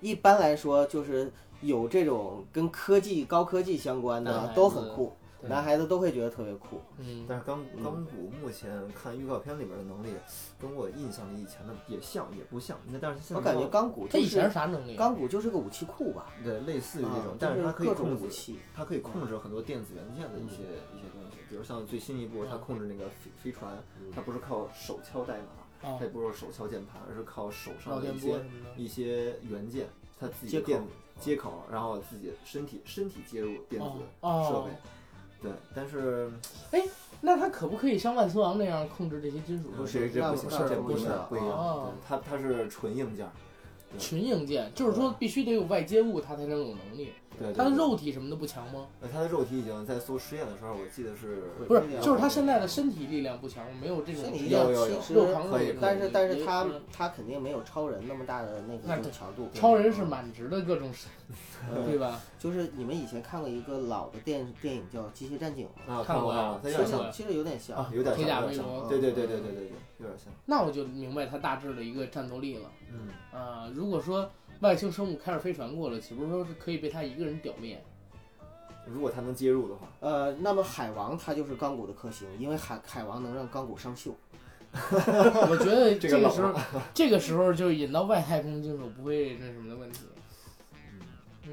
[SPEAKER 3] 一般来说，就是有这种跟科技、高科技相关
[SPEAKER 1] 男
[SPEAKER 3] 的
[SPEAKER 1] 孩
[SPEAKER 3] 都
[SPEAKER 1] 子
[SPEAKER 3] 很酷，
[SPEAKER 1] 对
[SPEAKER 3] 男孩子都会觉得特别酷。
[SPEAKER 1] 嗯，
[SPEAKER 5] 但是钢
[SPEAKER 3] 嗯
[SPEAKER 5] 钢骨目前看预告片里边的能力，跟我印象里以前的也像也不像，那但是现在
[SPEAKER 3] 我感觉钢骨
[SPEAKER 1] 他
[SPEAKER 3] 就
[SPEAKER 1] 以前
[SPEAKER 3] 是
[SPEAKER 1] 是啥能力？啊
[SPEAKER 3] 钢骨就是个武器库吧，
[SPEAKER 5] 对类似于这种
[SPEAKER 3] 啊，，
[SPEAKER 5] 但
[SPEAKER 3] 就是
[SPEAKER 5] 它可以
[SPEAKER 3] 各种
[SPEAKER 5] 控
[SPEAKER 3] 武
[SPEAKER 5] 制
[SPEAKER 3] 器。
[SPEAKER 5] 它可以控制很多电子元件的一些一些东西，比如像最新一部，它
[SPEAKER 1] 嗯
[SPEAKER 5] 控制那个飞飞船，它不是靠手敲代码，
[SPEAKER 1] 啊
[SPEAKER 5] 它也，不是手敲键盘，而是靠手
[SPEAKER 1] 脑
[SPEAKER 5] 上的
[SPEAKER 1] 电
[SPEAKER 5] 一
[SPEAKER 1] 波
[SPEAKER 5] 些
[SPEAKER 1] 什么的。
[SPEAKER 5] 一些元件，它自己的
[SPEAKER 3] 接口
[SPEAKER 5] 电子接口，然后自己身体身体接入电子
[SPEAKER 1] 哦
[SPEAKER 5] 设
[SPEAKER 1] 哦
[SPEAKER 5] 备。，对，但是
[SPEAKER 1] 那他可不可以像万磁王那样控制这哦些金属？
[SPEAKER 5] 不是这
[SPEAKER 3] 那
[SPEAKER 5] 不
[SPEAKER 3] 不
[SPEAKER 5] 行，
[SPEAKER 3] 那
[SPEAKER 5] 这
[SPEAKER 3] 不
[SPEAKER 5] 一
[SPEAKER 3] 是
[SPEAKER 5] 样，不一样
[SPEAKER 1] 哦，
[SPEAKER 5] 对它它是纯硬件儿，
[SPEAKER 1] 群硬件，就是说必须得有外接物，他才能有能力。
[SPEAKER 5] 对，
[SPEAKER 1] 他的
[SPEAKER 5] 对
[SPEAKER 1] 肉体什么的不强吗？
[SPEAKER 5] 呃它的肉体已经在做实验的时候，我记得是
[SPEAKER 1] 不是
[SPEAKER 3] 力，量
[SPEAKER 1] 就是他现在的身体力量不强，没有这种
[SPEAKER 3] 身体
[SPEAKER 1] 直
[SPEAKER 3] 力
[SPEAKER 1] 接
[SPEAKER 3] 量
[SPEAKER 5] 有有有
[SPEAKER 3] 其
[SPEAKER 1] 肉
[SPEAKER 3] 实，
[SPEAKER 1] 扛肉
[SPEAKER 5] 可以
[SPEAKER 1] 的能力。
[SPEAKER 3] 但是但是
[SPEAKER 1] 也
[SPEAKER 3] 他
[SPEAKER 1] 嗯
[SPEAKER 3] 他肯定没有超人那么大的那
[SPEAKER 1] 那
[SPEAKER 3] 个
[SPEAKER 1] 对
[SPEAKER 3] 强度。
[SPEAKER 1] 超人是满值的各种神，
[SPEAKER 3] 嗯
[SPEAKER 1] 对吧？
[SPEAKER 3] 就是你们以前看过一个老的电电影叫《机械战警》吗？
[SPEAKER 5] 啊，
[SPEAKER 1] 看
[SPEAKER 5] 看
[SPEAKER 1] 过呀
[SPEAKER 5] 它有
[SPEAKER 1] 看
[SPEAKER 3] 其
[SPEAKER 5] 点
[SPEAKER 1] 过
[SPEAKER 5] 像
[SPEAKER 1] 呀
[SPEAKER 3] 实其实有点像
[SPEAKER 5] 啊，，有点
[SPEAKER 1] 铁甲
[SPEAKER 5] 像，有
[SPEAKER 1] 威
[SPEAKER 5] 点
[SPEAKER 1] 龙
[SPEAKER 5] 像，对对对
[SPEAKER 1] 嗯
[SPEAKER 5] 对对对对，有点像，
[SPEAKER 1] 那我就明白他大致的一个战斗力了。
[SPEAKER 5] 嗯，
[SPEAKER 1] 啊、如果说外星生物开着飞船过来，岂不是说是可以被他一个人剿灭？
[SPEAKER 5] 如果它能接入的话，
[SPEAKER 3] 呃，那么海王他就是钢骨的克星，因为海海王能让钢骨上锈，
[SPEAKER 1] 我觉得这
[SPEAKER 5] 这个
[SPEAKER 1] 个
[SPEAKER 5] 老
[SPEAKER 1] 时候，这个时候就引到外太空竞手不会那什么的问题。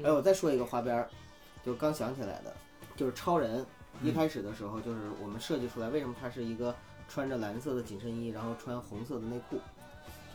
[SPEAKER 3] 哎，我再说一个花边儿，就是刚想起来的，就是超人一开始的时候，就是我们设计出来，为什么他是一个穿着蓝色的紧身衣，然后穿红色的内裤？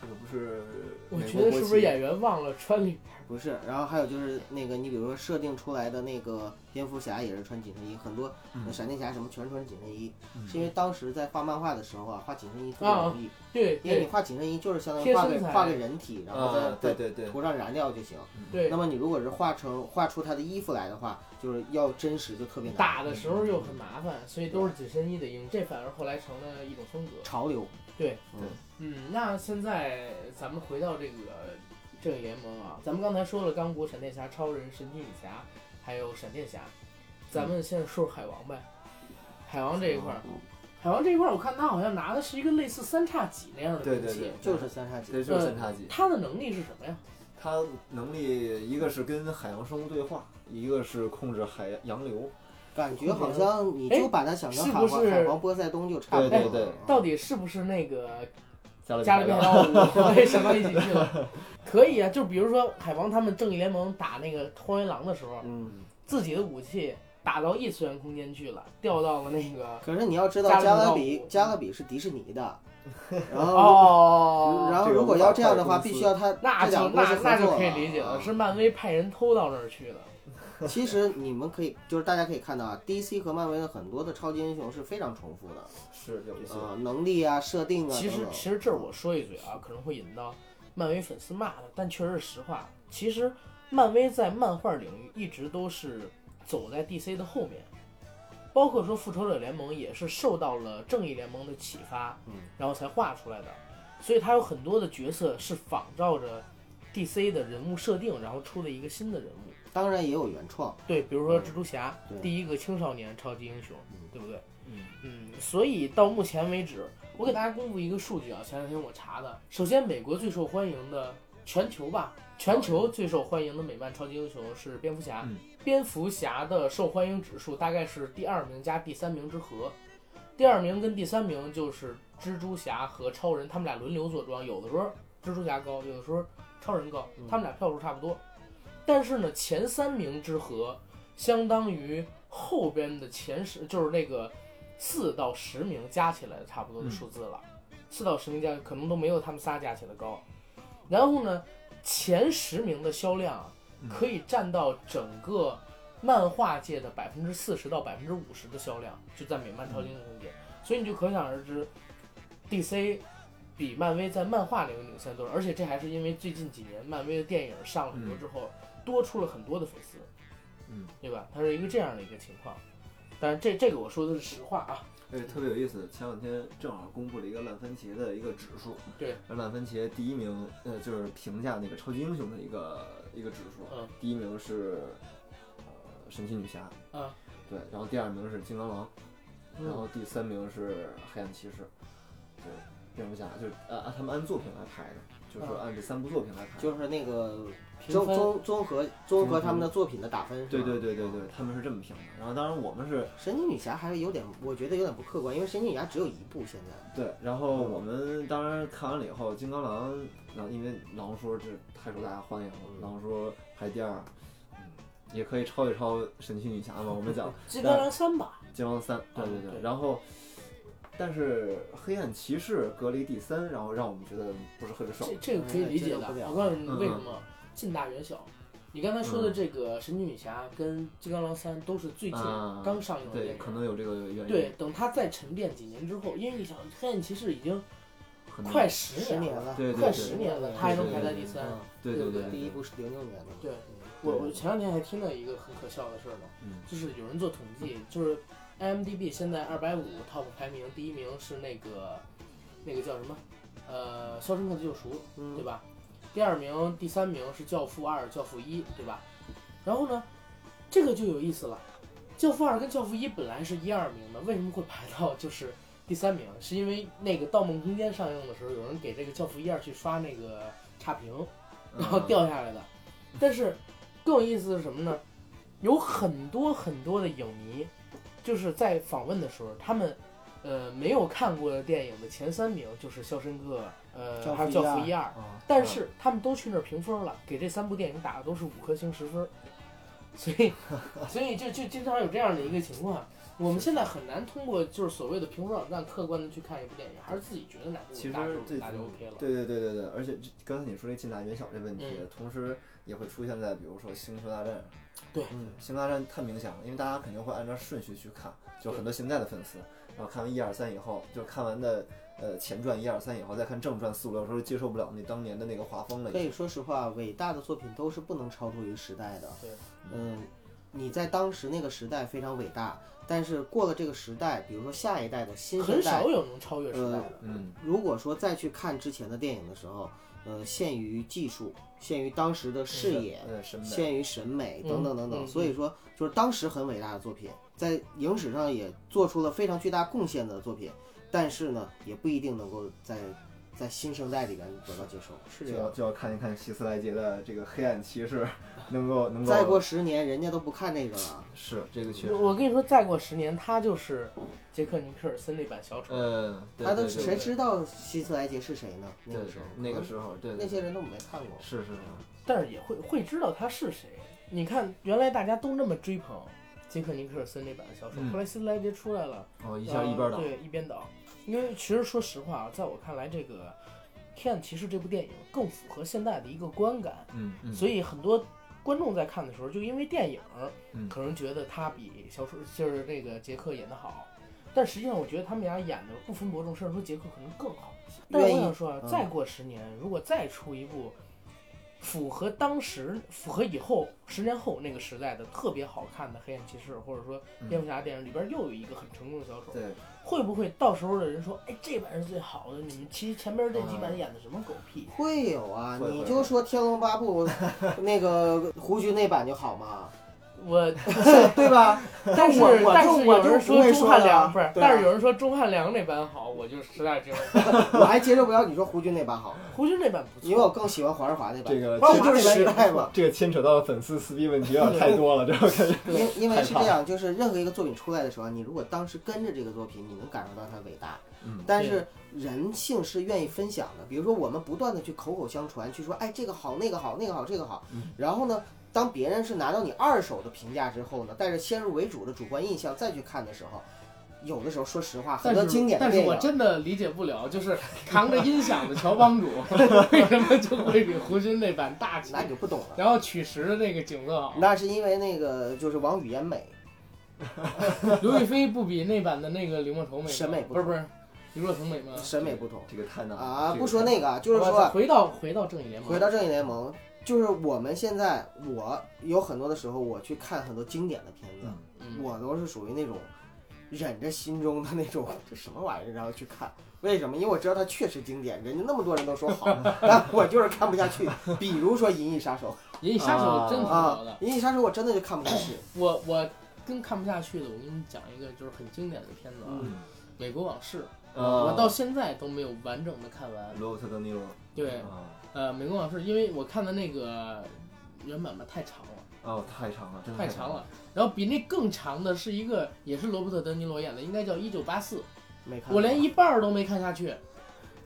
[SPEAKER 5] 这个不是
[SPEAKER 1] 我
[SPEAKER 5] 美
[SPEAKER 1] 觉
[SPEAKER 5] 国
[SPEAKER 1] 得
[SPEAKER 5] 国
[SPEAKER 1] 是不是
[SPEAKER 5] 旗
[SPEAKER 1] 演员忘了穿里边儿？
[SPEAKER 3] 不是，然后还有就是那个，你比如说设定出来的那个蝙蝠侠也是穿紧身衣，很多
[SPEAKER 9] 嗯
[SPEAKER 3] 闪电侠什么全是穿紧身衣，是因为当时在画漫画的时候啊，画紧身衣特别
[SPEAKER 1] 啊
[SPEAKER 3] 容易，
[SPEAKER 1] 对
[SPEAKER 3] 因为你
[SPEAKER 1] 对
[SPEAKER 3] 画紧身衣就是相当于
[SPEAKER 1] 贴
[SPEAKER 3] 画
[SPEAKER 1] 身
[SPEAKER 3] 个
[SPEAKER 1] 材
[SPEAKER 3] 画个人体，然
[SPEAKER 1] 呃
[SPEAKER 3] 后
[SPEAKER 5] 啊，
[SPEAKER 3] 再
[SPEAKER 5] 对
[SPEAKER 3] 在
[SPEAKER 5] 对对，
[SPEAKER 3] 涂上燃料就行。那
[SPEAKER 1] 对，
[SPEAKER 3] 么你如果是画成画出他的衣服来的话，就是要真实就特别难。
[SPEAKER 1] 打的时候又很麻烦，所以都是紧身衣的应，这反而后来成了一种风格。
[SPEAKER 3] 潮流，
[SPEAKER 1] 对，
[SPEAKER 3] 嗯，
[SPEAKER 1] 嗯，那现在咱们回到这个正义联盟啊，咱们刚才说了钢骨、闪电侠、超人、神奇女侠，还有闪电侠，咱们现在说说海王呗。海王这一块儿，
[SPEAKER 5] 嗯
[SPEAKER 1] 海王这一块儿，我看他好像拿的是一个类似三叉戟那样的
[SPEAKER 5] 对
[SPEAKER 1] 武
[SPEAKER 5] 对
[SPEAKER 1] 器，
[SPEAKER 5] 对
[SPEAKER 3] 就是三叉戟。
[SPEAKER 5] 这就是
[SPEAKER 1] 嗯
[SPEAKER 5] 三叉戟。
[SPEAKER 1] 他的能力是什么呀？
[SPEAKER 5] 它能力一个是跟海洋生物对话，一个是控制海洋流。
[SPEAKER 3] 感觉好像你就把它想成
[SPEAKER 1] 哎
[SPEAKER 3] 海王
[SPEAKER 1] 是不是
[SPEAKER 3] 海王波塞冬就差不多
[SPEAKER 5] 对
[SPEAKER 3] 了。
[SPEAKER 5] 对对
[SPEAKER 1] 到底是不是那个
[SPEAKER 5] 加
[SPEAKER 1] 加
[SPEAKER 5] 了
[SPEAKER 1] 勒
[SPEAKER 5] 比
[SPEAKER 1] 比海
[SPEAKER 5] 海
[SPEAKER 1] 盗五？我也想到一起去了。可以啊，就比如说海王他们正义联盟打那个荒原狼的时候，
[SPEAKER 3] 嗯，
[SPEAKER 1] 自己的武器打到异次元空间去了，掉到了那个
[SPEAKER 3] 可是你要知道，
[SPEAKER 1] 加
[SPEAKER 3] 加
[SPEAKER 1] 勒
[SPEAKER 3] 勒
[SPEAKER 1] 比
[SPEAKER 3] 比加勒比是迪士尼 的，然后嗯
[SPEAKER 1] 哦，
[SPEAKER 3] 然后
[SPEAKER 5] 这个
[SPEAKER 3] 如果
[SPEAKER 5] 无法
[SPEAKER 3] 要这样的话，
[SPEAKER 5] 跨公司
[SPEAKER 3] 必须要他
[SPEAKER 1] 那
[SPEAKER 3] 这
[SPEAKER 1] 就
[SPEAKER 3] 两
[SPEAKER 1] 那
[SPEAKER 3] 个公司
[SPEAKER 1] 那就
[SPEAKER 3] 合作
[SPEAKER 1] 可以理解了，
[SPEAKER 3] 啊
[SPEAKER 1] 是漫威派人偷到那儿去的。
[SPEAKER 3] 其实你们可以，就是大家可以看到啊，DC 和漫威的很多的超级英雄是非常重复的，
[SPEAKER 5] 是有一些，
[SPEAKER 3] 呃，能力啊、设定啊
[SPEAKER 1] 其
[SPEAKER 3] 等
[SPEAKER 1] 实
[SPEAKER 3] 等。
[SPEAKER 1] 其实这儿我说一嘴啊，可能会引到漫威粉丝骂的，但确实是实话。其实漫威在漫画领域一直都是走在 DC 的后面，包括说复仇者联盟也是受到了正义联盟的启发，
[SPEAKER 3] 嗯，
[SPEAKER 1] 然后才画出来的。所以它有很多的角色是仿照着 DC 的人物设定，然后出了一个新的人物。
[SPEAKER 3] 当然也有原创，
[SPEAKER 1] 对，比如说蜘蛛侠，
[SPEAKER 3] 嗯对
[SPEAKER 1] 第一个青少年超级英雄，
[SPEAKER 3] 嗯
[SPEAKER 1] 对不对？
[SPEAKER 5] 嗯
[SPEAKER 1] 所以到目前为止，我给大家公布一个数据啊，前两天我查的。首先，美国最受欢迎的全球吧，全球
[SPEAKER 3] 嗯
[SPEAKER 1] 最受欢迎的美漫超级英雄是蝙蝠侠，
[SPEAKER 5] 嗯
[SPEAKER 1] 蝙蝠侠的受欢迎指数大概是第二名加第三名之和，第二名跟第三名就是蜘蛛侠和超人，他们俩轮流坐庄，有的时候蜘蛛侠高，有的时候超人高，他们俩票数差不多。但是呢，前三名之和相当于后边的前十，就是那个四到十名加起来的差不多的数字了。四到十名加可能都没有他们仨加起来高。然后呢，前十名的销量啊，
[SPEAKER 5] 嗯
[SPEAKER 1] 可以占到整个漫画界的百分之四十到百分之五十的销量，就在美漫超级英雄界。所以你就可想而知，DC 比漫威在漫画领域领先多少，而且这还是因为最近几年漫威的电影上了很多之后，多出了很多的粉丝，
[SPEAKER 5] 嗯，
[SPEAKER 1] 对吧？它是一个这样的一个情况。但是这这个我说的是实话啊，
[SPEAKER 5] 而且特别有意思。前两天正好公布了一个烂番茄的一个指数，
[SPEAKER 1] 对，
[SPEAKER 5] 烂番茄第一名，呃，就是评价那个超级英雄的一个一个指数，啊
[SPEAKER 1] 嗯，
[SPEAKER 5] 第一名是呃神奇女侠，
[SPEAKER 1] 嗯，
[SPEAKER 5] 对，然后第二名是金刚狼，然后第三名是黑暗骑士，对，蝙蝠侠就是按按他们按作品来排的，就是按这三部作品来排的，
[SPEAKER 3] 就是那个
[SPEAKER 1] 评
[SPEAKER 3] 综
[SPEAKER 1] 分
[SPEAKER 3] 综综合综合他们的作品的打分。是
[SPEAKER 5] 对
[SPEAKER 3] 吧
[SPEAKER 5] 对对对对，他们是这么评的。然后当然我们是
[SPEAKER 3] 神奇女侠还是有点，我觉得有点不客观，因为神奇女侠只有一部现在。
[SPEAKER 5] 对，然后我们当然看完了以后，金刚狼，然后因为狼叔这太受大家欢迎了，狼叔排第二，嗯，也可以超一超神奇女侠嘛。我们讲
[SPEAKER 1] 金刚狼三吧，
[SPEAKER 5] 金刚狼三，对对
[SPEAKER 1] 啊
[SPEAKER 5] 对，
[SPEAKER 1] 对
[SPEAKER 5] 然后。但是黑暗骑士隔离第三，然后让我们觉得不是特别爽
[SPEAKER 1] 这。这个可以
[SPEAKER 5] 嗯
[SPEAKER 1] 理解的。
[SPEAKER 3] 哎这个
[SPEAKER 1] 我告诉你为什么，近大远小。你刚才说
[SPEAKER 5] 嗯
[SPEAKER 1] 的这个《神奇女侠》跟《金刚狼三》都是最近
[SPEAKER 5] 啊
[SPEAKER 1] 刚上映的电
[SPEAKER 5] 对，
[SPEAKER 1] 影，
[SPEAKER 5] 可能有这个原因。
[SPEAKER 1] 对，等它再沉淀几年之后，因为你想，《黑暗骑士》已经
[SPEAKER 5] 可能
[SPEAKER 1] 快
[SPEAKER 3] 十
[SPEAKER 1] 十
[SPEAKER 3] 年
[SPEAKER 1] 了，
[SPEAKER 3] 了，
[SPEAKER 5] 对对
[SPEAKER 1] 快
[SPEAKER 5] 对
[SPEAKER 1] 十年了，它还能排在第三。
[SPEAKER 3] 嗯
[SPEAKER 5] 对对对，
[SPEAKER 3] 第一部是零六年的嘛。
[SPEAKER 1] 对
[SPEAKER 3] 嗯
[SPEAKER 1] 我我前两天还听到一个很可笑的事儿嘛，
[SPEAKER 5] 嗯
[SPEAKER 1] 就是有人做统计，就是 IMDB 现在二百五 top 排名，第一名是那个那个叫什么？呃，《肖申克的救赎》，
[SPEAKER 3] 嗯
[SPEAKER 1] 对吧？第二名、第三名是《教父二》《教父一》，对吧？然后呢，这个就有意思了，《教父二》跟《教父一》本来是一二名的，为什么会排到就是第三名？是因为那个《盗梦空间》上映的时候，有人给这个《教父一二》去刷那个差评，然
[SPEAKER 5] 嗯
[SPEAKER 1] 后掉下来的。但是更有意思的是什么呢？有很多很多的影迷，就是在访问的时候，他们呃没有看过的电影的前三名就是《肖申克》，呃，还有《
[SPEAKER 5] 教
[SPEAKER 1] 教
[SPEAKER 5] 父
[SPEAKER 1] 父》
[SPEAKER 5] 一
[SPEAKER 1] 一二。
[SPEAKER 5] 啊，
[SPEAKER 1] 但是他们都去那儿评分了，给这三部电影打的都是五颗星十分，所 以所以就就经常有这样的一个情况。我们现在很难通过就是所谓的评分网站客观的去看一部电影，还是自己觉得哪部
[SPEAKER 5] 其实
[SPEAKER 1] 打就
[SPEAKER 5] 这
[SPEAKER 1] 打就 OK 了。
[SPEAKER 5] 对对对对对，而且这刚才你说这近大远小这问题，
[SPEAKER 1] 嗯
[SPEAKER 5] 同时也会出现在比如说《星球大战》。
[SPEAKER 1] 对
[SPEAKER 5] 嗯，《星球大战》太明显了，因为大家肯定会按照顺序去看，就很多现在的粉丝，然后看完一二三以后，就看完的呃前传一二三以后，再看正传四五六，时候接受不了那当年的那个画风了已
[SPEAKER 3] 可
[SPEAKER 5] 经。
[SPEAKER 3] 以说实话，伟大的作品都是不能超脱于时代的。
[SPEAKER 1] 对，
[SPEAKER 3] 嗯，你在当时那个时代非常伟大，但是过了这个时代，比如说下一代的新时
[SPEAKER 1] 很
[SPEAKER 3] 代
[SPEAKER 1] 少，有能超越时代的。
[SPEAKER 5] 嗯，
[SPEAKER 3] 如果说再去看之前的电影的时候，呃，限于技术，限于当时的视野，
[SPEAKER 5] 呃审美。
[SPEAKER 3] 限于审美等等等等，
[SPEAKER 1] 嗯嗯
[SPEAKER 3] 所以说就是当时很伟大的作品，在影史上也做出了非常巨大贡献的作品，但是呢，也不一定能够在在新生代里边得到接受，是
[SPEAKER 5] 就
[SPEAKER 3] 这
[SPEAKER 5] 要
[SPEAKER 3] 样。
[SPEAKER 5] 就要看一看希斯莱杰的这个黑暗骑士，能够能够
[SPEAKER 3] 再过十年，人家都不看这个了。
[SPEAKER 5] 是这个确实
[SPEAKER 1] 我，我跟你说，再过十年，他就是杰克尼克尔森那版小丑。
[SPEAKER 5] 嗯，对
[SPEAKER 3] 他都
[SPEAKER 5] 对对
[SPEAKER 3] 谁
[SPEAKER 5] 对
[SPEAKER 3] 知道希斯莱杰是谁呢？那
[SPEAKER 5] 对
[SPEAKER 3] 个时候，
[SPEAKER 5] 那个时候，对
[SPEAKER 3] 那
[SPEAKER 5] 对
[SPEAKER 3] 些
[SPEAKER 5] 对，
[SPEAKER 3] 人都没看过。
[SPEAKER 5] 是是是，
[SPEAKER 1] 但是也会会知道他是谁。你看，原来大家都那么追捧杰克尼克尔森那版的小丑，
[SPEAKER 5] 嗯
[SPEAKER 1] 后来辛莱杰出来了，
[SPEAKER 5] 哦，一下一边
[SPEAKER 1] 呃
[SPEAKER 5] 倒，
[SPEAKER 1] 对，一边倒。因为其实说实话啊，在我看来，这个《黑暗骑士》这部电影更符合现在的一个观感，
[SPEAKER 5] 嗯嗯，
[SPEAKER 1] 所以很多观众在看的时候，就因为电影
[SPEAKER 5] 嗯，
[SPEAKER 1] 可能觉得他比小丑就是这个杰克演得好。但实际上，我觉得他们俩演的不分伯仲，甚至说杰克可能更好一些。但是
[SPEAKER 3] 愿
[SPEAKER 1] 我
[SPEAKER 3] 意
[SPEAKER 1] 想说啊，
[SPEAKER 3] 嗯
[SPEAKER 1] 再过十年，如果再出一部符合当时、符合以后十年后那个时代的特别好看的《黑暗骑士》，或者说
[SPEAKER 5] 嗯
[SPEAKER 1] 蝙蝠侠电影里边又有一个很成功的小丑，
[SPEAKER 5] 对，
[SPEAKER 1] 会不会到时候的人说，哎，这版是最好的？你们其实前边这几
[SPEAKER 5] 啊
[SPEAKER 1] 版演的什么狗屁？
[SPEAKER 3] 会有啊，
[SPEAKER 5] 会
[SPEAKER 3] 你
[SPEAKER 5] 会
[SPEAKER 3] 就说《天龙八 部》那个胡须那版就好嘛，
[SPEAKER 1] 我，
[SPEAKER 3] 对吧？
[SPEAKER 1] 但是
[SPEAKER 3] 我我
[SPEAKER 1] 但
[SPEAKER 3] 就是我
[SPEAKER 1] 有
[SPEAKER 3] 就
[SPEAKER 1] 人
[SPEAKER 3] 不会
[SPEAKER 1] 钟
[SPEAKER 3] 说
[SPEAKER 1] 汉
[SPEAKER 3] 了
[SPEAKER 1] 良不是，
[SPEAKER 3] 对啊
[SPEAKER 1] 但是有人说钟汉良那版好，我就实在接受不了。
[SPEAKER 3] 我还接受不了你说 胡军那版好，
[SPEAKER 1] 胡军那版不
[SPEAKER 3] 因为我
[SPEAKER 1] 错，
[SPEAKER 3] 更喜欢黄日华那版。
[SPEAKER 5] 这个
[SPEAKER 3] 这
[SPEAKER 5] 这
[SPEAKER 3] 就是时
[SPEAKER 5] 个
[SPEAKER 3] 代嘛。
[SPEAKER 5] 这个牵扯到粉丝撕逼问题有点太多了，这个感觉。
[SPEAKER 3] 因因
[SPEAKER 5] 害
[SPEAKER 3] 为
[SPEAKER 5] 怕
[SPEAKER 3] 是这样，就是任何一个作品出来的时候，你如果当时跟着这个作品，你能感受到它伟大。
[SPEAKER 5] 嗯
[SPEAKER 3] 但是人性是愿意分享的，比如说我们不断的去口口相传，去说哎这个好那个好那个好这个好
[SPEAKER 5] 嗯，
[SPEAKER 3] 然后呢，当别人是拿到你二手的评价之后呢，带着先入为主的主观印象再去看的时候，有的时候说实话，很
[SPEAKER 1] 但
[SPEAKER 3] 多
[SPEAKER 1] 是
[SPEAKER 3] 经典的
[SPEAKER 1] 但是
[SPEAKER 3] 电
[SPEAKER 1] 我
[SPEAKER 3] 影。
[SPEAKER 1] 真的理解不了，就是扛着音响的乔帮主 为什么就会比胡军那版大气
[SPEAKER 3] 那，你就不懂了，
[SPEAKER 1] 然后取食的那个景色好，
[SPEAKER 3] 那是因为那个就是王语嫣美，
[SPEAKER 1] 刘亦菲不比那版的那个刘莫愁美吗，
[SPEAKER 3] 审美不
[SPEAKER 1] 不是不是，刘若彤美吗？
[SPEAKER 3] 审美不同
[SPEAKER 5] 这个太难了
[SPEAKER 3] 啊。
[SPEAKER 5] 这
[SPEAKER 3] 不说那个啊，就是
[SPEAKER 1] 我
[SPEAKER 3] 说
[SPEAKER 1] 操
[SPEAKER 3] 啊
[SPEAKER 1] 回到回到正义联盟，
[SPEAKER 3] 回到正义联盟，就是我们现在我有很多的时候，我去看很多经典的片子，
[SPEAKER 5] 嗯
[SPEAKER 1] 嗯
[SPEAKER 3] 我都是属于那种忍着心中的那种这什么玩意儿，然后去看。为什么？因为我知道它确实经典，人家那么多人都说好，但我就是看不下去。比如说《银翼杀手
[SPEAKER 1] 银翼杀手真》挺嗯好的
[SPEAKER 3] 啊，，《银翼杀手》我真的就看不下去。
[SPEAKER 1] 我我跟看不下去的，我给你讲一个就是很经典的片子啊，
[SPEAKER 3] 嗯呃
[SPEAKER 1] 美国往事》，
[SPEAKER 5] 啊
[SPEAKER 1] 我到现在都没有完整的看完。
[SPEAKER 5] 罗伯特·德尼罗，
[SPEAKER 1] 对，
[SPEAKER 5] 啊
[SPEAKER 1] 呃，《美国往事》，因为我看的那个原版吧太长了，
[SPEAKER 5] 哦，太长了，真的
[SPEAKER 1] 太
[SPEAKER 5] 长
[SPEAKER 1] 长了。。然后比那更长的是一个，也是罗伯特·德尼罗演的，应该叫《一九八四》，
[SPEAKER 3] 没看过，
[SPEAKER 1] 我连一半儿都没看下去。
[SPEAKER 5] 嗯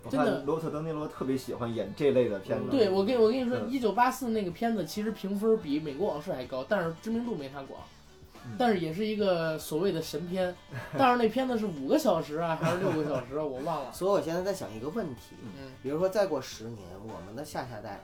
[SPEAKER 5] 我
[SPEAKER 1] 真的
[SPEAKER 5] 看罗伯特·德尼罗特别喜欢演这类的片子。
[SPEAKER 1] 对我跟我跟你说，《
[SPEAKER 5] 嗯
[SPEAKER 1] 一九八四》那个片子其实评分比《美国往事》还高，但是知名度没它广
[SPEAKER 5] 嗯。
[SPEAKER 1] 但是也是一个所谓的神 片，但是那片子是五个小时啊，还是六个小时啊，我忘了。
[SPEAKER 3] 所以我现在在想一个问题，
[SPEAKER 1] 嗯，
[SPEAKER 3] 比如说再过十年，我们的下下代，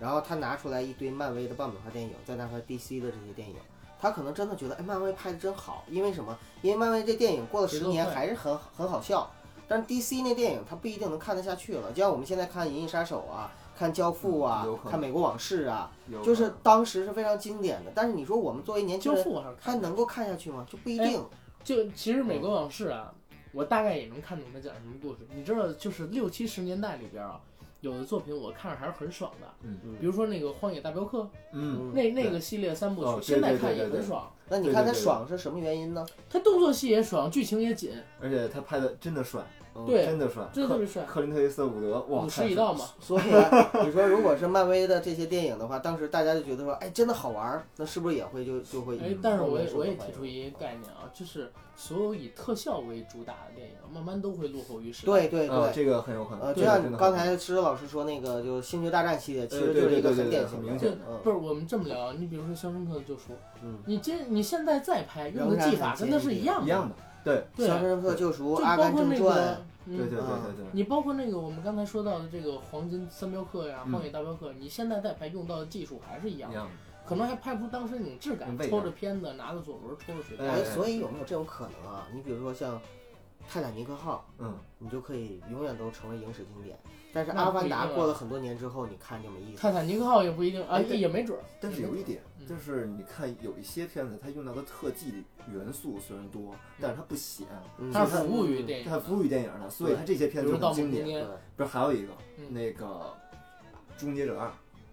[SPEAKER 3] 然后他拿出来一堆漫威的爆米花电影，再拿出来 DC 的这些电影，他可能真的觉得，哎，漫威拍的真好，因为什么？因为漫威这电影过了十年
[SPEAKER 1] 节奏快
[SPEAKER 3] 还是很很好笑，但是 DC 那电影他不一定能看得下去了。就像我们现在看《银翼杀手》啊，看《教父》啊
[SPEAKER 5] 嗯有可，能
[SPEAKER 3] 看《美国往事》啊，
[SPEAKER 5] 有可能
[SPEAKER 3] 就是当时是非常经典的。但是你说我们作为年轻
[SPEAKER 1] 教
[SPEAKER 3] 人，
[SPEAKER 1] 父哎我还是
[SPEAKER 3] 还
[SPEAKER 1] 看的。
[SPEAKER 3] 能够看下去吗？就不一定。
[SPEAKER 1] 就其实《
[SPEAKER 5] 嗯
[SPEAKER 1] 美国往事》啊，我大概也能看懂他讲什么故事。你知道，就是六七十年代里边啊，有的作品我看着还是很爽的，
[SPEAKER 3] 嗯
[SPEAKER 1] 比如说那个《荒野大镖客》
[SPEAKER 5] 嗯，
[SPEAKER 1] 那
[SPEAKER 5] 对
[SPEAKER 1] 那个系列三部
[SPEAKER 5] 哦
[SPEAKER 1] 曲，
[SPEAKER 5] 对
[SPEAKER 1] 现在看
[SPEAKER 5] 对对
[SPEAKER 1] 也
[SPEAKER 5] 对
[SPEAKER 1] 很
[SPEAKER 5] 对
[SPEAKER 1] 爽。
[SPEAKER 3] 那你
[SPEAKER 5] 对
[SPEAKER 3] 看
[SPEAKER 5] 对
[SPEAKER 3] 他
[SPEAKER 5] 对
[SPEAKER 3] 爽是什么原因呢？
[SPEAKER 1] 他动作戏也爽，剧情也紧，
[SPEAKER 5] 而且他拍的真的帅，嗯
[SPEAKER 1] 对
[SPEAKER 5] 真的帅，
[SPEAKER 1] 真的特别帅
[SPEAKER 5] 克克林特·伊斯特伍德，哇，
[SPEAKER 1] 武
[SPEAKER 5] 太
[SPEAKER 1] 士一
[SPEAKER 5] 帅了
[SPEAKER 1] 道嘛，
[SPEAKER 3] 所以啊，你说如果是漫威的这些电影的话，当时大家就觉得说，哎，真的好玩儿，那是不是也会就就会？
[SPEAKER 1] 哎，但是我也
[SPEAKER 3] 受
[SPEAKER 1] 我也
[SPEAKER 3] 欢
[SPEAKER 1] 提
[SPEAKER 3] 迎
[SPEAKER 1] 出一个概念啊，就是所有以特效为主打的电影，慢慢都会落后于时代。
[SPEAKER 3] 对对
[SPEAKER 5] 啊，
[SPEAKER 3] 对，
[SPEAKER 5] 这个很有可能。
[SPEAKER 3] 呃，就
[SPEAKER 5] 这个
[SPEAKER 3] 像
[SPEAKER 5] 真
[SPEAKER 3] 你
[SPEAKER 5] 的
[SPEAKER 3] 刚
[SPEAKER 5] 很有可能
[SPEAKER 3] 才石头老师说那个，就是《星球大战》系列，其
[SPEAKER 5] 呃
[SPEAKER 3] 实
[SPEAKER 5] 对
[SPEAKER 3] 就是
[SPEAKER 5] 对
[SPEAKER 3] 一个
[SPEAKER 5] 对对
[SPEAKER 3] 很典
[SPEAKER 5] 对
[SPEAKER 3] 型
[SPEAKER 5] 很
[SPEAKER 3] 的，
[SPEAKER 5] 明
[SPEAKER 1] 这
[SPEAKER 5] 显
[SPEAKER 3] 嗯
[SPEAKER 1] 不是我们这么聊，你比如说《肖申克的救赎》，
[SPEAKER 5] 嗯
[SPEAKER 1] 你今你现在再拍用
[SPEAKER 3] 仍
[SPEAKER 1] 的
[SPEAKER 3] 然
[SPEAKER 1] 技法
[SPEAKER 3] 很
[SPEAKER 1] 跟它
[SPEAKER 3] 接
[SPEAKER 1] 是
[SPEAKER 3] 近
[SPEAKER 1] 一样
[SPEAKER 5] 一
[SPEAKER 1] 的，
[SPEAKER 5] 样的，对
[SPEAKER 3] 《
[SPEAKER 1] 对，
[SPEAKER 3] 肖申克的救赎》
[SPEAKER 1] 就
[SPEAKER 3] 《阿
[SPEAKER 1] 包
[SPEAKER 3] 甘
[SPEAKER 1] 括
[SPEAKER 3] 正
[SPEAKER 1] 那
[SPEAKER 3] 传》
[SPEAKER 1] 个，
[SPEAKER 5] 对对
[SPEAKER 1] 嗯，
[SPEAKER 3] 嗯
[SPEAKER 5] 对对对对，
[SPEAKER 1] 你包括那个我们刚才说到的这个黄金三镖客呀、
[SPEAKER 5] 嗯
[SPEAKER 1] 荒野大镖客，你现在再拍用到的技术还是一样
[SPEAKER 3] 啊
[SPEAKER 5] 一
[SPEAKER 1] 的，
[SPEAKER 5] 样
[SPEAKER 1] 可能还拍不出当时那种质感，
[SPEAKER 5] 味
[SPEAKER 1] 抽
[SPEAKER 5] 道
[SPEAKER 1] 着片子，拿着左轮，抽着水
[SPEAKER 5] 哎
[SPEAKER 3] 哎，
[SPEAKER 1] 弹。
[SPEAKER 3] 所以有没有这种可能啊？你比如说像《泰坦尼克号》，
[SPEAKER 5] 的，嗯，
[SPEAKER 3] 你就可以永远都成为影史经典。但是《
[SPEAKER 1] 那
[SPEAKER 3] 阿
[SPEAKER 1] 不
[SPEAKER 3] 凡
[SPEAKER 1] 一
[SPEAKER 3] 达
[SPEAKER 1] 定》啊
[SPEAKER 3] 过了很多年之后，你看就没意思。
[SPEAKER 1] 泰坦尼克号也不一定啊，
[SPEAKER 5] 哎对
[SPEAKER 1] 也没准儿。
[SPEAKER 5] 但是有一点
[SPEAKER 1] 嗯，
[SPEAKER 5] 就是你看有一些片子，它用到的特技元素虽然多，但是它不显，
[SPEAKER 3] 嗯
[SPEAKER 1] 它是服务于电影
[SPEAKER 5] 它
[SPEAKER 1] 的，
[SPEAKER 5] 服务于电影的，所以它这些
[SPEAKER 1] 比
[SPEAKER 5] 片子
[SPEAKER 1] 如
[SPEAKER 5] 就
[SPEAKER 1] 《盗
[SPEAKER 5] 很
[SPEAKER 1] 梦空
[SPEAKER 5] 经
[SPEAKER 1] 间
[SPEAKER 5] 典。》
[SPEAKER 3] 对
[SPEAKER 5] 不是还有一个
[SPEAKER 1] 嗯
[SPEAKER 5] 那个《终结者二》，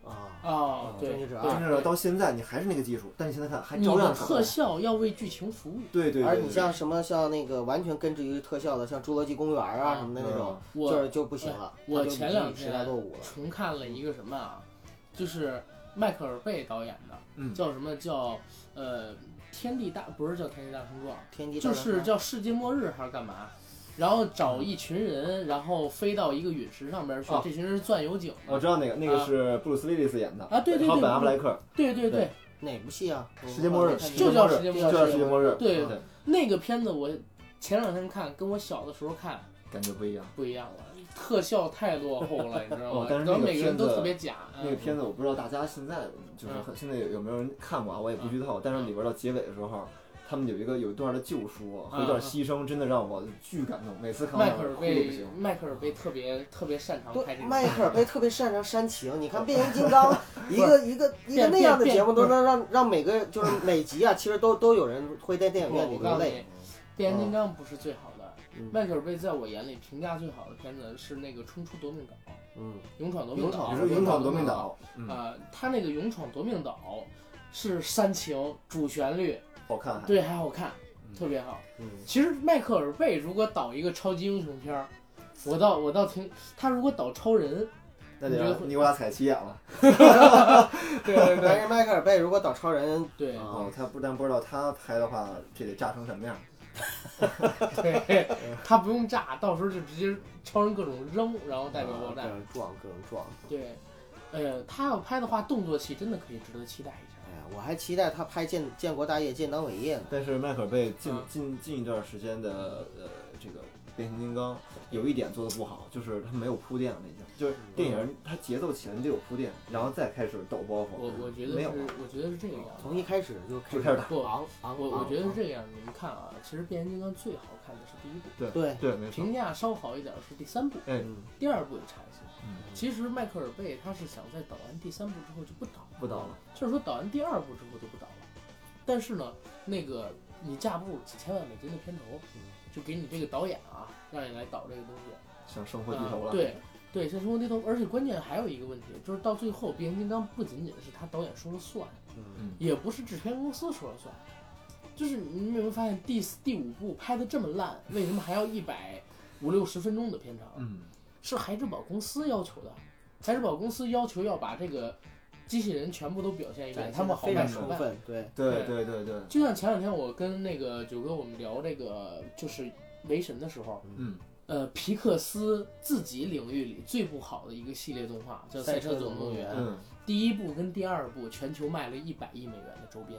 [SPEAKER 3] 啊，
[SPEAKER 1] 啊，
[SPEAKER 5] 嗯
[SPEAKER 3] 终
[SPEAKER 1] 对
[SPEAKER 3] 结，者
[SPEAKER 5] 《终
[SPEAKER 3] 二。
[SPEAKER 5] 结者到现在你还是那个技术，但你现在看还
[SPEAKER 1] 你
[SPEAKER 5] 照
[SPEAKER 1] 的
[SPEAKER 5] 样
[SPEAKER 1] 特
[SPEAKER 5] 爽。
[SPEAKER 1] 效要为剧情服务。
[SPEAKER 5] 对对对，
[SPEAKER 3] 而
[SPEAKER 5] 对
[SPEAKER 3] 你
[SPEAKER 5] 对
[SPEAKER 3] 像什么像那个完全根植于特效的，像《侏罗纪公园》啊
[SPEAKER 1] 啊
[SPEAKER 3] 什么的那种，就
[SPEAKER 1] 我
[SPEAKER 3] 是就不行了。
[SPEAKER 1] 我
[SPEAKER 3] 它就
[SPEAKER 1] 前两
[SPEAKER 3] 与
[SPEAKER 1] 天
[SPEAKER 3] 时代落伍了。
[SPEAKER 1] 重看了一个什么啊，就是迈克尔贝导演的，
[SPEAKER 5] 嗯
[SPEAKER 1] 叫什么叫呃《天地大》，不是叫《天地大冲撞》，
[SPEAKER 3] 天地大
[SPEAKER 1] 就
[SPEAKER 3] 反
[SPEAKER 1] 是
[SPEAKER 3] 派
[SPEAKER 1] 叫世界末日还是干嘛？然后找一群人，然后飞到一个陨石上边去
[SPEAKER 5] 哦，
[SPEAKER 1] 这群人是钻油井
[SPEAKER 5] 我
[SPEAKER 1] 的。
[SPEAKER 5] 知道那个，那个
[SPEAKER 1] 啊
[SPEAKER 5] 是布鲁斯·威利斯演的
[SPEAKER 1] 啊对对
[SPEAKER 5] 还有
[SPEAKER 1] 对
[SPEAKER 5] 本·阿
[SPEAKER 1] 布
[SPEAKER 5] 弗
[SPEAKER 1] 鲁
[SPEAKER 5] 莱克，
[SPEAKER 1] 对对对，
[SPEAKER 3] 哪部戏啊？我
[SPEAKER 5] 世界末日
[SPEAKER 3] 没看见
[SPEAKER 1] 就叫世界
[SPEAKER 5] 世
[SPEAKER 1] 末
[SPEAKER 5] 就
[SPEAKER 1] 日
[SPEAKER 5] 叫世界末日，
[SPEAKER 1] 对
[SPEAKER 5] 对，
[SPEAKER 1] 那个片子我前两天看，跟我小的时候看
[SPEAKER 5] 感觉不一样。
[SPEAKER 1] 不一样了，特效太落后了，你知道吗
[SPEAKER 5] 哦？但是那
[SPEAKER 1] 然
[SPEAKER 5] 个
[SPEAKER 1] 后每个人
[SPEAKER 5] 片子
[SPEAKER 1] 都特别假。嗯
[SPEAKER 5] 那个片子我不知道大家现在就是很现在有有没有人看过啊，我也不
[SPEAKER 1] 嗯
[SPEAKER 5] 剧透。但是里边到结尾的时候，他们有一个有一段的救赎和一段牺牲，真的让我巨感动，每次看
[SPEAKER 1] 嗯迈
[SPEAKER 5] 完
[SPEAKER 1] 克尔
[SPEAKER 5] 哭的不
[SPEAKER 1] 贝
[SPEAKER 5] 行。，
[SPEAKER 1] 迈克尔贝特别特别擅长拍
[SPEAKER 3] 对
[SPEAKER 1] 这，种。
[SPEAKER 3] 迈克尔贝特别擅长煽情。你看《变形金 刚》一个一个一个
[SPEAKER 1] 变
[SPEAKER 3] 那样的
[SPEAKER 1] 变
[SPEAKER 3] 节目，
[SPEAKER 1] 不
[SPEAKER 3] 都
[SPEAKER 1] 是
[SPEAKER 3] 能让让每个就是每集啊，其实都都有人会在电影院
[SPEAKER 1] 我
[SPEAKER 3] 里
[SPEAKER 1] 我告
[SPEAKER 3] 流
[SPEAKER 1] 诉
[SPEAKER 3] 泪
[SPEAKER 1] 你。，变形金刚不是最好的，
[SPEAKER 3] 嗯
[SPEAKER 1] 迈克尔贝在我眼里评价最好的片子是那个《冲出夺命岛》《
[SPEAKER 3] 嗯，
[SPEAKER 1] 勇闯夺
[SPEAKER 3] 勇
[SPEAKER 1] 命岛
[SPEAKER 3] 闯》
[SPEAKER 5] 你
[SPEAKER 3] 夺
[SPEAKER 5] 说《
[SPEAKER 3] 命
[SPEAKER 5] 勇
[SPEAKER 3] 岛
[SPEAKER 5] 闯夺命岛》，嗯，
[SPEAKER 1] 啊，他那个《勇闯夺命岛》是煽情主旋律，
[SPEAKER 5] 好看啊还。
[SPEAKER 1] 对，还好看，
[SPEAKER 5] 嗯
[SPEAKER 1] 特别好。
[SPEAKER 3] 嗯
[SPEAKER 1] 其实迈克尔贝如果导一个超级英雄片儿，我倒我倒挺他如果导超人，
[SPEAKER 5] 那得让尼古拉啊凯奇演了。
[SPEAKER 1] 对对
[SPEAKER 3] 但是迈克尔贝如果导超人，
[SPEAKER 1] 对
[SPEAKER 3] 啊
[SPEAKER 5] 哦，，他不但不知道他拍的话，这得炸成什么样。
[SPEAKER 1] 对对，他不用炸，到时候就直接超人各种扔，然后代表爆炸
[SPEAKER 5] 啊
[SPEAKER 3] 各。种撞，各种撞。
[SPEAKER 1] 对，呃，他要拍的话，动作戏真的可以值得期待一下。
[SPEAKER 3] 哎呀，我还期待他拍《建建国大业》《建党伟业》呢。
[SPEAKER 5] 但是迈克尔贝近
[SPEAKER 1] 嗯
[SPEAKER 5] 近近一段时间的呃这个变形金刚有一点做的不好，就是它没有铺垫了已经，就是电影它节奏起来你得有铺垫，然后再开始抖包
[SPEAKER 1] 嗯我
[SPEAKER 5] 袱。
[SPEAKER 1] 我觉得
[SPEAKER 5] 没
[SPEAKER 1] 是
[SPEAKER 5] 有啊，
[SPEAKER 1] 我觉得是这个样子。
[SPEAKER 3] 从一开始就开
[SPEAKER 5] 就开始
[SPEAKER 1] 打不
[SPEAKER 3] 昂昂，
[SPEAKER 1] 我我
[SPEAKER 3] 昂
[SPEAKER 1] 觉得是这个样子。你们看啊，其实变形金刚最好看的是第一部，
[SPEAKER 3] 对，
[SPEAKER 5] 对，没错
[SPEAKER 1] 评。价稍好一点的是第三部，
[SPEAKER 5] 哎，
[SPEAKER 3] 嗯，
[SPEAKER 1] 第二部也差一些。
[SPEAKER 5] 嗯
[SPEAKER 1] 其实迈克尔贝他是想在导完第三部之后就不导了，
[SPEAKER 5] 不倒了，
[SPEAKER 1] 就是说导完第二部之后就不导了。但是呢，那个你架不住几千万美金的片酬，
[SPEAKER 5] 嗯
[SPEAKER 1] 就给你这个导演啊，让你来导这个东西。
[SPEAKER 5] 向生活低头了。
[SPEAKER 1] 啊。对对，像《生活低头》，而且关键还有一个问题，就是到最后，变形金刚不仅仅是他导演说了算，
[SPEAKER 5] 嗯
[SPEAKER 1] 也不是制片公司说了算。就是你有没有发现第四第五部拍的这么烂，为什么还要一百五六十分钟的片长？
[SPEAKER 5] 嗯，
[SPEAKER 1] 是孩之宝公司要求的，孩之宝公司要求要把这个机器人全部都表现一遍，
[SPEAKER 3] 对，
[SPEAKER 1] 他们好
[SPEAKER 3] 非
[SPEAKER 1] 卖
[SPEAKER 3] 常
[SPEAKER 1] 好
[SPEAKER 3] 充
[SPEAKER 1] 卖。
[SPEAKER 3] 分，对，
[SPEAKER 5] 对对对对，
[SPEAKER 1] 就像前两天我跟那个九哥我们聊这个就是雷神的时候，
[SPEAKER 5] 嗯，
[SPEAKER 1] 呃，皮克斯自己领域里最不好的一个系列动画叫《赛
[SPEAKER 3] 赛
[SPEAKER 1] 车
[SPEAKER 3] 车
[SPEAKER 1] 总
[SPEAKER 3] 总
[SPEAKER 1] 动
[SPEAKER 3] 动
[SPEAKER 1] 员
[SPEAKER 3] 员》，
[SPEAKER 5] 嗯，
[SPEAKER 1] 第一部跟第二部全球卖了一百亿美元的周边，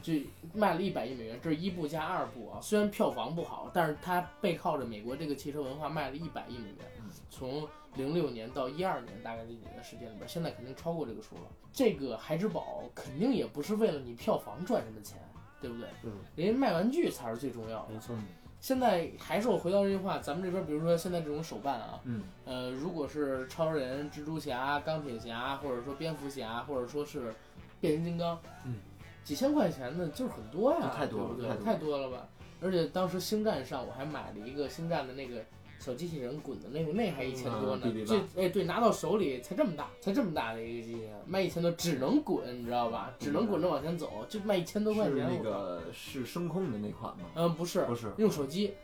[SPEAKER 1] 就卖了一百亿美元，这是一部加二部啊。虽然票房不好，但是它背靠着美国这个汽车文化卖了一百亿美元
[SPEAKER 5] 嗯，
[SPEAKER 1] 从零六年到一二年大概这几年的时间里边，现在肯定超过这个数了。这个孩之宝肯定也不是为了你票房赚什么钱，对不对？
[SPEAKER 3] 嗯，
[SPEAKER 1] 人家卖玩具才是最重要的。
[SPEAKER 3] 没错，
[SPEAKER 1] 现在还是我回到这句话，咱们这边比如说现在这种手办啊，
[SPEAKER 5] 嗯，
[SPEAKER 1] 呃，如果是超人、蜘蛛侠、钢铁侠，或者说蝙蝠侠，或者说是变形金刚，
[SPEAKER 5] 嗯，
[SPEAKER 1] 几千块钱的就是很多呀，
[SPEAKER 5] 太多了
[SPEAKER 1] 对不对？太
[SPEAKER 5] 太
[SPEAKER 1] 多了吧？而且当时星战上我还买了一个星战的那个小机器人滚的那个，那还一千多呢
[SPEAKER 5] 嗯，BB
[SPEAKER 1] 这哎对，拿到手里才这么大，才这么大的一个机器人，卖一千多，只能滚，你知道吧？只能滚着往前走，就卖一千多块
[SPEAKER 5] 是
[SPEAKER 1] 钱。
[SPEAKER 5] 那
[SPEAKER 1] 我靠
[SPEAKER 5] 个是升空的那款吗？
[SPEAKER 1] 嗯，不是，
[SPEAKER 5] 不是
[SPEAKER 1] 用手机，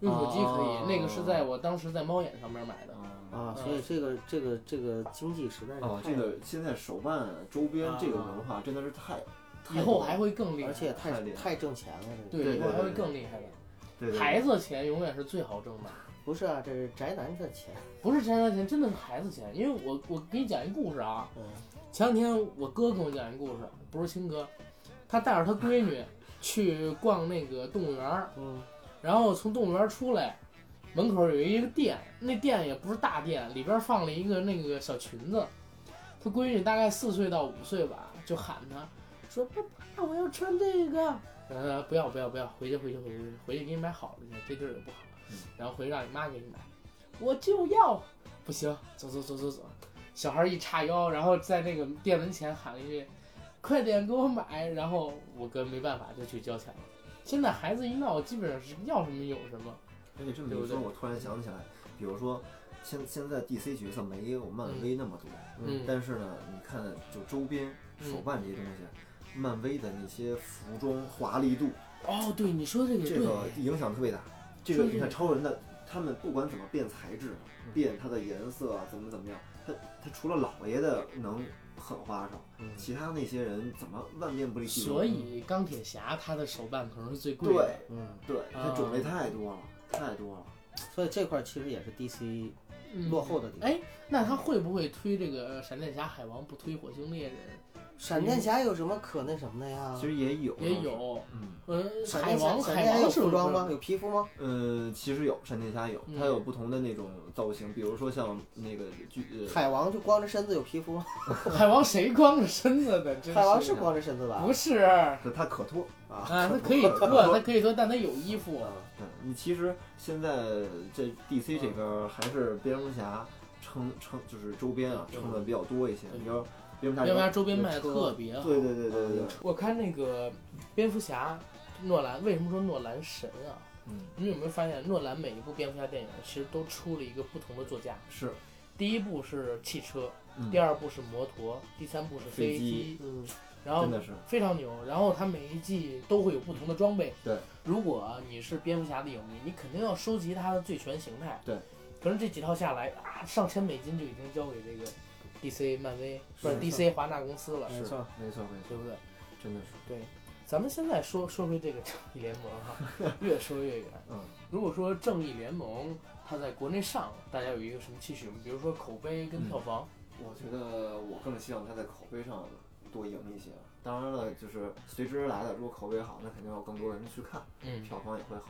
[SPEAKER 1] 用手机可
[SPEAKER 5] 哦
[SPEAKER 1] 以，那个是在我当时在猫眼上面买的。
[SPEAKER 3] 啊，所以这个这个这个经济实在是
[SPEAKER 5] 哦，
[SPEAKER 3] 太
[SPEAKER 5] 这个现在手办周边这个文化真的是太，
[SPEAKER 1] 啊以后还会更厉害，
[SPEAKER 3] 而且太
[SPEAKER 5] 太厉害
[SPEAKER 3] 太挣钱了，这个
[SPEAKER 1] 对，以后
[SPEAKER 5] 对
[SPEAKER 1] 还会
[SPEAKER 5] 对
[SPEAKER 1] 更厉害的。
[SPEAKER 5] 对对
[SPEAKER 1] 孩子钱永远是最好挣的，
[SPEAKER 3] 不是啊，这是宅男的钱，
[SPEAKER 1] 不是钱的钱，真的是孩子钱。因为我我给你讲一故事啊，
[SPEAKER 3] 嗯
[SPEAKER 1] 前两天我哥跟我讲一故事，不是亲哥，他带着他闺女去逛那个动物园儿，
[SPEAKER 3] 嗯
[SPEAKER 1] 然后从动物园出来，门口有一个店，那店也不是大店，里边放了一个那个小裙子。他闺女大概四岁到五岁吧，就喊他，说：“爸爸，我要穿这个。”呃，不要不要不要，回去回去回去回去给你买好了去，这地儿也不好。然后回去让你妈给你买，我就要，不行，走走走走走。小孩一叉腰，然后在那个店门前喊了一句：“快点给我买！”然后我哥没办法就去交钱了。现在孩子一闹，基本上是要什么有什么。
[SPEAKER 5] 而且这么
[SPEAKER 1] 对不
[SPEAKER 5] 一
[SPEAKER 1] 对
[SPEAKER 5] 说，我突然想起来，比如说，现现在 DC 角色没有漫威那么多，
[SPEAKER 1] 嗯
[SPEAKER 5] 但是呢，你看就周边、
[SPEAKER 1] 嗯
[SPEAKER 5] 手办这些东西，漫威的那些服装华丽度，
[SPEAKER 1] 哦，对，你说这个
[SPEAKER 5] 这
[SPEAKER 1] 对
[SPEAKER 5] 个影响特别大。这个
[SPEAKER 1] 说是
[SPEAKER 5] 你看超人的，他们不管怎么变材质，啊变它的颜色啊，怎么怎么样，他他除了老爷的能很花哨，
[SPEAKER 3] 嗯，
[SPEAKER 5] 其他那些人怎么万变不离其宗
[SPEAKER 1] 所以钢铁侠他的手办可能是最贵
[SPEAKER 5] 对
[SPEAKER 1] 的。
[SPEAKER 3] 嗯，
[SPEAKER 5] 对，他
[SPEAKER 1] 啊
[SPEAKER 5] 种类太多了，太多了。
[SPEAKER 3] 所以这块儿其实也是 DC
[SPEAKER 1] 嗯
[SPEAKER 3] 落后的地方。
[SPEAKER 1] 哎，那他会不会推这个闪电侠、海王，不推火星猎人？
[SPEAKER 3] 闪电侠有什么可那什么的呀
[SPEAKER 5] 其？实也有，
[SPEAKER 1] 啊也，有，
[SPEAKER 5] 嗯。
[SPEAKER 1] 呃，
[SPEAKER 3] 闪
[SPEAKER 1] 海
[SPEAKER 3] 电侠
[SPEAKER 1] 王，
[SPEAKER 3] 闪
[SPEAKER 1] 海
[SPEAKER 3] 电侠有
[SPEAKER 1] 王是
[SPEAKER 3] 服
[SPEAKER 1] 不
[SPEAKER 3] 装
[SPEAKER 1] 是
[SPEAKER 3] 吗？？有皮肤吗？
[SPEAKER 5] 嗯，其实有闪电侠有，它
[SPEAKER 1] 嗯
[SPEAKER 5] 有不同的那种造型，比如说像那个剧呃，
[SPEAKER 3] 海王就光着身子有皮肤吗？
[SPEAKER 1] 海王谁光着身子的？真
[SPEAKER 3] 海王
[SPEAKER 1] 是
[SPEAKER 3] 是光着身子吧？
[SPEAKER 1] 不 是啊？
[SPEAKER 5] 它可脱啊。
[SPEAKER 1] 他可以脱，他可以脱，但他有衣服。
[SPEAKER 3] 啊
[SPEAKER 5] 嗯，你其实现在这 DC 这边儿还是蝙蝠侠撑撑，就是周边啊撑的比较多一些。
[SPEAKER 1] 嗯对
[SPEAKER 5] 你知道蝙蝠侠
[SPEAKER 1] 蝙蝠侠
[SPEAKER 5] 这
[SPEAKER 1] 周边
[SPEAKER 5] 有
[SPEAKER 1] 卖的
[SPEAKER 5] 车
[SPEAKER 1] 特别好。
[SPEAKER 5] 对对对对对，
[SPEAKER 1] 我看那个蝙蝠侠，诺兰为什么说诺兰神啊？
[SPEAKER 5] 嗯，
[SPEAKER 1] 你们有没有发现，诺兰每一部蝙蝠侠电影其实都出了一个不同的座驾？
[SPEAKER 5] 是
[SPEAKER 1] 第一部是汽车，
[SPEAKER 5] 嗯
[SPEAKER 1] 第二部是摩托，第三部是
[SPEAKER 5] 飞机
[SPEAKER 1] 机，
[SPEAKER 3] 嗯，
[SPEAKER 1] 然后
[SPEAKER 5] 真的是
[SPEAKER 1] 非常牛。然后他每一季都会有不同的装备。
[SPEAKER 5] 对，
[SPEAKER 1] 如果你是蝙蝠侠的影迷，你肯定要收集它的最全形态。
[SPEAKER 5] 对，
[SPEAKER 1] 可能这几套下来啊，上千美金就已经交给这个 DC 漫威不是
[SPEAKER 5] 没
[SPEAKER 1] DC 华纳公司了，
[SPEAKER 3] 没
[SPEAKER 5] 是
[SPEAKER 3] 错，
[SPEAKER 5] 没错没
[SPEAKER 1] 对
[SPEAKER 5] 错，
[SPEAKER 1] 不对？
[SPEAKER 5] 真的是
[SPEAKER 1] 对，咱们现在说说回这个正义联盟哈， 越说越远。
[SPEAKER 5] 嗯，
[SPEAKER 1] 如果说正义联盟它在国内上，大家有一个什么期许吗？比如说口碑跟票房。
[SPEAKER 5] 我觉得我更希望他在口碑上多赢一些。当然了，就是随之而来的，如果口碑好，那肯定有更多人去看，
[SPEAKER 1] 嗯
[SPEAKER 5] 票房也会好。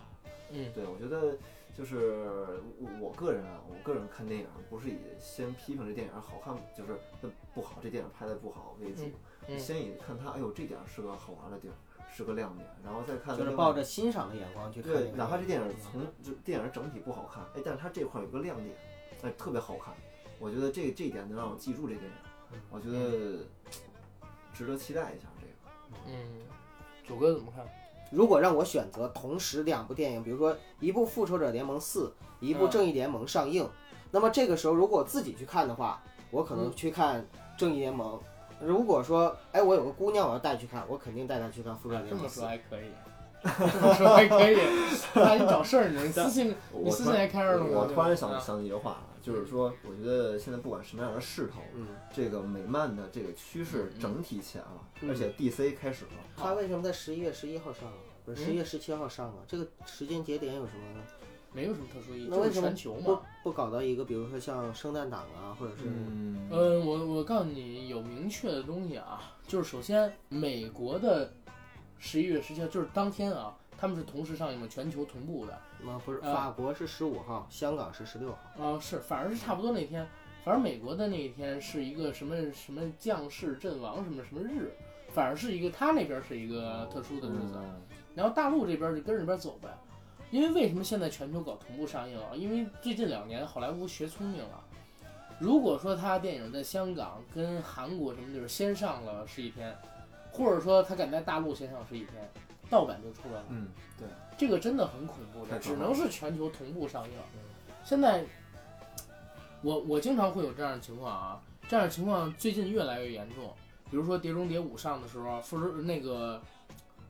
[SPEAKER 1] 嗯
[SPEAKER 5] 对，我觉得就是我我个人啊，我个人看电影不是以先批评这电影好看，就是它不好，这电影拍的不好为主，
[SPEAKER 1] 嗯
[SPEAKER 5] 先以看它，哎呦，这点儿是个好玩的地儿，是个亮点，然后再看
[SPEAKER 3] 就是
[SPEAKER 5] 另
[SPEAKER 3] 抱
[SPEAKER 5] 外
[SPEAKER 3] 着欣赏的眼光去看这个
[SPEAKER 5] 对，
[SPEAKER 3] 电影。
[SPEAKER 5] 哪怕这电影从就电影整体不好看，哎，但是它这块儿有个亮点，哎，特别好看，我觉得这这一点能让我记住这电影，我觉得值得期待一下这个。
[SPEAKER 1] 嗯，九哥怎么看？
[SPEAKER 3] 如果让我选择同时两部电影，比如说一部《复仇者联盟四》，一部
[SPEAKER 1] 嗯
[SPEAKER 3] 《正义联盟》上映，那么这个时候如果我自己去看的话，我可能
[SPEAKER 1] 嗯
[SPEAKER 3] 去看《正义联盟》。如果说，哎，我有个姑娘，我要带去看，我肯定带她去看《复仇者联
[SPEAKER 1] 这么
[SPEAKER 3] 盟四
[SPEAKER 1] 说》。哎还可以，这么说还可以。那你找事儿呢？你私信你
[SPEAKER 5] 我
[SPEAKER 1] 私
[SPEAKER 5] 突
[SPEAKER 1] 信还
[SPEAKER 5] 然
[SPEAKER 1] 开着呢吗
[SPEAKER 5] 我突然想
[SPEAKER 1] 啊
[SPEAKER 5] 想起一句话了，就是说，我觉得现在不管什么样的势头，
[SPEAKER 3] 嗯，
[SPEAKER 5] 这个美漫的这个趋势
[SPEAKER 1] 嗯
[SPEAKER 5] 整体起来了，
[SPEAKER 3] 嗯
[SPEAKER 5] 而且 DC 开始了。
[SPEAKER 3] 她为什么在十一月十一号上啊？
[SPEAKER 1] 嗯
[SPEAKER 3] 不是十一月十七号上啊？这个时间节点有什么呢？
[SPEAKER 1] 没有什么特殊意义，
[SPEAKER 3] 那
[SPEAKER 1] 就
[SPEAKER 3] 为
[SPEAKER 1] 是
[SPEAKER 3] 什么
[SPEAKER 1] 全球
[SPEAKER 3] 不
[SPEAKER 1] 嘛。
[SPEAKER 3] 不搞到一个，比如说像圣诞档啊，或者是
[SPEAKER 5] 嗯
[SPEAKER 1] 嗯，我我告诉你有明确的东西啊，就是首先美国的十一月十七号就是当天啊，他们是同时上映的，全球同步的。
[SPEAKER 3] 啊，不是，
[SPEAKER 1] 呃
[SPEAKER 3] 法国是十五号，香港是十六号。
[SPEAKER 1] 啊，是，反而是差不多那天，反而美国的那一天是一个什么什么将士阵亡什么什么日，反而是一个他那边是一个特殊的日子，
[SPEAKER 5] 嗯
[SPEAKER 1] 然后大陆这边就跟着这边走呗。因为为什么现在全球搞同步上映啊？因为最近两年好莱坞学聪明了，如果说他电影在香港跟韩国什么地儿先上了是一天，或者说他敢在大陆先上是一天，盗版就出来了。
[SPEAKER 5] 嗯，
[SPEAKER 1] 这个真的很恐怖的，
[SPEAKER 5] 太
[SPEAKER 1] 只
[SPEAKER 5] 可怕
[SPEAKER 1] 能
[SPEAKER 5] 了嗯
[SPEAKER 1] 是全球同步上映。现在，我我经常会有这样的情况啊，这样的情况最近越来越严重。比如说《碟中谍五》上的时候，复仇那个《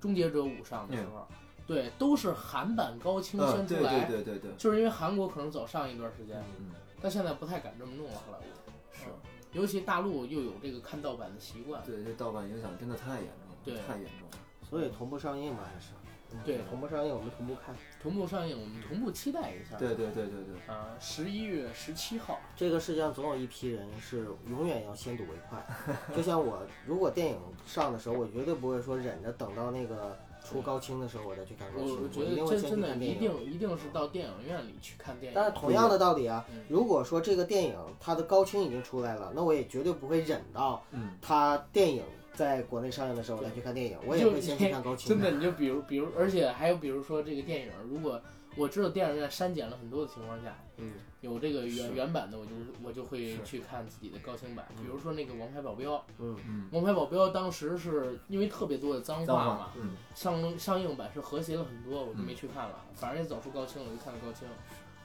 [SPEAKER 1] 终结者五》上的时候，对，都是韩版高清
[SPEAKER 5] 嗯，
[SPEAKER 1] 先
[SPEAKER 5] 对
[SPEAKER 1] 出来，
[SPEAKER 5] 对对对对，
[SPEAKER 1] 就是因为韩国可能早上一段时间，
[SPEAKER 5] 嗯，
[SPEAKER 1] 但现在不太敢这么弄了。后来我是，尤其大陆又有这个看盗版的习惯，
[SPEAKER 5] 对这盗版影响真的太严重了，
[SPEAKER 1] 嗯对
[SPEAKER 5] 太严重了。
[SPEAKER 3] 所以同步上映嘛，还是嗯
[SPEAKER 1] 对，
[SPEAKER 3] 同步上映，我们同步看。
[SPEAKER 1] 同步上映，我们同步期待一下。
[SPEAKER 5] 对对对对对，
[SPEAKER 1] 啊，十一月十七号，
[SPEAKER 3] 这个世界上总有一批人是永远要先睹为快，就像我，如果电影上的时候，我绝对不会说忍着等到那个出高清的时候我再去看高
[SPEAKER 1] 我
[SPEAKER 3] 清，
[SPEAKER 1] 我觉
[SPEAKER 3] 一
[SPEAKER 1] 得
[SPEAKER 3] 定会
[SPEAKER 1] 真
[SPEAKER 3] 先
[SPEAKER 1] 真
[SPEAKER 3] 去
[SPEAKER 1] 的
[SPEAKER 3] 看电
[SPEAKER 1] 一
[SPEAKER 3] 影。
[SPEAKER 1] 定一定是到电影院里去看电影。
[SPEAKER 3] 但是同样的道理啊
[SPEAKER 1] 嗯，
[SPEAKER 3] 如果说这个电影它的高清已经出来了，那我也绝对不会忍到
[SPEAKER 5] 嗯，
[SPEAKER 3] 它电影在国内上映的时候我再去看电影，我也
[SPEAKER 1] 就
[SPEAKER 3] 会先去看高清
[SPEAKER 1] 真的，你就比如比如，而且还有比如说这个电影，如果我知道电影院删减了很多的情况下，
[SPEAKER 3] 嗯，
[SPEAKER 1] 有这个原
[SPEAKER 5] 是
[SPEAKER 1] 原版的，我就我就会
[SPEAKER 5] 是
[SPEAKER 1] 去看自己的高清版。比如说那个《王牌保镖》，
[SPEAKER 3] 嗯
[SPEAKER 5] 嗯
[SPEAKER 1] 《王牌保镖》当时是因为特别多的脏
[SPEAKER 5] 脏
[SPEAKER 1] 话
[SPEAKER 5] 话
[SPEAKER 1] 嘛，嗯
[SPEAKER 5] 嗯
[SPEAKER 1] 上上映版是和谐了很多，我就没去看了。反正也早出高清了，我就看了高清。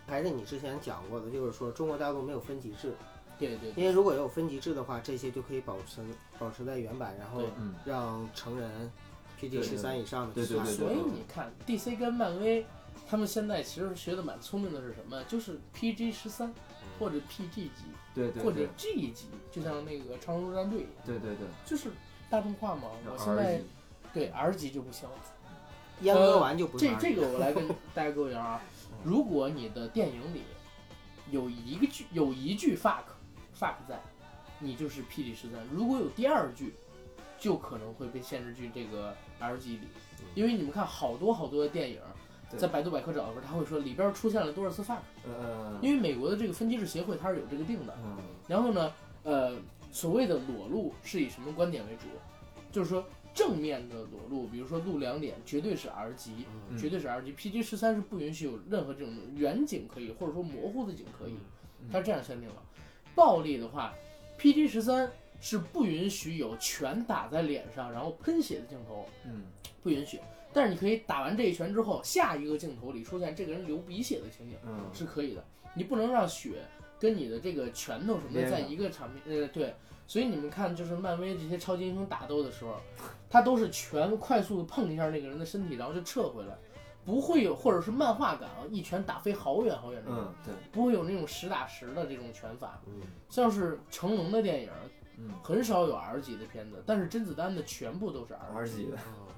[SPEAKER 3] 还是你之前讲过的，就是说中国大陆没有分级制，
[SPEAKER 1] 对对
[SPEAKER 3] 因为如果有分级制的话，这些就可以保存保持在原版，然后
[SPEAKER 1] 对
[SPEAKER 5] 嗯，
[SPEAKER 3] 让成人 PG
[SPEAKER 5] 对
[SPEAKER 3] 十
[SPEAKER 5] 对
[SPEAKER 3] 三
[SPEAKER 5] 对
[SPEAKER 3] 以上的
[SPEAKER 5] 对
[SPEAKER 3] 去
[SPEAKER 5] 对
[SPEAKER 3] 看
[SPEAKER 5] 对
[SPEAKER 1] 所以你看，DC 跟漫威，他们现在其实学的蛮聪明的是什么？就是 PG 十三或者 PG 级
[SPEAKER 5] 对嗯对
[SPEAKER 1] 或者
[SPEAKER 5] 对
[SPEAKER 1] G 级，就像那个《超人战队》一样，
[SPEAKER 5] 对对对，
[SPEAKER 1] 就是大众化嘛。我现
[SPEAKER 5] 而
[SPEAKER 1] 在
[SPEAKER 5] 已
[SPEAKER 1] 对 R 级就不行了。
[SPEAKER 3] 阉割完就不是
[SPEAKER 1] 这
[SPEAKER 3] R
[SPEAKER 1] 这个我来跟大家沟一下啊，如果你的电影里有一个句有一句 fuck fuck 在，你就是 PG 十三；如果有第二句，就可能会被限制进这个 R 级里，因为你们看好多好多的电影。
[SPEAKER 5] 对
[SPEAKER 1] 在百度百科找的时候，他会说里边出现了多少次 fuck，
[SPEAKER 5] 呃，
[SPEAKER 1] 因为美国的这个分级制协会它是有这个定的。
[SPEAKER 5] 嗯
[SPEAKER 1] 然后呢，呃，所谓的裸露是以什么观点为主？就是说正面的裸露，比如说露两脸，绝对是 R 级，
[SPEAKER 5] 嗯
[SPEAKER 1] 绝对是 R 级。PG 十三是不允许有任何这种远景可以，或者说模糊的景可以，
[SPEAKER 5] 嗯
[SPEAKER 1] 它是这样限定了。暴力的话，PG 十三是不允许有拳打在脸上然后喷血的镜头，
[SPEAKER 5] 嗯
[SPEAKER 1] 不允许。但是你可以打完这一拳之后，下一个镜头里出现这个人流鼻血的情景。
[SPEAKER 5] 嗯，
[SPEAKER 1] 是可以的，你不能让血跟你的这个拳头什么的
[SPEAKER 5] 连
[SPEAKER 1] 在
[SPEAKER 5] 上
[SPEAKER 1] 一个场面，呃，对，所以你们看，就是漫威这些超级英雄打斗的时候，他都是拳快速的碰一下那个人的身体，然后就撤回来，不会有或者是漫画感啊，一拳打飞好远好远那种，
[SPEAKER 5] 嗯对，
[SPEAKER 1] 不会有那种实打实的这种拳法，
[SPEAKER 3] 嗯
[SPEAKER 1] 像是成龙的电影。
[SPEAKER 5] 嗯
[SPEAKER 1] 很少有 R 级的片子，但是甄子丹的全部都是 R，
[SPEAKER 3] 嗯
[SPEAKER 5] ，R 级的，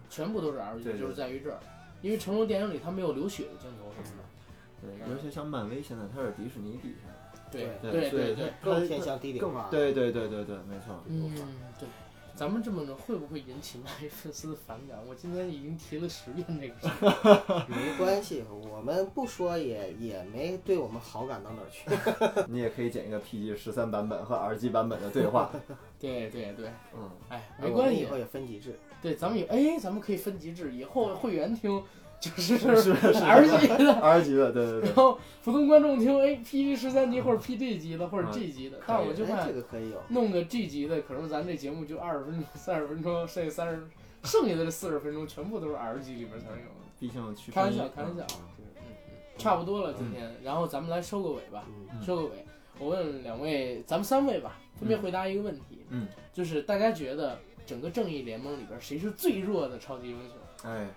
[SPEAKER 1] 全部都是 R 级，
[SPEAKER 5] 对对
[SPEAKER 1] 就是在于这儿，因为成龙电影里他没有流血的镜头什么的。
[SPEAKER 5] 对，尤其像漫威现在它是迪士尼底下的，
[SPEAKER 1] 对
[SPEAKER 5] 对
[SPEAKER 1] 对
[SPEAKER 5] 对，
[SPEAKER 3] 更偏向低龄
[SPEAKER 5] 更
[SPEAKER 3] 化。
[SPEAKER 5] 对对对对对，没错，
[SPEAKER 1] 嗯，对，咱们这么着会不会引起漫威粉丝的反感？我今天已经提了十遍这个事儿。
[SPEAKER 3] 没关系，我们不说也也没对我们好感到哪儿去。
[SPEAKER 5] 你也可以剪一个 PG 十三版本和 R 级版本的对话，
[SPEAKER 1] 对对对，
[SPEAKER 5] 嗯，
[SPEAKER 1] 哎，
[SPEAKER 3] 哦我
[SPEAKER 1] 没
[SPEAKER 3] 们
[SPEAKER 1] 关
[SPEAKER 3] 以
[SPEAKER 1] 系
[SPEAKER 3] 后。也分级制。
[SPEAKER 1] 对，咱们有哎，咱们可以分级制，以后会员听就是
[SPEAKER 5] 是
[SPEAKER 1] R 级的，
[SPEAKER 5] ，R 级的，对对
[SPEAKER 1] 然
[SPEAKER 5] 对，
[SPEAKER 1] 后普通观众听哎 PG 十三级或者 PG 级的或者
[SPEAKER 5] 嗯
[SPEAKER 1] G 级的，
[SPEAKER 5] 可以
[SPEAKER 1] 但我
[SPEAKER 5] 我
[SPEAKER 1] 就
[SPEAKER 3] 哎，
[SPEAKER 1] 怕
[SPEAKER 3] 这个可以有。
[SPEAKER 1] 弄个 G 级的，可能咱这节目就二十分钟、三十分钟，剩下三十，剩下的这四十分钟全部都是 R 级里边才能有的。
[SPEAKER 5] 毕竟区
[SPEAKER 1] 开
[SPEAKER 5] 嗯分
[SPEAKER 1] 玩
[SPEAKER 5] 一
[SPEAKER 1] 笑，开玩笑
[SPEAKER 3] 嗯
[SPEAKER 1] 啊，嗯嗯，差不多了今天，然后咱们来收个尾吧，
[SPEAKER 3] 嗯
[SPEAKER 5] 嗯
[SPEAKER 1] 收个尾。我问两位，咱们三位吧，分别回答一个问题，
[SPEAKER 5] 嗯，
[SPEAKER 1] 就是大家觉得整个正义联盟里边谁是最弱的超级英雄？
[SPEAKER 5] 哎，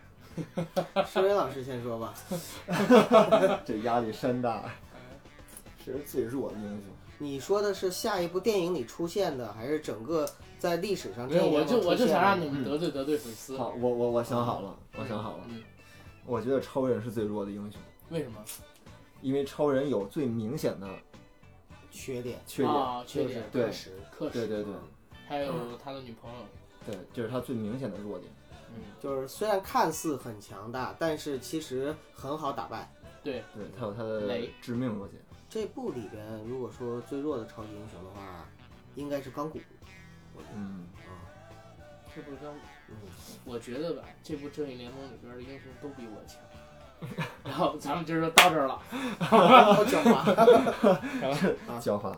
[SPEAKER 3] 石伟老师先说吧，
[SPEAKER 5] 这压力山
[SPEAKER 1] 哎
[SPEAKER 5] 大，谁是最弱的英雄？
[SPEAKER 3] 你说的是下一部电影里出现的，还是整个在历史上
[SPEAKER 1] 没
[SPEAKER 3] 啊这样
[SPEAKER 1] 有，
[SPEAKER 3] 出现
[SPEAKER 1] 我
[SPEAKER 3] 的？
[SPEAKER 1] 就我就想让你们
[SPEAKER 5] 嗯
[SPEAKER 1] 得罪得罪粉丝，
[SPEAKER 5] 好，我我我想好了，我想好了，
[SPEAKER 1] 嗯，
[SPEAKER 5] 我觉得超人是最弱的英雄，
[SPEAKER 1] 为什么？
[SPEAKER 5] 因为超人有最明显的
[SPEAKER 3] 缺点，
[SPEAKER 5] 缺点，
[SPEAKER 1] 啊，缺
[SPEAKER 3] 就是
[SPEAKER 1] 点，
[SPEAKER 5] 对
[SPEAKER 3] 克时。
[SPEAKER 1] 克
[SPEAKER 5] 对
[SPEAKER 1] 时，
[SPEAKER 5] 对对
[SPEAKER 1] 还有他的女朋友，
[SPEAKER 5] 对，这是他最明显的弱点。
[SPEAKER 1] 嗯，
[SPEAKER 3] 就是虽然看似很强大，但是其实很好打败。
[SPEAKER 1] 对，
[SPEAKER 5] 对，他有他的
[SPEAKER 1] 雷
[SPEAKER 5] 致命弱点。
[SPEAKER 3] 这部里边，如果说最弱的超级英雄的话，应该是钢骨。
[SPEAKER 5] 嗯，
[SPEAKER 3] 啊，
[SPEAKER 1] 这部刚
[SPEAKER 3] 嗯，
[SPEAKER 1] 我觉得吧，这部正义联盟里边的英雄都比我强。 然后咱们今儿就到这儿了。
[SPEAKER 3] 好狡猾。
[SPEAKER 1] 啊
[SPEAKER 5] 狡猾。